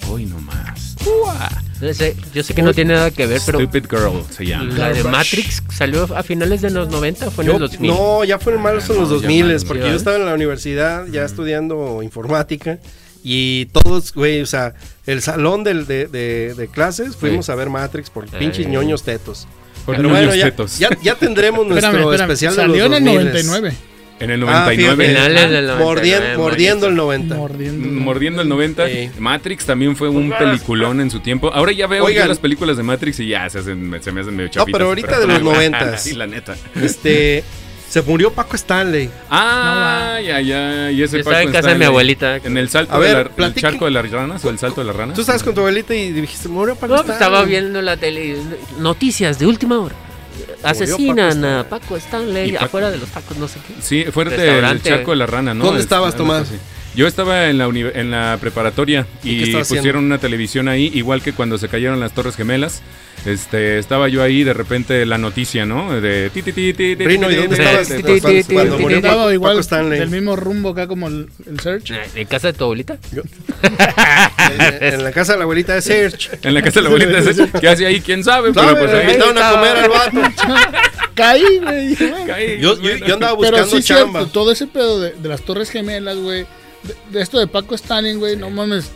[SPEAKER 1] Hoy nomás.
[SPEAKER 3] no sé, pues, eh, yo sé que no tiene nada que ver, pero
[SPEAKER 1] Stupid Girl se llama.
[SPEAKER 3] la de
[SPEAKER 4] Garbage.
[SPEAKER 3] Matrix salió a finales de los 90 o fue en
[SPEAKER 2] Yo-
[SPEAKER 3] los 2000.
[SPEAKER 2] no, ya fue en marzo en los
[SPEAKER 1] No, ya
[SPEAKER 2] 2000,
[SPEAKER 1] mal,
[SPEAKER 2] porque
[SPEAKER 3] ¿sí,
[SPEAKER 2] yo
[SPEAKER 3] eh?
[SPEAKER 2] estaba en la universidad ya estudiando informática y todos, güey, o sea, el salón del, de, de- de clases fuimos a ver Matrix por pinches
[SPEAKER 3] Eh.
[SPEAKER 2] ñoños tetos.
[SPEAKER 1] Por
[SPEAKER 2] Pero
[SPEAKER 1] niños
[SPEAKER 2] bueno, ya,
[SPEAKER 1] tetos.
[SPEAKER 2] ya- ya tendremos nuestro
[SPEAKER 4] Espérame, espérame,
[SPEAKER 2] especial de
[SPEAKER 4] Salió
[SPEAKER 2] los
[SPEAKER 4] en el
[SPEAKER 2] 2000s.
[SPEAKER 4] 99.
[SPEAKER 1] En el
[SPEAKER 2] Ah,
[SPEAKER 1] 99.
[SPEAKER 2] fíjate,
[SPEAKER 3] Finales del 99,
[SPEAKER 2] mordien- mordiendo el 90.
[SPEAKER 4] Mordiendo.
[SPEAKER 1] Mm, Mordiendo el 90.
[SPEAKER 2] Sí. Pues,
[SPEAKER 1] Matrix también fue un peliculón en su tiempo. Ahora ya veo
[SPEAKER 2] Oigan.
[SPEAKER 1] yo las películas de Matrix y ya se, hacen, se me hacen medio chapitas.
[SPEAKER 2] pero ahorita de los 90s.
[SPEAKER 1] Sí, la neta.
[SPEAKER 2] Este, se murió Paco Stanley.
[SPEAKER 1] Ah, ya, ya. Y ese
[SPEAKER 3] Estaba en
[SPEAKER 1] Paco
[SPEAKER 3] casa de mi
[SPEAKER 1] Stanley.
[SPEAKER 3] abuelita.
[SPEAKER 1] En el salto
[SPEAKER 2] A ver,
[SPEAKER 1] de la, el
[SPEAKER 2] platique-
[SPEAKER 1] charco de las ranas o el salto de las ranas.
[SPEAKER 2] Tú estabas con tu abuelita y dijiste, murió Paco
[SPEAKER 3] No, pues,
[SPEAKER 2] Stanley.
[SPEAKER 3] estaba viendo la tele, y- noticias de última hora. Asesinan a Paco
[SPEAKER 1] Y
[SPEAKER 3] Stanley
[SPEAKER 1] Paco-
[SPEAKER 3] afuera de los tacos, no sé qué.
[SPEAKER 1] Sí, fue de- del
[SPEAKER 3] Restaurante.
[SPEAKER 1] charco de las ranas, ¿no?
[SPEAKER 2] ¿Dónde
[SPEAKER 1] Es-
[SPEAKER 2] estabas,
[SPEAKER 1] una
[SPEAKER 2] Tomás?
[SPEAKER 1] cosa así. Yo estaba en la, uni- en la preparatoria
[SPEAKER 2] ¿Y qué
[SPEAKER 1] y,
[SPEAKER 2] estabas
[SPEAKER 1] pusieron
[SPEAKER 2] haciendo?
[SPEAKER 1] una televisión ahí, igual que cuando se cayeron las Torres Gemelas. Este, estaba yo ahí de repente la noticia, ¿no? De ti, ti, ti, ti, ti,
[SPEAKER 2] Rino, ¿y
[SPEAKER 1] ti,
[SPEAKER 2] dónde
[SPEAKER 1] ti,
[SPEAKER 2] estabas
[SPEAKER 1] ti, ti,
[SPEAKER 3] ti,
[SPEAKER 2] cuando-
[SPEAKER 3] ti,
[SPEAKER 2] cuando
[SPEAKER 3] ti,
[SPEAKER 2] murió
[SPEAKER 3] ti,
[SPEAKER 2] Paco-
[SPEAKER 4] Estaba igual
[SPEAKER 2] Paco Stanley?
[SPEAKER 4] del mismo rumbo acá como el, el Search.
[SPEAKER 3] ¿En casa Ah, de tu abuelita?
[SPEAKER 2] En, en la casa de la abuelita de Serge.
[SPEAKER 1] En la casa de la abuelita. ¿sí? ¿Qué hace ahí? ¿Quién sabe? Pero
[SPEAKER 2] ¿Sabe?
[SPEAKER 1] pues
[SPEAKER 2] Le
[SPEAKER 1] ahí.
[SPEAKER 2] invitaron a comer al vato.
[SPEAKER 4] Caí, güey. dije, güey.
[SPEAKER 1] caí,
[SPEAKER 2] Yo, yo,
[SPEAKER 1] pues,
[SPEAKER 2] yo
[SPEAKER 1] bueno.
[SPEAKER 2] andaba
[SPEAKER 4] Pero
[SPEAKER 2] buscando
[SPEAKER 4] sí,
[SPEAKER 2] chamba.
[SPEAKER 4] cierto, todo ese pedo de, de las Torres Gemelas, güey. De, de esto de Paco Stanley, güey, no mames.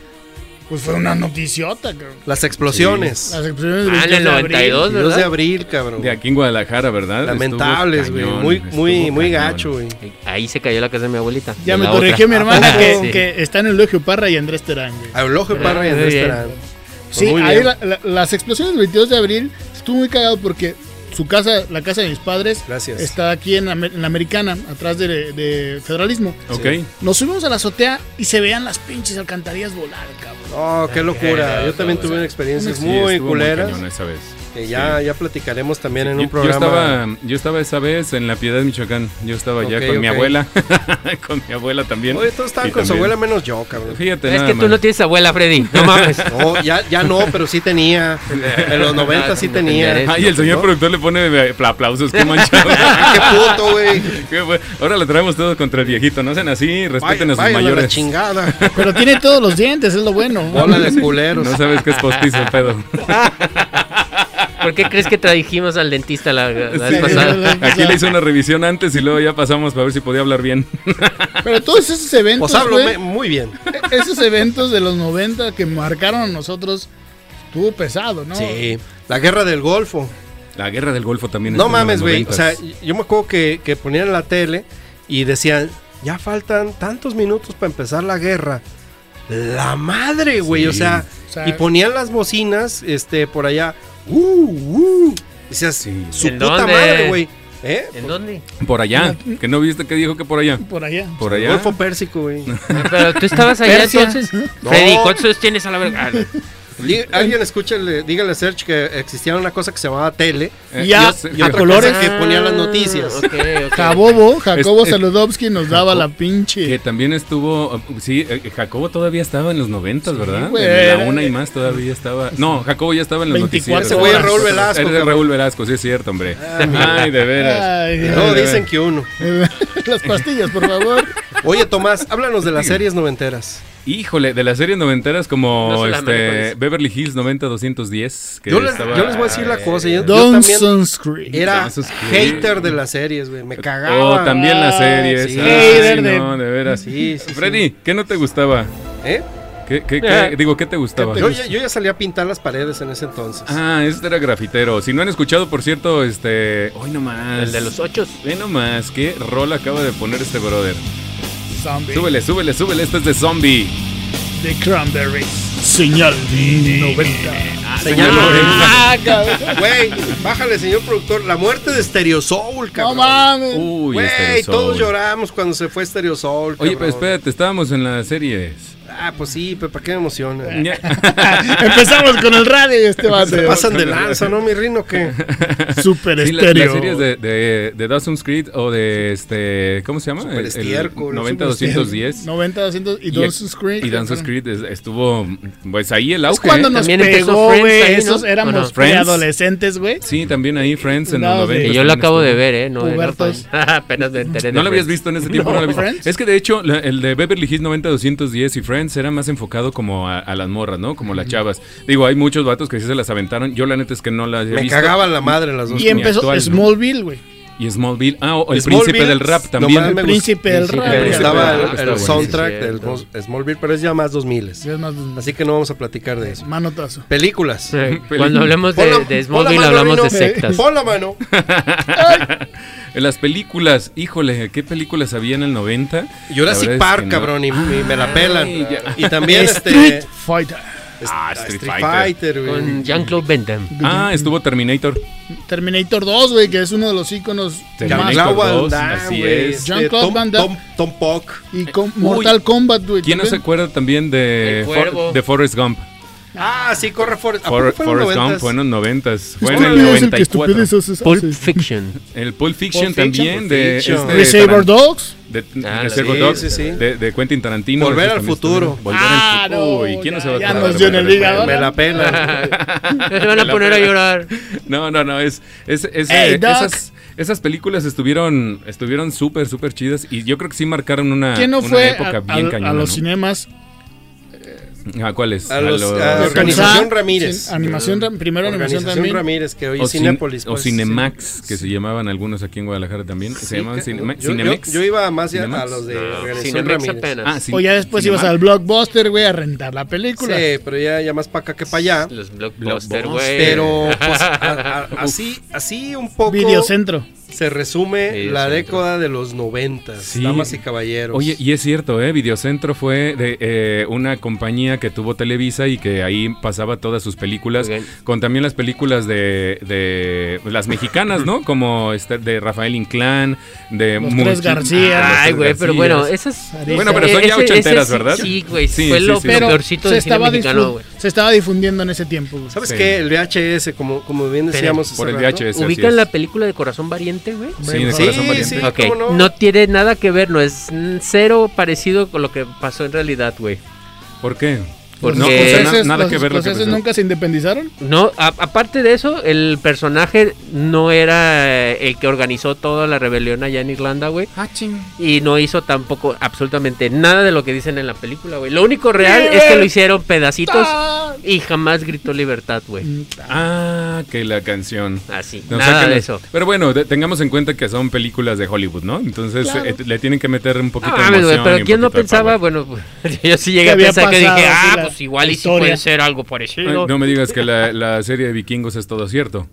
[SPEAKER 4] Pues fue una noticiota, cabrón.
[SPEAKER 2] Las explosiones.
[SPEAKER 4] Las explosiones del
[SPEAKER 3] Ah, en el
[SPEAKER 4] 22 de abril.
[SPEAKER 3] 92,
[SPEAKER 2] 2 de
[SPEAKER 3] ¿verdad?
[SPEAKER 2] abril, cabrón.
[SPEAKER 1] De aquí en Guadalajara, ¿verdad? Estuvo
[SPEAKER 2] Lamentables, güey.
[SPEAKER 1] cañón,
[SPEAKER 2] Muy,
[SPEAKER 1] estuvo
[SPEAKER 2] muy, muy
[SPEAKER 1] cañón.
[SPEAKER 2] gacho, güey.
[SPEAKER 3] Eh, Ahí se cayó la casa de mi abuelita.
[SPEAKER 4] Ya
[SPEAKER 3] De
[SPEAKER 4] me
[SPEAKER 3] la
[SPEAKER 4] corrigió
[SPEAKER 3] otra. Ah,
[SPEAKER 4] mi hermana
[SPEAKER 2] poco?
[SPEAKER 4] que,
[SPEAKER 3] Sí.
[SPEAKER 4] que está en Eulogio Parra y Andrés Terán, güey.
[SPEAKER 2] A Eulogio Parra y Andrés
[SPEAKER 3] muy bien.
[SPEAKER 2] Terán. Pues
[SPEAKER 4] Sí,
[SPEAKER 2] Ah, muy
[SPEAKER 4] ahí
[SPEAKER 2] bien.
[SPEAKER 4] la- la- las explosiones del 22 de abril estuvo muy cagado porque su casa, la casa de mis padres,
[SPEAKER 2] Gracias.
[SPEAKER 4] está aquí en, Amer- en la americana, atrás de, de federalismo.
[SPEAKER 1] Ok.
[SPEAKER 4] Nos subimos a la azotea y se veían las pinches alcantarillas volar, cabrón.
[SPEAKER 2] Oh, qué locura. Yo también tuve una experiencia
[SPEAKER 1] Sí,
[SPEAKER 2] muy
[SPEAKER 1] estuvo
[SPEAKER 2] culera.
[SPEAKER 1] cañón esa vez.
[SPEAKER 2] que ya, ya platicaremos también en
[SPEAKER 1] Yo,
[SPEAKER 2] un
[SPEAKER 1] yo
[SPEAKER 2] programa.
[SPEAKER 1] estaba, yo estaba esa vez en La Piedad, Michoacán. Yo estaba allá
[SPEAKER 2] Ok,
[SPEAKER 1] con mi
[SPEAKER 2] ok.
[SPEAKER 1] abuela. con mi abuela también.
[SPEAKER 2] Oye, todos estaban
[SPEAKER 1] Y
[SPEAKER 2] con su
[SPEAKER 1] también-
[SPEAKER 2] abuela menos yo, cabrón.
[SPEAKER 1] Fíjate,
[SPEAKER 3] Es
[SPEAKER 1] nada
[SPEAKER 3] que tú
[SPEAKER 1] más.
[SPEAKER 3] no tienes abuela, Freddy. No mames.
[SPEAKER 2] No, ya, ya no, pero sí tenía. En los 90 sí tenía.
[SPEAKER 1] Ay, el señor productor le pone eh, pla- aplausos, qué manchado.
[SPEAKER 2] Ah, ¡Qué puto, güey!
[SPEAKER 1] Qué bu- Ahora lo traemos todo contra el viejito, no sean así, respeten a sus
[SPEAKER 2] Vayan a la
[SPEAKER 1] mayores.
[SPEAKER 2] chingada.
[SPEAKER 4] Pero tiene todos los dientes, es lo bueno.
[SPEAKER 2] Bola de culeros.
[SPEAKER 1] No sabes que es postizo, pedo.
[SPEAKER 3] ¿Por qué crees que trajimos al dentista la, la vez
[SPEAKER 4] Sí.
[SPEAKER 3] pasada?
[SPEAKER 1] Aquí le hice una revisión antes y luego ya pasamos para ver si podía hablar bien.
[SPEAKER 4] Pero todos esos eventos,
[SPEAKER 2] Pues hablo
[SPEAKER 4] güey,
[SPEAKER 2] me- muy bien.
[SPEAKER 4] esos eventos de los 90 que marcaron a nosotros, estuvo pesado, ¿no?
[SPEAKER 2] Sí. La guerra del Golfo.
[SPEAKER 1] La guerra del Golfo también.
[SPEAKER 2] No
[SPEAKER 1] estuvo en
[SPEAKER 2] mames,
[SPEAKER 1] este los
[SPEAKER 2] güey. O sea,
[SPEAKER 1] noventas.
[SPEAKER 2] yo me acuerdo que, que ponían la tele y decían, ya faltan tantos minutos para empezar la guerra. La madre, güey. O,
[SPEAKER 1] Sí.
[SPEAKER 2] sea,
[SPEAKER 4] O sea-
[SPEAKER 2] y ponían las bocinas este, por allá. Uh, uh. Decías,
[SPEAKER 1] Sí.
[SPEAKER 2] su
[SPEAKER 3] ¿En
[SPEAKER 2] puta
[SPEAKER 3] dónde?
[SPEAKER 2] madre, güey. ¿Eh?
[SPEAKER 3] ¿En dónde?
[SPEAKER 1] por allá, que no viste que dijo que por allá.
[SPEAKER 4] Por allá.
[SPEAKER 1] Por allá.
[SPEAKER 2] Golfo Pérsico, güey.
[SPEAKER 3] Ah, Pero tú estabas allá
[SPEAKER 4] Persia.
[SPEAKER 3] entonces. Freddy, ¿cuántos años tienes a la verga?
[SPEAKER 2] Di- Alguien escúchale, dígale a Serge que existía una cosa que se llamaba tele.
[SPEAKER 1] Eh,
[SPEAKER 4] Ya.
[SPEAKER 1] yo sé-
[SPEAKER 2] Y
[SPEAKER 1] yo-
[SPEAKER 2] otra
[SPEAKER 4] colores.
[SPEAKER 2] cosa que ponía las noticias.
[SPEAKER 3] Ah, ok, ok.
[SPEAKER 4] Jacobo, Jacobo
[SPEAKER 1] Es- es-
[SPEAKER 4] Saludowski nos daba
[SPEAKER 1] Jacobo-
[SPEAKER 4] la pinche.
[SPEAKER 1] Que también estuvo, eh, sí, eh, Jacobo todavía estaba en los noventas, ¿verdad?
[SPEAKER 4] güey.
[SPEAKER 1] En la una y más todavía estaba. No, Jacobo ya estaba en los
[SPEAKER 4] 24
[SPEAKER 1] noticieros. Ah,
[SPEAKER 4] Ese güey es
[SPEAKER 2] Raúl Velasco,
[SPEAKER 1] Eres de
[SPEAKER 2] cabrón.
[SPEAKER 1] Raúl Velasco, sí es cierto, hombre. Ay, de veras.
[SPEAKER 4] Ay, Dios.
[SPEAKER 2] No, dicen que uno.
[SPEAKER 4] Las pastillas, por favor.
[SPEAKER 2] Oye, Tomás, háblanos de las series noventeras.
[SPEAKER 1] Híjole, de las series noventeras
[SPEAKER 3] No
[SPEAKER 1] como
[SPEAKER 3] se la
[SPEAKER 1] este,
[SPEAKER 3] manejo.
[SPEAKER 1] Beverly Hills 90210. que
[SPEAKER 2] Yo les,
[SPEAKER 1] estaba- oh,
[SPEAKER 2] yo les voy a decir la cosa. Yo, yo también
[SPEAKER 4] Dawson's Creek.
[SPEAKER 2] era
[SPEAKER 1] Entonces, ¿qué?
[SPEAKER 2] hater de las series, güey. Me
[SPEAKER 1] Oh,
[SPEAKER 2] cagaba.
[SPEAKER 1] también las
[SPEAKER 4] Ah,
[SPEAKER 1] series.
[SPEAKER 2] sí.
[SPEAKER 1] Ay,
[SPEAKER 4] Hater de-
[SPEAKER 1] no, de veras.
[SPEAKER 2] Sí, sí, sí.
[SPEAKER 1] Freddy, ¿qué no te gustaba?
[SPEAKER 2] ¿Eh?
[SPEAKER 1] ¿Qué, qué- qué-
[SPEAKER 3] Eh.
[SPEAKER 1] digo, ¿qué te gustaba?
[SPEAKER 2] Yo, ya, yo ya salía a pintar las paredes en ese entonces.
[SPEAKER 1] Ah, este era grafitero. Si no han escuchado, por cierto, este. Hoy nomás.
[SPEAKER 3] El de los ochos.
[SPEAKER 1] Ve nomás, qué rol acaba de poner este brother.
[SPEAKER 4] Zombie.
[SPEAKER 1] Súbele, súbele, súbele. Este es de zombie.
[SPEAKER 4] De Cranberries. Señal 90.
[SPEAKER 2] Señal
[SPEAKER 1] señor.
[SPEAKER 3] Ah, cabrón.
[SPEAKER 2] Güey, bájale, señor productor. La muerte de Stereo Soul,
[SPEAKER 4] No
[SPEAKER 2] cabrón.
[SPEAKER 4] mames.
[SPEAKER 1] Uy, este
[SPEAKER 2] Güey,
[SPEAKER 1] es
[SPEAKER 2] todos
[SPEAKER 1] Soul.
[SPEAKER 2] lloramos cuando se fue Stereo Soul.
[SPEAKER 1] Oye, pero
[SPEAKER 2] cabrón.
[SPEAKER 1] espérate, estábamos en las series.
[SPEAKER 2] Ah, pues sí, pero ¿para qué me emociona?
[SPEAKER 1] Ya.
[SPEAKER 4] Empezamos con el radio y este va a
[SPEAKER 2] Se
[SPEAKER 4] ser
[SPEAKER 2] pasan de lanza, ¿no, mi rino? que
[SPEAKER 4] super
[SPEAKER 1] Sí, la-
[SPEAKER 4] estéreo.
[SPEAKER 1] las series de, de, de Dawson's Creed o de este. ¿Cómo se llama?
[SPEAKER 2] Super estiércol,
[SPEAKER 1] 90-210.
[SPEAKER 4] 90, 200 y
[SPEAKER 1] Y-
[SPEAKER 4] Dawson's Creek.
[SPEAKER 1] Y Dawson's Creed es- estuvo. Pues ahí el auge.
[SPEAKER 4] Es cuando
[SPEAKER 1] ¿eh?
[SPEAKER 4] nos
[SPEAKER 3] También empezó
[SPEAKER 4] pegó,
[SPEAKER 3] Friends
[SPEAKER 4] güey.
[SPEAKER 3] ahí, ¿no?
[SPEAKER 4] Esos
[SPEAKER 3] ¿O
[SPEAKER 4] éramos
[SPEAKER 3] no?
[SPEAKER 1] Friends.
[SPEAKER 4] preadolescentes, güey.
[SPEAKER 1] Sí, también ahí Friends en
[SPEAKER 4] No,
[SPEAKER 1] los 90.
[SPEAKER 4] sí.
[SPEAKER 3] Que yo lo acabo de ver, ¿eh? No, era
[SPEAKER 4] Pubertos.
[SPEAKER 3] fan. Apenas me enteré. de
[SPEAKER 1] ¿No lo habías
[SPEAKER 3] Friends.
[SPEAKER 1] visto en ese tiempo?
[SPEAKER 4] No,
[SPEAKER 1] No lo habías-
[SPEAKER 4] Friends.
[SPEAKER 1] Es que de hecho, la- el de Beverly Hills 90210 y Friends era más enfocado como a, a las morras, ¿no? Como las chavas. Digo, hay muchos vatos que sí se las aventaron. Yo la neta es que no las he
[SPEAKER 2] Me
[SPEAKER 1] visto.
[SPEAKER 2] cagaban la madre las dos.
[SPEAKER 4] Y empezó
[SPEAKER 1] actual, ¿no?
[SPEAKER 4] Smallville, güey.
[SPEAKER 1] Y Smallville. Ah, o el
[SPEAKER 2] Smallville,
[SPEAKER 1] príncipe del rap
[SPEAKER 2] nomás
[SPEAKER 1] también.
[SPEAKER 2] me
[SPEAKER 4] Príncipe del
[SPEAKER 3] Príncipe
[SPEAKER 4] Rap.
[SPEAKER 2] Me
[SPEAKER 3] del
[SPEAKER 4] güey.
[SPEAKER 3] Rap.
[SPEAKER 2] gustaba el-
[SPEAKER 3] Ah,
[SPEAKER 2] el,
[SPEAKER 3] está bueno,
[SPEAKER 2] soundtrack
[SPEAKER 3] sí,
[SPEAKER 2] del
[SPEAKER 3] cierto.
[SPEAKER 2] Mos- Smallville, pero es ya más 2000.
[SPEAKER 4] Sí, es más de-
[SPEAKER 2] Así que no vamos a platicar de eso.
[SPEAKER 4] Manotazo.
[SPEAKER 2] Películas.
[SPEAKER 3] Sí, Cuando hablamos
[SPEAKER 2] Pon la-
[SPEAKER 3] de, de
[SPEAKER 2] pon
[SPEAKER 3] Smallville,
[SPEAKER 2] la mano,
[SPEAKER 3] hablamos de
[SPEAKER 2] Rino.
[SPEAKER 4] eh,
[SPEAKER 3] sectas.
[SPEAKER 2] Pon la mano.
[SPEAKER 1] En las películas. Híjole, ¿qué películas había en el 90? La verdad
[SPEAKER 2] Jurassic
[SPEAKER 1] es
[SPEAKER 2] Park,
[SPEAKER 1] que no.
[SPEAKER 2] cabrón, y, y me la pelan.
[SPEAKER 1] Ay, ya.
[SPEAKER 2] Y también este.
[SPEAKER 3] Eh,
[SPEAKER 4] Street Fighter.
[SPEAKER 1] Ah, Street
[SPEAKER 2] Street
[SPEAKER 1] Fighter.
[SPEAKER 2] Fighter, güey.
[SPEAKER 3] Con Jean-Claude Van Damme.
[SPEAKER 1] Ah, estuvo Terminator.
[SPEAKER 4] Terminator 2, güey, que es uno de los íconos
[SPEAKER 1] Terminator.
[SPEAKER 4] más.
[SPEAKER 2] Jean-Claude Van
[SPEAKER 1] 2,
[SPEAKER 2] Damme,
[SPEAKER 1] así
[SPEAKER 2] güey,
[SPEAKER 1] es.
[SPEAKER 2] este,
[SPEAKER 4] Jean-Claude
[SPEAKER 2] Tom-
[SPEAKER 4] Van Damme.
[SPEAKER 2] Tom, Tom Pock.
[SPEAKER 4] Y con Mortal Kombat, güey.
[SPEAKER 1] ¿Quién no se
[SPEAKER 4] también.
[SPEAKER 1] acuerda también de,
[SPEAKER 3] El Cuervo.
[SPEAKER 1] de Forrest Gump?
[SPEAKER 2] Ah, sí, corre Forrest. ¿A
[SPEAKER 1] For-
[SPEAKER 2] poco fue en los
[SPEAKER 1] Forrest Gump
[SPEAKER 2] 90s?
[SPEAKER 1] fue en los 90. Fue en el
[SPEAKER 4] Estúpido es el que
[SPEAKER 1] 94.
[SPEAKER 4] estúpido es ese-
[SPEAKER 3] Pulp
[SPEAKER 4] ese-
[SPEAKER 3] Fiction.
[SPEAKER 1] El Pulp Fiction
[SPEAKER 4] Pulp Fiction.
[SPEAKER 1] también de,
[SPEAKER 2] Fiction.
[SPEAKER 1] este,
[SPEAKER 4] Reservoir
[SPEAKER 1] Taran-
[SPEAKER 4] Dogs.
[SPEAKER 1] de- de
[SPEAKER 3] Ah,
[SPEAKER 1] Reservoir
[SPEAKER 2] sí,
[SPEAKER 1] Dogs,
[SPEAKER 2] sí, sí.
[SPEAKER 1] De, de Quentin Tarantino.
[SPEAKER 2] Volver
[SPEAKER 1] Esos
[SPEAKER 2] al
[SPEAKER 1] también
[SPEAKER 2] futuro.
[SPEAKER 1] estuvieron- Volver
[SPEAKER 4] Ah,
[SPEAKER 1] al
[SPEAKER 4] no,
[SPEAKER 1] futuro. Uy, ¿quién no se va a
[SPEAKER 4] ya
[SPEAKER 1] acordar
[SPEAKER 4] nos
[SPEAKER 1] de
[SPEAKER 4] dio en el
[SPEAKER 1] Volver al
[SPEAKER 4] hígado, ¿no?
[SPEAKER 2] Me
[SPEAKER 1] futuro?
[SPEAKER 2] la pelan.
[SPEAKER 3] Me van a poner a llorar.
[SPEAKER 1] No, no, no, es, es, es-
[SPEAKER 4] Ey,
[SPEAKER 1] eh,
[SPEAKER 4] Doc.
[SPEAKER 1] esas, esas películas estuvieron estuvieron súper, súper chidas y yo creo que sí marcaron una,
[SPEAKER 4] ¿Quién no
[SPEAKER 1] Ah, una
[SPEAKER 4] fue a,
[SPEAKER 1] época
[SPEAKER 4] a-
[SPEAKER 1] bien
[SPEAKER 4] a
[SPEAKER 1] cañona.
[SPEAKER 4] los
[SPEAKER 1] ¿no?
[SPEAKER 4] cinemas?
[SPEAKER 1] ¿A cuáles?
[SPEAKER 2] A los-
[SPEAKER 1] Ah,
[SPEAKER 2] a
[SPEAKER 4] Con
[SPEAKER 2] Organización
[SPEAKER 4] Sam,
[SPEAKER 2] Ramírez.
[SPEAKER 4] sin- animación, Ram- primero Animación
[SPEAKER 2] Organización
[SPEAKER 4] Ramírez.
[SPEAKER 2] Ramírez, que hoy
[SPEAKER 1] o,
[SPEAKER 2] es
[SPEAKER 1] cin-
[SPEAKER 2] Cinépolis.
[SPEAKER 1] o
[SPEAKER 2] pues,
[SPEAKER 1] Cinemax,
[SPEAKER 2] sí.
[SPEAKER 1] que se llamaban algunos aquí en Guadalajara también. se
[SPEAKER 2] Sí,
[SPEAKER 1] llamaban
[SPEAKER 2] que-
[SPEAKER 1] Cinema-
[SPEAKER 2] yo, yo-
[SPEAKER 1] Cinemex.
[SPEAKER 2] yo iba más ya a
[SPEAKER 1] Cinemax.
[SPEAKER 2] los de Organización
[SPEAKER 3] Cinemex
[SPEAKER 2] Ramírez.
[SPEAKER 3] apenas.
[SPEAKER 1] Ah, sí.
[SPEAKER 4] o ya después ibas
[SPEAKER 1] Cinemax.
[SPEAKER 4] al Blockbuster, güey, a rentar la película.
[SPEAKER 2] Sí, pero ya, ya más para acá que para allá.
[SPEAKER 3] Los blockbusters, güey.
[SPEAKER 2] Pero pues, a- a- así, así un poco
[SPEAKER 4] Videocentro.
[SPEAKER 2] se resume la
[SPEAKER 3] Videocentro.
[SPEAKER 2] década de los noventas,
[SPEAKER 1] Sí.
[SPEAKER 2] damas y caballeros.
[SPEAKER 3] pues
[SPEAKER 1] Oye, y es cierto, ¿eh? Videocentro fue de eh, una compañía cadena que tuvo Televisa y que ahí pasaba todas sus películas,
[SPEAKER 3] Oigan.
[SPEAKER 1] con también las películas de, de las mexicanas, ¿no? Como este, de Rafael Inclán, de...
[SPEAKER 4] Los
[SPEAKER 1] Monchi-
[SPEAKER 4] Tres Garcías.
[SPEAKER 1] Ah, los
[SPEAKER 3] Ay,
[SPEAKER 1] Tres
[SPEAKER 3] güey, pero
[SPEAKER 1] Garcías.
[SPEAKER 3] bueno, esas.
[SPEAKER 4] Bueno, pero
[SPEAKER 1] son ya
[SPEAKER 3] ese- ese
[SPEAKER 1] ochenteras,
[SPEAKER 3] sí-
[SPEAKER 1] ¿verdad?
[SPEAKER 3] Sí, güey,
[SPEAKER 1] Sí,
[SPEAKER 3] fue
[SPEAKER 1] sí,
[SPEAKER 3] lo
[SPEAKER 1] sí.
[SPEAKER 4] Pero
[SPEAKER 3] peorcito
[SPEAKER 4] se,
[SPEAKER 3] del cine
[SPEAKER 4] estaba
[SPEAKER 3] mexicano,
[SPEAKER 4] difu-
[SPEAKER 3] güey.
[SPEAKER 4] se estaba difundiendo en ese tiempo. güey.
[SPEAKER 2] ¿Sabes
[SPEAKER 1] Sí.
[SPEAKER 2] qué? El VHS, como, como bien decíamos.
[SPEAKER 1] Por
[SPEAKER 2] hace
[SPEAKER 1] el
[SPEAKER 2] rato.
[SPEAKER 1] VHS. así
[SPEAKER 3] ¿Ubican
[SPEAKER 1] es.
[SPEAKER 3] la película de Corazón Valiente, güey?
[SPEAKER 1] Sí, de
[SPEAKER 4] Sí,
[SPEAKER 1] Corazón
[SPEAKER 2] sí,
[SPEAKER 1] Valiente.
[SPEAKER 2] sí.
[SPEAKER 3] Ok,
[SPEAKER 2] ¿cómo no?
[SPEAKER 3] no? tiene nada que ver, no es mm, cero parecido con lo que pasó en realidad, güey.
[SPEAKER 1] ¿Por qué?
[SPEAKER 3] Porque-
[SPEAKER 1] no, o sea, na-
[SPEAKER 4] escoceses-
[SPEAKER 1] nada
[SPEAKER 4] los
[SPEAKER 1] que ver lo que
[SPEAKER 4] escoceses
[SPEAKER 1] pensaba.
[SPEAKER 4] nunca se independizaron.
[SPEAKER 3] No, a- aparte de eso, el personaje no era eh, el que organizó toda la rebelión allá en Irlanda, güey.
[SPEAKER 5] Ah, ching.
[SPEAKER 3] Y no hizo tampoco absolutamente nada de lo que dicen en la película, güey. Lo único real es que lo hicieron pedacitos y jamás gritó libertad, güey.
[SPEAKER 4] Mm.
[SPEAKER 1] Ah, que la canción.
[SPEAKER 3] Así,
[SPEAKER 1] O sea
[SPEAKER 3] nada
[SPEAKER 1] que
[SPEAKER 3] de
[SPEAKER 1] no-
[SPEAKER 3] eso.
[SPEAKER 1] Pero bueno, te- tengamos en cuenta que son películas de Hollywood, ¿no? Entonces eh, le tienen que meter un poquito
[SPEAKER 3] No
[SPEAKER 1] de
[SPEAKER 3] mames, güey,
[SPEAKER 1] emoción. y
[SPEAKER 3] pero
[SPEAKER 1] un
[SPEAKER 3] ¿quién no
[SPEAKER 1] poquito de power.
[SPEAKER 3] pensaba? Bueno, pues, yo sí llegué
[SPEAKER 4] Que
[SPEAKER 3] a
[SPEAKER 4] había
[SPEAKER 3] pensar que dije,
[SPEAKER 4] pasado,
[SPEAKER 3] ah,
[SPEAKER 4] sí, la-
[SPEAKER 3] pues igual y si
[SPEAKER 4] historia.
[SPEAKER 3] puede ser algo
[SPEAKER 1] Ay,
[SPEAKER 3] parecido.
[SPEAKER 1] no me digas que la, la serie de vikingos es todo cierto.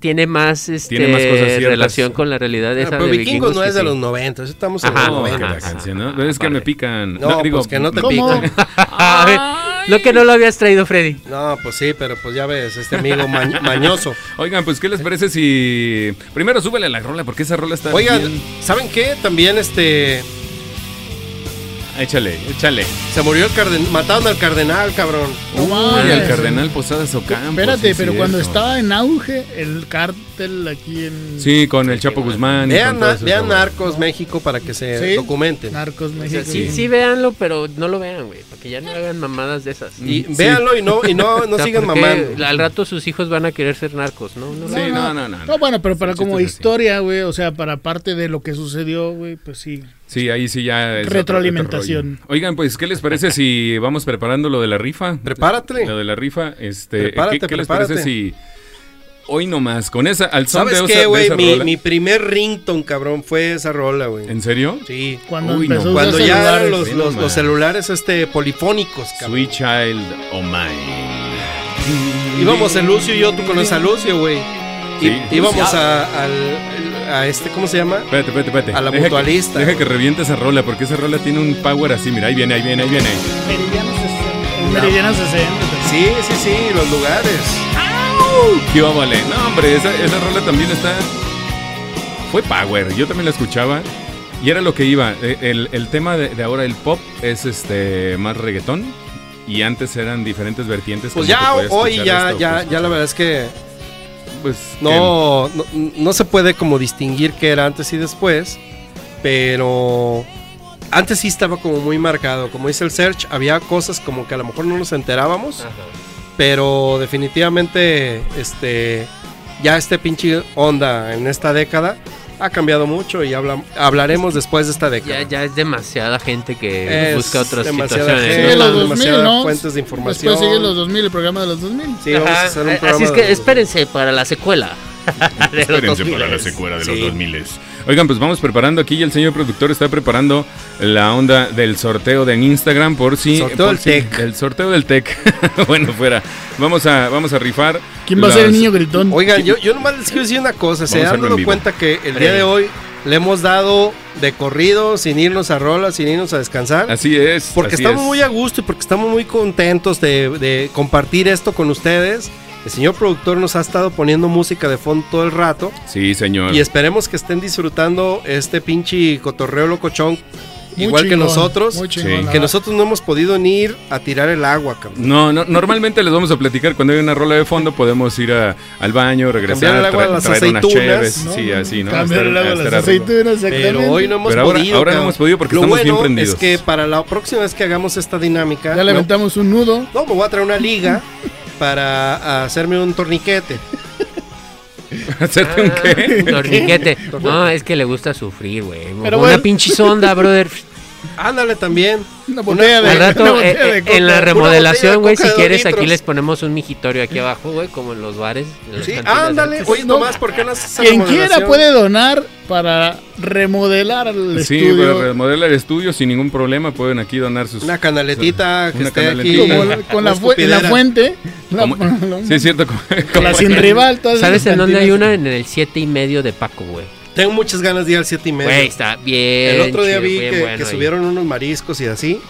[SPEAKER 3] Tiene más, este,
[SPEAKER 1] Tiene más cosas ciertas.
[SPEAKER 3] relación con la realidad
[SPEAKER 2] Ah,
[SPEAKER 3] esa
[SPEAKER 2] pero
[SPEAKER 3] de
[SPEAKER 2] Vikingos no
[SPEAKER 3] que
[SPEAKER 2] es de
[SPEAKER 3] sí.
[SPEAKER 2] los 90, estamos en
[SPEAKER 3] Ajá,
[SPEAKER 2] los
[SPEAKER 1] No, que
[SPEAKER 2] 90.
[SPEAKER 1] la
[SPEAKER 3] ajá,
[SPEAKER 1] canción,
[SPEAKER 3] ajá,
[SPEAKER 1] ¿no? Es que
[SPEAKER 3] vale.
[SPEAKER 1] me pican.
[SPEAKER 2] No, pues que no te
[SPEAKER 1] me-
[SPEAKER 4] ¿Cómo?
[SPEAKER 3] A ver, lo que no lo habías traído, Freddy.
[SPEAKER 2] No, pues sí, pero pues ya ves, este amigo ma- mañoso.
[SPEAKER 1] Oigan, pues ¿qué les parece si primero súbele la rola porque esa rola está
[SPEAKER 2] Oigan,
[SPEAKER 1] bien-
[SPEAKER 2] ¿saben qué? También este
[SPEAKER 1] Ah, échale, échale.
[SPEAKER 2] se murió el cardenal, mataron al cardenal, cabrón.
[SPEAKER 4] No
[SPEAKER 1] Ay,
[SPEAKER 4] mames.
[SPEAKER 1] al cardenal Posadas Ocampo.
[SPEAKER 4] Espérate,
[SPEAKER 1] sí,
[SPEAKER 4] pero
[SPEAKER 1] cierto.
[SPEAKER 4] cuando estaba en auge el cártel aquí en
[SPEAKER 1] Sí, con el Chapo Guzmán. y
[SPEAKER 2] Vean,
[SPEAKER 1] con todos
[SPEAKER 2] na-
[SPEAKER 1] esos
[SPEAKER 2] vean
[SPEAKER 1] cabrones.
[SPEAKER 2] Narcos México para que se
[SPEAKER 4] Sí.
[SPEAKER 2] documenten.
[SPEAKER 4] Narcos
[SPEAKER 3] O
[SPEAKER 4] México.
[SPEAKER 3] sea, sí, sí, véanlo, pero no lo vean, güey, porque ya no hagan mamadas de esas.
[SPEAKER 2] Y
[SPEAKER 1] Sí.
[SPEAKER 2] véanlo y no, y no, no
[SPEAKER 3] O sea,
[SPEAKER 2] sigan
[SPEAKER 3] porque
[SPEAKER 2] mamando.
[SPEAKER 3] Al rato sus hijos van a querer ser narcos, ¿no? No, no.
[SPEAKER 1] Sí, no, no, no.
[SPEAKER 4] No, bueno, pues, pero para
[SPEAKER 1] Sí,
[SPEAKER 4] como
[SPEAKER 1] chistes así.
[SPEAKER 4] historia, güey, o sea, para parte de lo que sucedió, güey, pues sí.
[SPEAKER 1] Sí, ahí sí ya. es otro-
[SPEAKER 4] Retroalimentación.
[SPEAKER 1] otro rollo. Oigan, pues, ¿qué les parece si vamos preparando lo de la rifa?
[SPEAKER 2] Prepárate.
[SPEAKER 1] Lo de la rifa, este.
[SPEAKER 2] Prepárate,
[SPEAKER 1] ¿qué, qué les
[SPEAKER 2] prepárate.
[SPEAKER 1] parece si hoy nomás, con esa, al son
[SPEAKER 2] ¿Sabes
[SPEAKER 1] de esa-
[SPEAKER 2] qué,
[SPEAKER 1] de
[SPEAKER 2] güey?
[SPEAKER 1] esa
[SPEAKER 2] Mi,
[SPEAKER 1] rola-
[SPEAKER 2] mi primer rington, cabrón, fue esa rola, güey.
[SPEAKER 1] ¿En serio?
[SPEAKER 2] Sí.
[SPEAKER 4] Cuando
[SPEAKER 1] Uy,
[SPEAKER 4] empezó
[SPEAKER 1] no.
[SPEAKER 4] a usar
[SPEAKER 2] Cuando ya eran
[SPEAKER 4] celulares.
[SPEAKER 2] los,
[SPEAKER 1] Sí,
[SPEAKER 2] los,
[SPEAKER 1] no, man.
[SPEAKER 2] los celulares este polifónicos, cabrón.
[SPEAKER 1] Sweet Child O' Mine.
[SPEAKER 2] Íbamos el Lucio y yo, tú conoces a Lucio, güey. Y-
[SPEAKER 1] Sí.
[SPEAKER 2] Íbamos a, al- a este, ¿cómo se llama?
[SPEAKER 1] Espérate, espérate, espérate.
[SPEAKER 2] A la
[SPEAKER 1] Deja que-
[SPEAKER 2] mutualista,
[SPEAKER 1] Deja
[SPEAKER 2] güey.
[SPEAKER 1] que reviente esa rola, porque esa rola tiene un power así. Mira, ahí viene, ahí viene, ahí viene.
[SPEAKER 4] Meridiano 60. el Meridiano pues, 60.
[SPEAKER 2] Sí, sí, sí, los lugares.
[SPEAKER 1] Ah, ¿Qué óvale? No, hombre, esa, esa rola también está. Fue Power, yo también la escuchaba. Y era lo que iba. eh, El, el tema de, de ahora, el pop, es este más reggaetón. Y antes eran diferentes vertientes. como
[SPEAKER 2] Pues
[SPEAKER 1] que
[SPEAKER 2] ya
[SPEAKER 1] podías
[SPEAKER 2] hoy
[SPEAKER 1] escuchar
[SPEAKER 2] ya,
[SPEAKER 1] esto,
[SPEAKER 2] ya,
[SPEAKER 1] pues,
[SPEAKER 2] ya la verdad es que
[SPEAKER 1] Pues, ¿qué?
[SPEAKER 2] no, no, no se puede como distinguir qué era antes y después, pero antes sí estaba como muy marcado, como dice el search, había cosas como que a lo mejor no nos enterábamos,
[SPEAKER 3] Ah.
[SPEAKER 2] pero definitivamente este ya este pinche onda en esta década ha cambiado mucho y habla- hablaremos después de esta década.
[SPEAKER 3] Ya, ya es demasiada gente que
[SPEAKER 2] Es
[SPEAKER 3] busca otras
[SPEAKER 2] demasiada
[SPEAKER 3] situaciones.
[SPEAKER 2] gente.
[SPEAKER 3] ¿no?
[SPEAKER 4] Sigue los
[SPEAKER 2] Demasiadas
[SPEAKER 4] 2000, ¿no?
[SPEAKER 2] fuentes de información.
[SPEAKER 4] Después sigue los 2000, el programa de los 2000.
[SPEAKER 2] Sí, vamos a
[SPEAKER 3] Ajá,
[SPEAKER 2] hacer un
[SPEAKER 3] eh, Así
[SPEAKER 2] programa
[SPEAKER 3] es que
[SPEAKER 2] de-
[SPEAKER 3] espérense para la secuela. de los
[SPEAKER 1] Espérense
[SPEAKER 3] 2000.
[SPEAKER 1] para la secuela de los
[SPEAKER 2] Sí.
[SPEAKER 1] 2000. Oigan, pues vamos preparando aquí y el señor productor está preparando la onda del sorteo de en Instagram por si...
[SPEAKER 2] Sorteo
[SPEAKER 1] por
[SPEAKER 2] del
[SPEAKER 1] si-
[SPEAKER 2] Tec.
[SPEAKER 1] El sorteo del TEC. bueno, fuera. Vamos a, vamos a rifar.
[SPEAKER 4] ¿Quién va a ser el
[SPEAKER 1] las-
[SPEAKER 4] niño gritón?
[SPEAKER 2] Oigan, yo, yo nomás les quiero decir una cosa. Se
[SPEAKER 1] Vamos a
[SPEAKER 2] han
[SPEAKER 1] verlo en
[SPEAKER 2] dado
[SPEAKER 1] vivo.
[SPEAKER 2] cuenta que el día de hoy le hemos dado de corrido, sin irnos a rola, sin irnos a descansar.
[SPEAKER 1] Así es.
[SPEAKER 2] porque
[SPEAKER 1] así
[SPEAKER 2] estamos
[SPEAKER 1] es.
[SPEAKER 2] muy a gusto y porque estamos muy contentos de, de compartir esto con ustedes. El señor productor nos ha estado poniendo música de fondo todo el rato.
[SPEAKER 1] Sí, señor.
[SPEAKER 2] Y esperemos que estén disfrutando este pinche cotorreo locochón,
[SPEAKER 4] Muy
[SPEAKER 2] igual que
[SPEAKER 4] chingón,
[SPEAKER 2] nosotros.
[SPEAKER 4] muy chingón,
[SPEAKER 1] Sí.
[SPEAKER 4] la
[SPEAKER 2] Que
[SPEAKER 4] verdad.
[SPEAKER 2] nosotros no hemos podido ni ir a tirar el agua, cabrón.
[SPEAKER 1] No, no, normalmente les vamos a platicar cuando hay una rola de fondo, podemos ir a- al baño, regresar,
[SPEAKER 2] Cambiar el agua a
[SPEAKER 1] tra-
[SPEAKER 2] las
[SPEAKER 1] traer unas
[SPEAKER 2] aceitunas,
[SPEAKER 1] cheves,
[SPEAKER 4] No,
[SPEAKER 1] sí,
[SPEAKER 4] no,
[SPEAKER 1] así, ¿no?
[SPEAKER 4] Cambiar
[SPEAKER 1] Estar-
[SPEAKER 4] el agua a las
[SPEAKER 1] estar arriba.
[SPEAKER 4] aceitunas,
[SPEAKER 2] Pero
[SPEAKER 4] exactamente.
[SPEAKER 2] hoy no hemos
[SPEAKER 1] Pero ahora-
[SPEAKER 2] podido.
[SPEAKER 1] ahora no
[SPEAKER 2] cabrón.
[SPEAKER 1] hemos podido porque
[SPEAKER 2] Lo
[SPEAKER 1] estamos bien
[SPEAKER 2] bueno
[SPEAKER 1] prendidos.
[SPEAKER 2] Es que para la próxima vez que hagamos esta dinámica.
[SPEAKER 4] Ya le
[SPEAKER 2] me-
[SPEAKER 4] aventamos un nudo.
[SPEAKER 2] No, me voy a traer una liga para hacerme un torniquete.
[SPEAKER 1] ¿Hacerte un qué?
[SPEAKER 3] Ah, Torniquete. No, es que le gusta sufrir, güey. Una
[SPEAKER 4] bueno.
[SPEAKER 3] pinche sonda, brother.
[SPEAKER 2] Ándale también.
[SPEAKER 4] Una botella
[SPEAKER 2] Una-
[SPEAKER 4] de-
[SPEAKER 3] Al
[SPEAKER 4] una
[SPEAKER 3] rato, eh,
[SPEAKER 4] botella de
[SPEAKER 3] eh,
[SPEAKER 4] coca.
[SPEAKER 3] en la
[SPEAKER 2] Una botella de
[SPEAKER 3] remodelación, güey,
[SPEAKER 2] coca
[SPEAKER 3] si
[SPEAKER 2] de dos
[SPEAKER 3] quieres, aquí
[SPEAKER 2] litros.
[SPEAKER 3] les ponemos un migitorio aquí abajo, güey, como en los bares. en las
[SPEAKER 2] Sí,
[SPEAKER 3] cantinas.
[SPEAKER 2] ándale. Oye,
[SPEAKER 4] Pues No.
[SPEAKER 2] nomás, ¿por qué no haces esa
[SPEAKER 4] Quien quiera
[SPEAKER 2] remodelación?
[SPEAKER 4] puede donar para remodelar el
[SPEAKER 1] Sí, para
[SPEAKER 4] estudio.
[SPEAKER 1] remodelar el estudio sin ningún problema, pueden aquí donar sus...
[SPEAKER 2] Una canaletita que
[SPEAKER 1] Una
[SPEAKER 2] esté
[SPEAKER 1] canaletita.
[SPEAKER 4] Como
[SPEAKER 2] aquí.
[SPEAKER 4] la- con la,
[SPEAKER 2] Una
[SPEAKER 4] fu- la
[SPEAKER 2] escupidera.
[SPEAKER 4] fuente. La,
[SPEAKER 1] Como-
[SPEAKER 4] la-
[SPEAKER 1] Sí, es cierto. como-
[SPEAKER 4] con la sin rival. todas
[SPEAKER 3] ¿Sabes
[SPEAKER 4] esas
[SPEAKER 3] en dónde hay
[SPEAKER 4] cantinas.
[SPEAKER 3] una? En el siete y medio de Paco, güey.
[SPEAKER 2] Tengo muchas ganas de ir al 7 y medio.
[SPEAKER 3] Güey, está bien.
[SPEAKER 2] El otro día
[SPEAKER 3] chido,
[SPEAKER 2] vi
[SPEAKER 3] bien
[SPEAKER 2] que,
[SPEAKER 3] bueno
[SPEAKER 2] que
[SPEAKER 3] ahí.
[SPEAKER 2] subieron unos mariscos y así.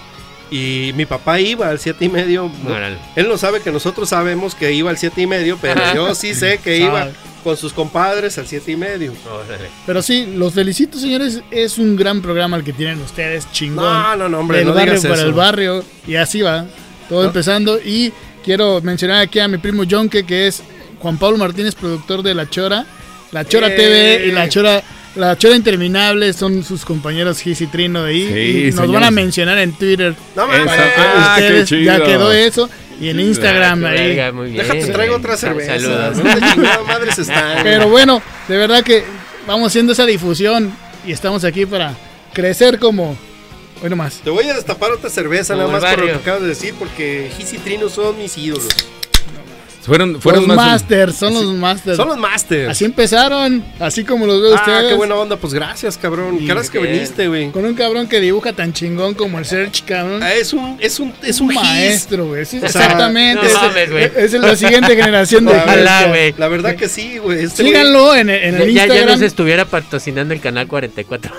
[SPEAKER 2] Y mi papá iba al siete y medio.
[SPEAKER 1] Ah,
[SPEAKER 3] Órale.
[SPEAKER 2] Él no sabe que nosotros sabemos que iba al siete y medio, pero
[SPEAKER 3] Ajá.
[SPEAKER 2] yo sí sé que
[SPEAKER 4] Sabe.
[SPEAKER 2] iba con sus compadres al siete y medio.
[SPEAKER 3] Órale.
[SPEAKER 4] Pero sí, los felicito, señores. Es un gran programa el que tienen ustedes, chingón.
[SPEAKER 2] No, no, no, hombre,
[SPEAKER 4] el
[SPEAKER 2] no
[SPEAKER 4] barrio
[SPEAKER 2] digas
[SPEAKER 4] para
[SPEAKER 2] eso.
[SPEAKER 4] el barrio. Y así va. Todo empezando. Y quiero mencionar aquí a mi primo Jonke, que es Juan Pablo Martínez, productor de La Chora. La Chora
[SPEAKER 2] ¡Eh!
[SPEAKER 4] TV y La Chora. La Chora Interminable son sus compañeros Gis y Trino de ahí.
[SPEAKER 1] Sí,
[SPEAKER 4] y nos
[SPEAKER 1] señores.
[SPEAKER 4] van a mencionar en Twitter.
[SPEAKER 2] No mames. este,
[SPEAKER 1] Esa- Ah,
[SPEAKER 4] a ustedes,
[SPEAKER 1] qué
[SPEAKER 4] ya
[SPEAKER 1] chido.
[SPEAKER 4] quedó eso. Y en
[SPEAKER 1] Chido.
[SPEAKER 4] Instagram
[SPEAKER 3] Ah, qué
[SPEAKER 4] ahí.
[SPEAKER 3] verga, muy bien.
[SPEAKER 2] Déjate, traigo otra
[SPEAKER 3] Sal-
[SPEAKER 2] cerveza.
[SPEAKER 3] Saludos.
[SPEAKER 2] ¿Dónde chingada madre se están?
[SPEAKER 4] Pero bueno, de verdad que vamos haciendo esa difusión y estamos aquí para crecer como. Hoy nomás.
[SPEAKER 2] Te voy a destapar otra cerveza
[SPEAKER 3] Como
[SPEAKER 2] nada más
[SPEAKER 3] el
[SPEAKER 2] por lo que
[SPEAKER 3] barrio.
[SPEAKER 2] acabas de decir, porque Gis y Trino son mis ídolos.
[SPEAKER 1] Fueron, fueron
[SPEAKER 4] los
[SPEAKER 1] más.
[SPEAKER 4] masters, son los masters.
[SPEAKER 2] Son los Masters.
[SPEAKER 4] Así empezaron, así como los veo
[SPEAKER 2] ah,
[SPEAKER 4] ustedes.
[SPEAKER 2] qué buena onda, pues gracias, cabrón.
[SPEAKER 4] Y-
[SPEAKER 2] Caras que
[SPEAKER 3] Bien.
[SPEAKER 2] viniste, güey.
[SPEAKER 4] Con un cabrón que dibuja tan chingón como el Search, cabrón.
[SPEAKER 2] Ah, es un, es un, es un Gis.
[SPEAKER 4] maestro, güey. Sí,
[SPEAKER 2] sea,
[SPEAKER 4] exactamente.
[SPEAKER 3] no
[SPEAKER 4] es,
[SPEAKER 3] mames, güey.
[SPEAKER 4] es la siguiente generación de.
[SPEAKER 3] Ojalá,
[SPEAKER 4] gente.
[SPEAKER 3] güey.
[SPEAKER 2] La verdad que sí, güey. Este güey-
[SPEAKER 4] Síganlo en, el- en el
[SPEAKER 3] Ya, ya
[SPEAKER 4] Instagram.
[SPEAKER 3] nos estuviera patrocinando el canal 44.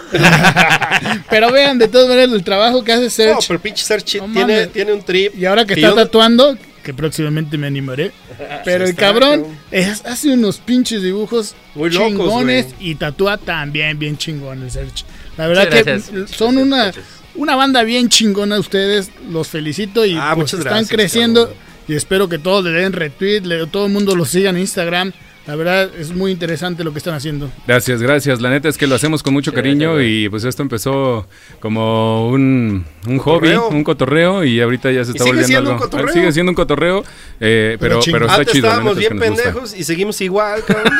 [SPEAKER 4] Pero vean, de todas maneras, el trabajo que hace
[SPEAKER 2] No,
[SPEAKER 4] Search.
[SPEAKER 2] pero pinche Serchi
[SPEAKER 4] No
[SPEAKER 2] tiene,
[SPEAKER 4] mames.
[SPEAKER 2] tiene un trip.
[SPEAKER 4] Y ahora que
[SPEAKER 2] Que
[SPEAKER 4] está
[SPEAKER 2] yo-
[SPEAKER 4] tatuando, que próximamente me animaré. Pero el
[SPEAKER 2] está,
[SPEAKER 4] cabrón
[SPEAKER 2] cabrón.
[SPEAKER 4] es- hace unos pinches dibujos
[SPEAKER 2] Muy locos,
[SPEAKER 4] chingones
[SPEAKER 2] güey.
[SPEAKER 4] y tatúa también bien chingón el Serge. La verdad
[SPEAKER 3] Muchas
[SPEAKER 4] que
[SPEAKER 3] gracias.
[SPEAKER 4] l- son una, una banda bien chingona ustedes. Los felicito y
[SPEAKER 2] Ah,
[SPEAKER 4] pues,
[SPEAKER 2] muchas
[SPEAKER 4] están
[SPEAKER 2] gracias,
[SPEAKER 4] creciendo.
[SPEAKER 2] cabrón.
[SPEAKER 4] Y espero que todos le den retweet, le- todo el mundo los siga en Instagram. La verdad es muy interesante lo que están haciendo.
[SPEAKER 1] Gracias, gracias. La neta es que lo hacemos con mucho
[SPEAKER 3] Sí,
[SPEAKER 1] cariño
[SPEAKER 3] gracias,
[SPEAKER 1] y pues esto empezó como un, un hobby,
[SPEAKER 2] Cotorreo.
[SPEAKER 1] un cotorreo y ahorita ya se está
[SPEAKER 2] sigue
[SPEAKER 1] volviendo algo.
[SPEAKER 2] siendo
[SPEAKER 1] Ah,
[SPEAKER 2] un cotorreo.
[SPEAKER 1] Sigue siendo un cotorreo, eh,
[SPEAKER 4] Pero
[SPEAKER 1] pero,
[SPEAKER 4] chingón.
[SPEAKER 1] pero está
[SPEAKER 2] Antes
[SPEAKER 1] chido. la neta
[SPEAKER 2] Ah, estábamos
[SPEAKER 1] es que
[SPEAKER 2] bien
[SPEAKER 1] nos gusta.
[SPEAKER 2] pendejos y seguimos igual, cabrón.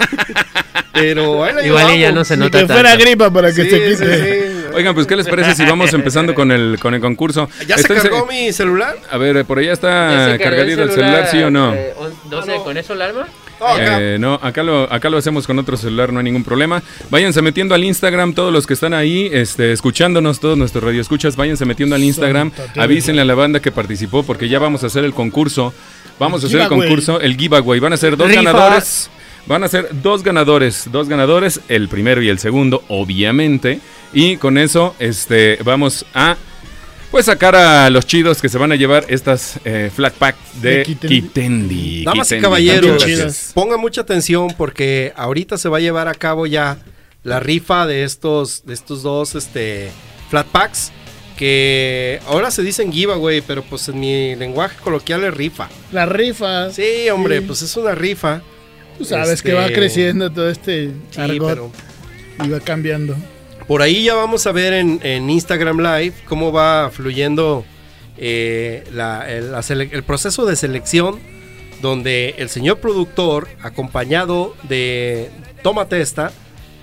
[SPEAKER 2] pero ahí la
[SPEAKER 3] Igual y ya
[SPEAKER 2] llevamos.
[SPEAKER 3] no se
[SPEAKER 4] Ni
[SPEAKER 3] nota
[SPEAKER 4] que fuera
[SPEAKER 3] tanto.
[SPEAKER 4] gripa para que
[SPEAKER 2] Sí,
[SPEAKER 4] se
[SPEAKER 2] sí,
[SPEAKER 4] quite.
[SPEAKER 2] sí.
[SPEAKER 1] Oigan, pues ¿qué les parece si vamos empezando con el, con el concurso?
[SPEAKER 2] ¿Ya
[SPEAKER 1] Estén-
[SPEAKER 2] se cargó mi celular?
[SPEAKER 1] A ver, eh, por allá está cargadito el celular, ¿sí o no?
[SPEAKER 3] eh, on- 12,
[SPEAKER 2] Ah, no.
[SPEAKER 3] ¿con eso el alma?
[SPEAKER 2] No,
[SPEAKER 4] Oh,
[SPEAKER 2] acá.
[SPEAKER 1] Eh, no, acá lo, acá lo hacemos con otro celular, no hay ningún problema. Váyanse metiendo al Instagram, todos los que están ahí, este, escuchándonos, todos nuestros radioescuchas, váyanse metiendo al Instagram,
[SPEAKER 4] Santa Teresa.
[SPEAKER 1] avísenle a la banda que participó, porque ya vamos a hacer el concurso. Vamos a
[SPEAKER 4] El
[SPEAKER 1] hacer el
[SPEAKER 4] giveaway.
[SPEAKER 1] concurso, el giveaway. Van a ser dos
[SPEAKER 3] Rifa.
[SPEAKER 1] ganadores. Van a ser dos ganadores, dos ganadores, el primero y el segundo, obviamente. Y con eso, este, vamos a pues sacar a los chidos que se van a llevar estas eh, flat pack de,
[SPEAKER 4] De Kitendi.
[SPEAKER 1] Kitendi.
[SPEAKER 2] Damas y
[SPEAKER 1] Kitendi.
[SPEAKER 2] caballeros,
[SPEAKER 1] Muchas
[SPEAKER 4] chidas.
[SPEAKER 1] gracias.
[SPEAKER 2] pongan mucha atención porque ahorita se va a llevar a cabo ya la rifa de estos, de estos dos este, flat packs que ahora se dicen giveaway, pero pues en mi lenguaje coloquial es rifa.
[SPEAKER 4] Las rifas.
[SPEAKER 2] Sí, hombre,
[SPEAKER 4] Sí.
[SPEAKER 2] pues es una rifa.
[SPEAKER 4] Tú sabes que
[SPEAKER 2] Este-
[SPEAKER 4] va creciendo todo este
[SPEAKER 2] Sí,
[SPEAKER 4] argot
[SPEAKER 2] pero
[SPEAKER 4] y va cambiando.
[SPEAKER 2] por ahí ya vamos a ver en, en Instagram Live cómo va fluyendo eh, la- el, la sele- el proceso de selección donde el señor productor, acompañado de Toma Testa,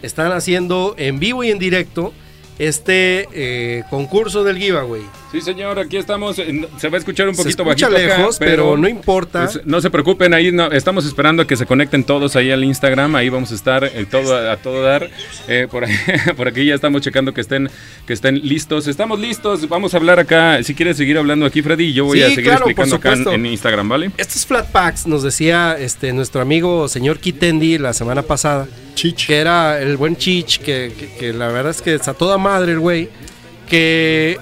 [SPEAKER 2] están haciendo en vivo y en directo este eh, concurso del giveaway.
[SPEAKER 1] Sí, señor, aquí estamos. eh, Se va a escuchar un
[SPEAKER 2] Se
[SPEAKER 1] poquito
[SPEAKER 2] escucha
[SPEAKER 1] bajito acá,
[SPEAKER 2] lejos, pero, no importa.
[SPEAKER 1] pues, no se preocupen, ahí no- estamos esperando a que se conecten todos ahí al Instagram, ahí vamos a estar eh, todo a, a todo dar. Eh, por, ahí- por aquí ya estamos checando que estén, que estén listos. Estamos listos, vamos a hablar acá. Si quieres seguir hablando aquí, Freddy, yo voy
[SPEAKER 2] Sí,
[SPEAKER 1] a seguir
[SPEAKER 2] claro, por
[SPEAKER 1] explicando acá en,
[SPEAKER 2] supuesto.
[SPEAKER 1] en Instagram, ¿vale?
[SPEAKER 2] Estos flat packs nos decía este nuestro amigo señor Kitendi la semana pasada.
[SPEAKER 4] Chich.
[SPEAKER 2] que era el buen Chich, que, que- que la verdad es que está toda madre el güey, que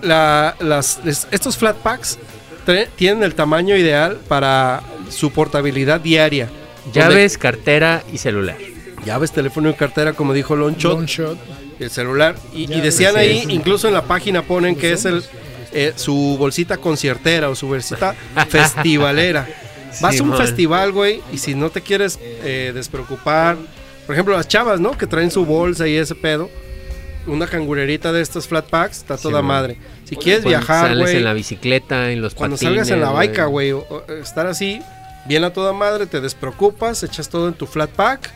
[SPEAKER 2] la- las, es- estos flat packs tre- tienen el tamaño ideal para su portabilidad diaria. Donde-
[SPEAKER 3] Llaves, cartera y celular.
[SPEAKER 2] Llaves, teléfono y cartera, como dijo Loncho,
[SPEAKER 4] Long shot.
[SPEAKER 2] el celular. Y, y
[SPEAKER 4] Llaves,
[SPEAKER 2] decían ahí,
[SPEAKER 4] sí.
[SPEAKER 2] incluso en la página ponen que es el eh, su bolsita conciertera o su bolsita festivalera. Vas a un
[SPEAKER 3] Simón.
[SPEAKER 2] festival, güey, y si no te quieres eh, despreocupar, por ejemplo, las chavas, ¿no? Que traen su bolsa y ese pedo. Una cangurerita de estas flat packs está toda
[SPEAKER 3] Simón.
[SPEAKER 2] madre. Si quieres
[SPEAKER 3] Cuando
[SPEAKER 2] viajar,
[SPEAKER 3] Sales en la
[SPEAKER 2] güey,
[SPEAKER 3] bicicleta, en los
[SPEAKER 2] cuando
[SPEAKER 3] patines.
[SPEAKER 2] salgas en la baica, güey, o- o estar así, bien a toda madre, te despreocupas, echas todo en tu flat pack.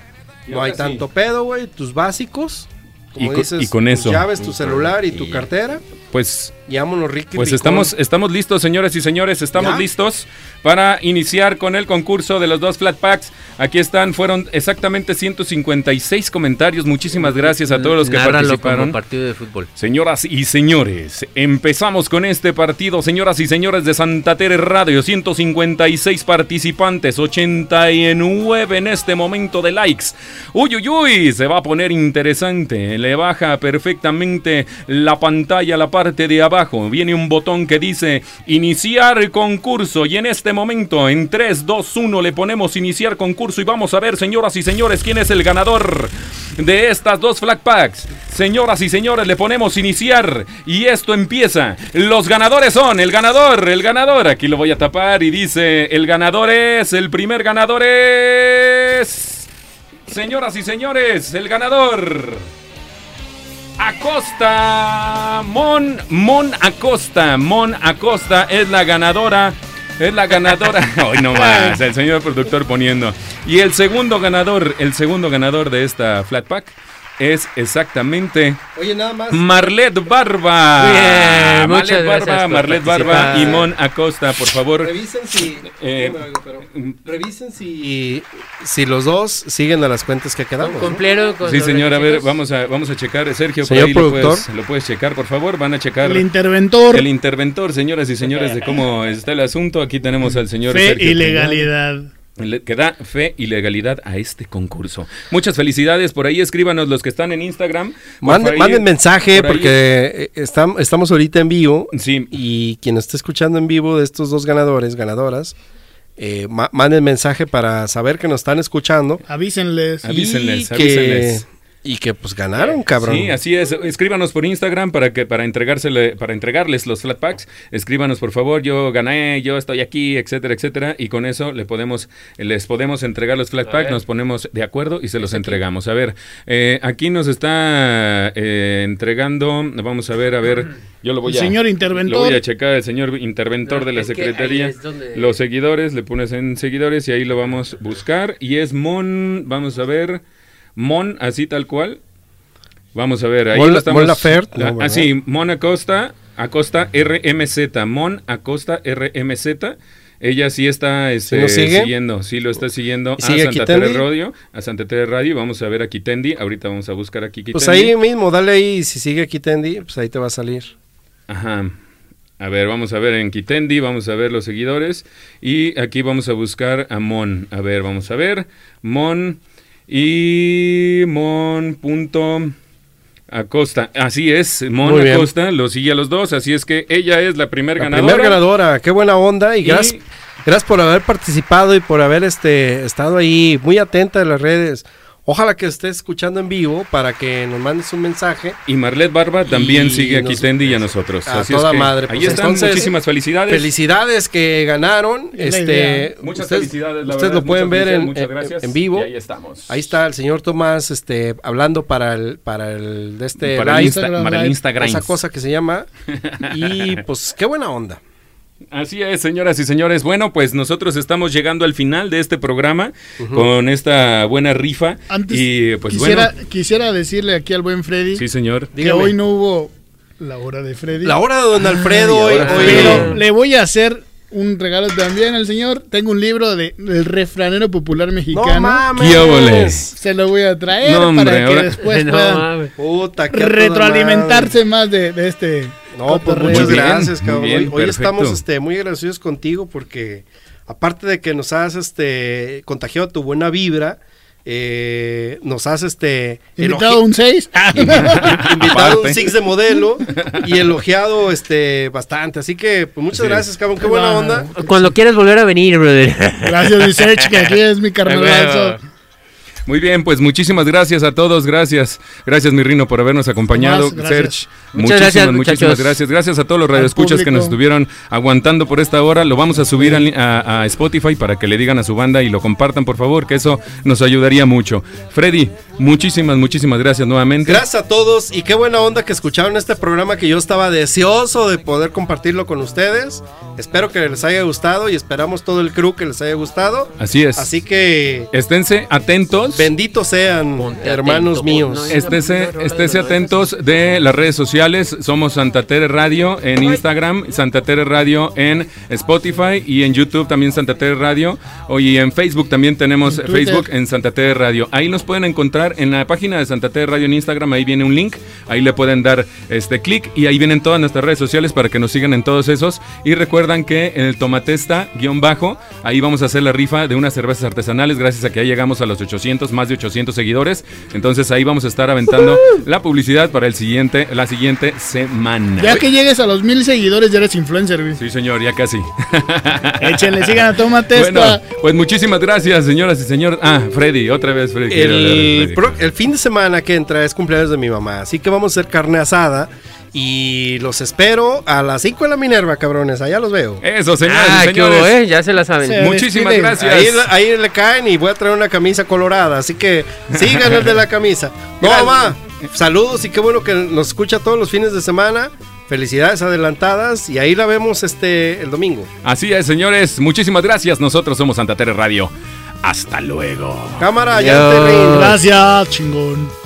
[SPEAKER 1] Y
[SPEAKER 2] No
[SPEAKER 1] ahora
[SPEAKER 2] hay
[SPEAKER 1] sí.
[SPEAKER 2] tanto pedo, güey, tus básicos.
[SPEAKER 1] Y
[SPEAKER 2] Como
[SPEAKER 1] co-
[SPEAKER 2] dices,
[SPEAKER 1] y con
[SPEAKER 2] tus
[SPEAKER 1] eso.
[SPEAKER 2] llaves, tu celular y tu
[SPEAKER 3] Y-
[SPEAKER 2] cartera.
[SPEAKER 1] Pues
[SPEAKER 2] Y vámonos, Ricky.
[SPEAKER 1] Pues
[SPEAKER 2] Ricón.
[SPEAKER 1] estamos, estamos listos, señoras y señores, estamos
[SPEAKER 2] ¿Ya?
[SPEAKER 1] listos para iniciar con el concurso de los dos flat packs. Aquí están, fueron exactamente 156 comentarios. Muchísimas gracias a todos los que
[SPEAKER 3] Mm, Nárralo
[SPEAKER 1] participaron.
[SPEAKER 3] como partido de fútbol.
[SPEAKER 1] Señoras y señores, empezamos con este partido, señoras y señores de Santa Tere Radio, 156 participantes, 89 en este momento de likes. Uy, uy, uy, se va a poner interesante le baja perfectamente la pantalla a la parte de abajo. Viene un botón que dice iniciar concurso y en este momento en 3, 2, 1 le ponemos iniciar concurso y vamos a ver señoras y señores quién es el ganador de estas dos flag packs. Señoras y señores le ponemos iniciar y esto empieza. Los ganadores son el ganador, el ganador. Aquí lo voy a tapar y dice el ganador es, el primer ganador es... Señoras y señores, el ganador. Acosta. Mon, Mon Acosta. Mon Acosta es la ganadora. Es la ganadora. Hoy no más. El señor productor poniendo. Y el segundo ganador, el segundo ganador de esta flat pack es exactamente
[SPEAKER 2] Oye, nada más.
[SPEAKER 1] mm. Marlet Barba.
[SPEAKER 3] Bien, muchas
[SPEAKER 1] Marlet
[SPEAKER 3] gracias
[SPEAKER 1] Barba,
[SPEAKER 3] por
[SPEAKER 1] Marlet Barba
[SPEAKER 3] participar.
[SPEAKER 1] y Mon Acosta, por favor.
[SPEAKER 2] Revisen si.
[SPEAKER 1] Eh,
[SPEAKER 2] no me oigo, pero revisen si. Si los dos siguen a las cuentas que quedamos. ¿no?
[SPEAKER 3] Cumplieron con
[SPEAKER 1] Sí,
[SPEAKER 3] los
[SPEAKER 1] señor, a ver,
[SPEAKER 3] requisitos.
[SPEAKER 1] vamos a, vamos a checar. Sergio, por
[SPEAKER 2] Señor
[SPEAKER 1] ahí lo
[SPEAKER 2] productor.
[SPEAKER 1] puedes, lo puedes checar, por favor. Van a checar.
[SPEAKER 4] El interventor.
[SPEAKER 1] El interventor, señoras y señores, de cómo está el asunto. Aquí tenemos al señor
[SPEAKER 4] Fe
[SPEAKER 1] Sergio
[SPEAKER 4] y legalidad.
[SPEAKER 1] Piñón, le- Que da fe y legalidad a este concurso. Muchas felicidades. Por ahí escríbanos los que están en Instagram. Por
[SPEAKER 2] Manden,
[SPEAKER 1] ahí-
[SPEAKER 2] manden mensaje
[SPEAKER 1] por ahí-
[SPEAKER 2] porque eh, estam- estamos ahorita en vivo
[SPEAKER 1] Sí.
[SPEAKER 2] y quien esté escuchando en vivo de estos dos ganadores, ganadoras, eh, ma- manden mensaje para saber que nos están escuchando
[SPEAKER 4] Avísenles.
[SPEAKER 1] Ah, Avísenles,
[SPEAKER 2] y que,
[SPEAKER 1] avísenles.
[SPEAKER 2] y que pues ganaron, cabrón.
[SPEAKER 1] Sí, así es. Escríbanos por Instagram para que para entregársele, para entregarles los flat packs. Escríbanos por favor, yo gané, yo estoy aquí, etcétera, etcétera. Y con eso le podemos, les podemos entregar los flat packs, nos ponemos de acuerdo y se los entregamos. A ver, eh, aquí nos está eh, entregando, vamos a ver, a ver, yo lo voy
[SPEAKER 4] El
[SPEAKER 1] a.
[SPEAKER 4] señor interventor.
[SPEAKER 1] Lo voy a checar, el señor interventor
[SPEAKER 3] No,
[SPEAKER 1] de la
[SPEAKER 3] es que ahí
[SPEAKER 1] secretaría.
[SPEAKER 3] es donde-
[SPEAKER 1] Los seguidores, le pones en seguidores y ahí lo vamos a buscar. Y es Mon, vamos a ver, Mon, así tal cual. Vamos a ver, ahí
[SPEAKER 2] Mon-
[SPEAKER 1] lo estamos.
[SPEAKER 2] Mon Laferte, no,
[SPEAKER 1] Ah,
[SPEAKER 2] ¿verdad?
[SPEAKER 1] sí, Mon Acosta, Acosta RMZ, Mon Acosta RMZ. Ella sí está este,
[SPEAKER 2] ¿Sí nos sigue?
[SPEAKER 1] siguiendo, sí lo está siguiendo
[SPEAKER 2] ¿Y sigue
[SPEAKER 1] a Santa Tere
[SPEAKER 2] Kitendi?
[SPEAKER 1] Radio, a Santa Tere Radio, vamos a ver a Kitendi, ahorita vamos a buscar a Kitendi.
[SPEAKER 2] Pues ahí mismo, dale ahí, si sigue aquí Tendi, pues ahí te va a salir.
[SPEAKER 1] Ajá. A ver, vamos a ver en Kitendi, vamos a ver los seguidores. Y aquí vamos a buscar a Mon. A ver, vamos a ver. Mon y Mon. punto Acosta. Así es, Mon
[SPEAKER 2] Muy bien.
[SPEAKER 1] Acosta lo sigue a los dos. Así es que ella es la primer
[SPEAKER 2] La
[SPEAKER 1] ganadora.
[SPEAKER 2] primera ganadora, qué buena onda y,
[SPEAKER 1] Y-
[SPEAKER 2] gracias, gracias por haber participado y por haber este, estado ahí muy atenta de las redes. Ojalá que estés escuchando en vivo para que nos mandes un mensaje.
[SPEAKER 1] Y Marlet Barba también
[SPEAKER 2] Y
[SPEAKER 1] sigue a
[SPEAKER 2] nos-
[SPEAKER 1] Kitendi y a nosotros.
[SPEAKER 2] A
[SPEAKER 1] Así es
[SPEAKER 2] toda
[SPEAKER 1] que
[SPEAKER 2] madre,
[SPEAKER 1] Ahí
[SPEAKER 2] pues,
[SPEAKER 1] están,
[SPEAKER 2] entonces,
[SPEAKER 1] muchísimas felicidades.
[SPEAKER 2] Felicidades que ganaron.
[SPEAKER 4] Es la
[SPEAKER 2] Este,
[SPEAKER 4] idea.
[SPEAKER 1] Muchas
[SPEAKER 2] ustedes-
[SPEAKER 1] felicidades, la
[SPEAKER 2] Ustedes
[SPEAKER 1] verdad,
[SPEAKER 2] lo pueden
[SPEAKER 1] muchas
[SPEAKER 2] ver en,
[SPEAKER 1] felicidades,
[SPEAKER 2] en-
[SPEAKER 1] muchas gracias.
[SPEAKER 2] en vivo.
[SPEAKER 1] Y ahí estamos.
[SPEAKER 2] Ahí está el señor Tomás este, hablando para el, para el de este
[SPEAKER 1] para, el
[SPEAKER 2] live,
[SPEAKER 1] Insta-
[SPEAKER 4] Instagram
[SPEAKER 1] para el
[SPEAKER 4] Live,
[SPEAKER 1] Instagram.
[SPEAKER 2] esa cosa que se llama. Y pues qué buena onda.
[SPEAKER 1] Así es, señoras y señores. Bueno, pues nosotros estamos llegando al final de este programa con esta buena rifa.
[SPEAKER 4] Antes
[SPEAKER 1] y pues
[SPEAKER 4] quisiera,
[SPEAKER 1] bueno.
[SPEAKER 4] quisiera decirle aquí al buen Freddy
[SPEAKER 1] Sí, señor.
[SPEAKER 4] que
[SPEAKER 2] dígame.
[SPEAKER 4] hoy no hubo la hora de Freddy.
[SPEAKER 2] La hora de don Alfredo hoy.
[SPEAKER 1] ahora
[SPEAKER 2] hoy-
[SPEAKER 1] sí.
[SPEAKER 4] Pero le voy a hacer un regalo también al señor. Tengo un libro de El refranero popular mexicano.
[SPEAKER 2] no mames.
[SPEAKER 1] ¿Qué óvole?
[SPEAKER 4] Se lo voy a traer
[SPEAKER 1] No, hombre,
[SPEAKER 4] para que
[SPEAKER 1] ahora-
[SPEAKER 2] Pues
[SPEAKER 4] después
[SPEAKER 3] No
[SPEAKER 4] puedan
[SPEAKER 3] mames.
[SPEAKER 2] Puta, qué a toda
[SPEAKER 4] retroalimentarse más de, de este.
[SPEAKER 2] madre. No, pues
[SPEAKER 4] cotorreo.
[SPEAKER 2] muchas
[SPEAKER 1] Muy bien,
[SPEAKER 2] gracias,
[SPEAKER 1] muy
[SPEAKER 2] cabrón.
[SPEAKER 1] bien,
[SPEAKER 2] hoy hoy
[SPEAKER 1] perfecto.
[SPEAKER 2] estamos este, muy agradecidos contigo porque aparte de que nos has este, contagiado tu buena vibra, eh, nos has este,
[SPEAKER 4] Invitado
[SPEAKER 2] elogi-
[SPEAKER 4] un 6.
[SPEAKER 1] Ah.
[SPEAKER 2] Ah, invitado
[SPEAKER 1] Aparte.
[SPEAKER 2] un six de modelo y elogiado este bastante. Así que pues, muchas
[SPEAKER 1] Así es.
[SPEAKER 2] gracias, cabrón. Qué buena
[SPEAKER 4] No,
[SPEAKER 2] onda.
[SPEAKER 4] no,
[SPEAKER 3] Cuando quieras volver a venir, brother.
[SPEAKER 4] Gracias, mi Serge, que aquí es mi carnalazo.
[SPEAKER 1] Muy bien, pues muchísimas gracias a todos. Gracias. Gracias, mi Rino, por habernos acompañado.
[SPEAKER 4] Tomás, gracias.
[SPEAKER 1] Serge,
[SPEAKER 3] Muchas
[SPEAKER 1] muchísimas,
[SPEAKER 3] gracias,
[SPEAKER 1] muchísimas
[SPEAKER 3] muchachos.
[SPEAKER 1] gracias. Gracias a todos los radioescuchas que
[SPEAKER 4] público.
[SPEAKER 1] nos estuvieron aguantando por esta hora. Lo vamos a subir al- a, a Spotify para que le digan a su banda y lo compartan, por favor, que eso nos ayudaría mucho. Freddy, muchísimas, muchísimas gracias nuevamente.
[SPEAKER 2] Gracias a todos y qué buena onda que escucharon este programa que yo estaba deseoso de poder compartirlo con ustedes. Espero que les haya gustado y esperamos todo el crew que les haya gustado.
[SPEAKER 1] Así es.
[SPEAKER 2] Así que
[SPEAKER 1] Esténse atentos.
[SPEAKER 2] benditos sean
[SPEAKER 3] Ponte
[SPEAKER 2] hermanos
[SPEAKER 3] atento,
[SPEAKER 2] míos.
[SPEAKER 3] no,
[SPEAKER 1] Estése, estése atentos de las redes sociales. Somos Santa Tere Radio en Instagram, Santa Tere Radio en Spotify y en YouTube también Santa Tere Radio. O- Y en Facebook también tenemos
[SPEAKER 4] En Twitter.
[SPEAKER 1] Facebook en Santa Tere Radio. Ahí nos pueden encontrar en la página de Santa Tere Radio en Instagram. Ahí viene un link. Ahí le pueden dar este clic y ahí vienen todas nuestras redes sociales para que nos sigan en todos esos. Y recuerdan que en el Tomatesta, guión bajo, ahí vamos a hacer la rifa de unas cervezas artesanales, gracias a que ya llegamos a los 800, más de 800 seguidores. Entonces ahí vamos a estar aventando la publicidad para el siguiente, la siguiente semana.
[SPEAKER 4] Ya que llegues a los mil seguidores, ya eres influencer, güey.
[SPEAKER 1] Sí, señor, ya casi.
[SPEAKER 4] Échenle, sigan a Tomate
[SPEAKER 1] Bueno, pues muchísimas gracias, señoras y señores. Ah, Freddy, otra vez, Freddy. Quiero hablar de
[SPEAKER 2] El,
[SPEAKER 1] Freddy.
[SPEAKER 2] pro- el fin de semana que entra es cumpleaños de mi mamá, así que vamos a hacer carne asada y los espero a las 5 de la Minerva, cabrones, allá los veo.
[SPEAKER 1] Eso, señoras
[SPEAKER 3] Ah,
[SPEAKER 1] y
[SPEAKER 3] qué hubo,
[SPEAKER 1] señores.
[SPEAKER 3] eh, ya se la saben.
[SPEAKER 4] Sí.
[SPEAKER 1] Muchísimas
[SPEAKER 4] Despiden.
[SPEAKER 1] gracias.
[SPEAKER 2] Ahí, ahí le caen y voy a traer una camisa colorada, así que sigan el de la camisa. No,
[SPEAKER 1] Gracias.
[SPEAKER 2] va. Saludos y qué bueno que nos escucha todos los fines de semana. Felicidades adelantadas y ahí la vemos este el domingo.
[SPEAKER 1] Así es, señores. Muchísimas gracias. Nosotros somos Santa Tere Radio. Hasta luego.
[SPEAKER 2] Cámara,
[SPEAKER 3] Adiós.
[SPEAKER 2] ya te rindas.
[SPEAKER 4] Gracias, chingón.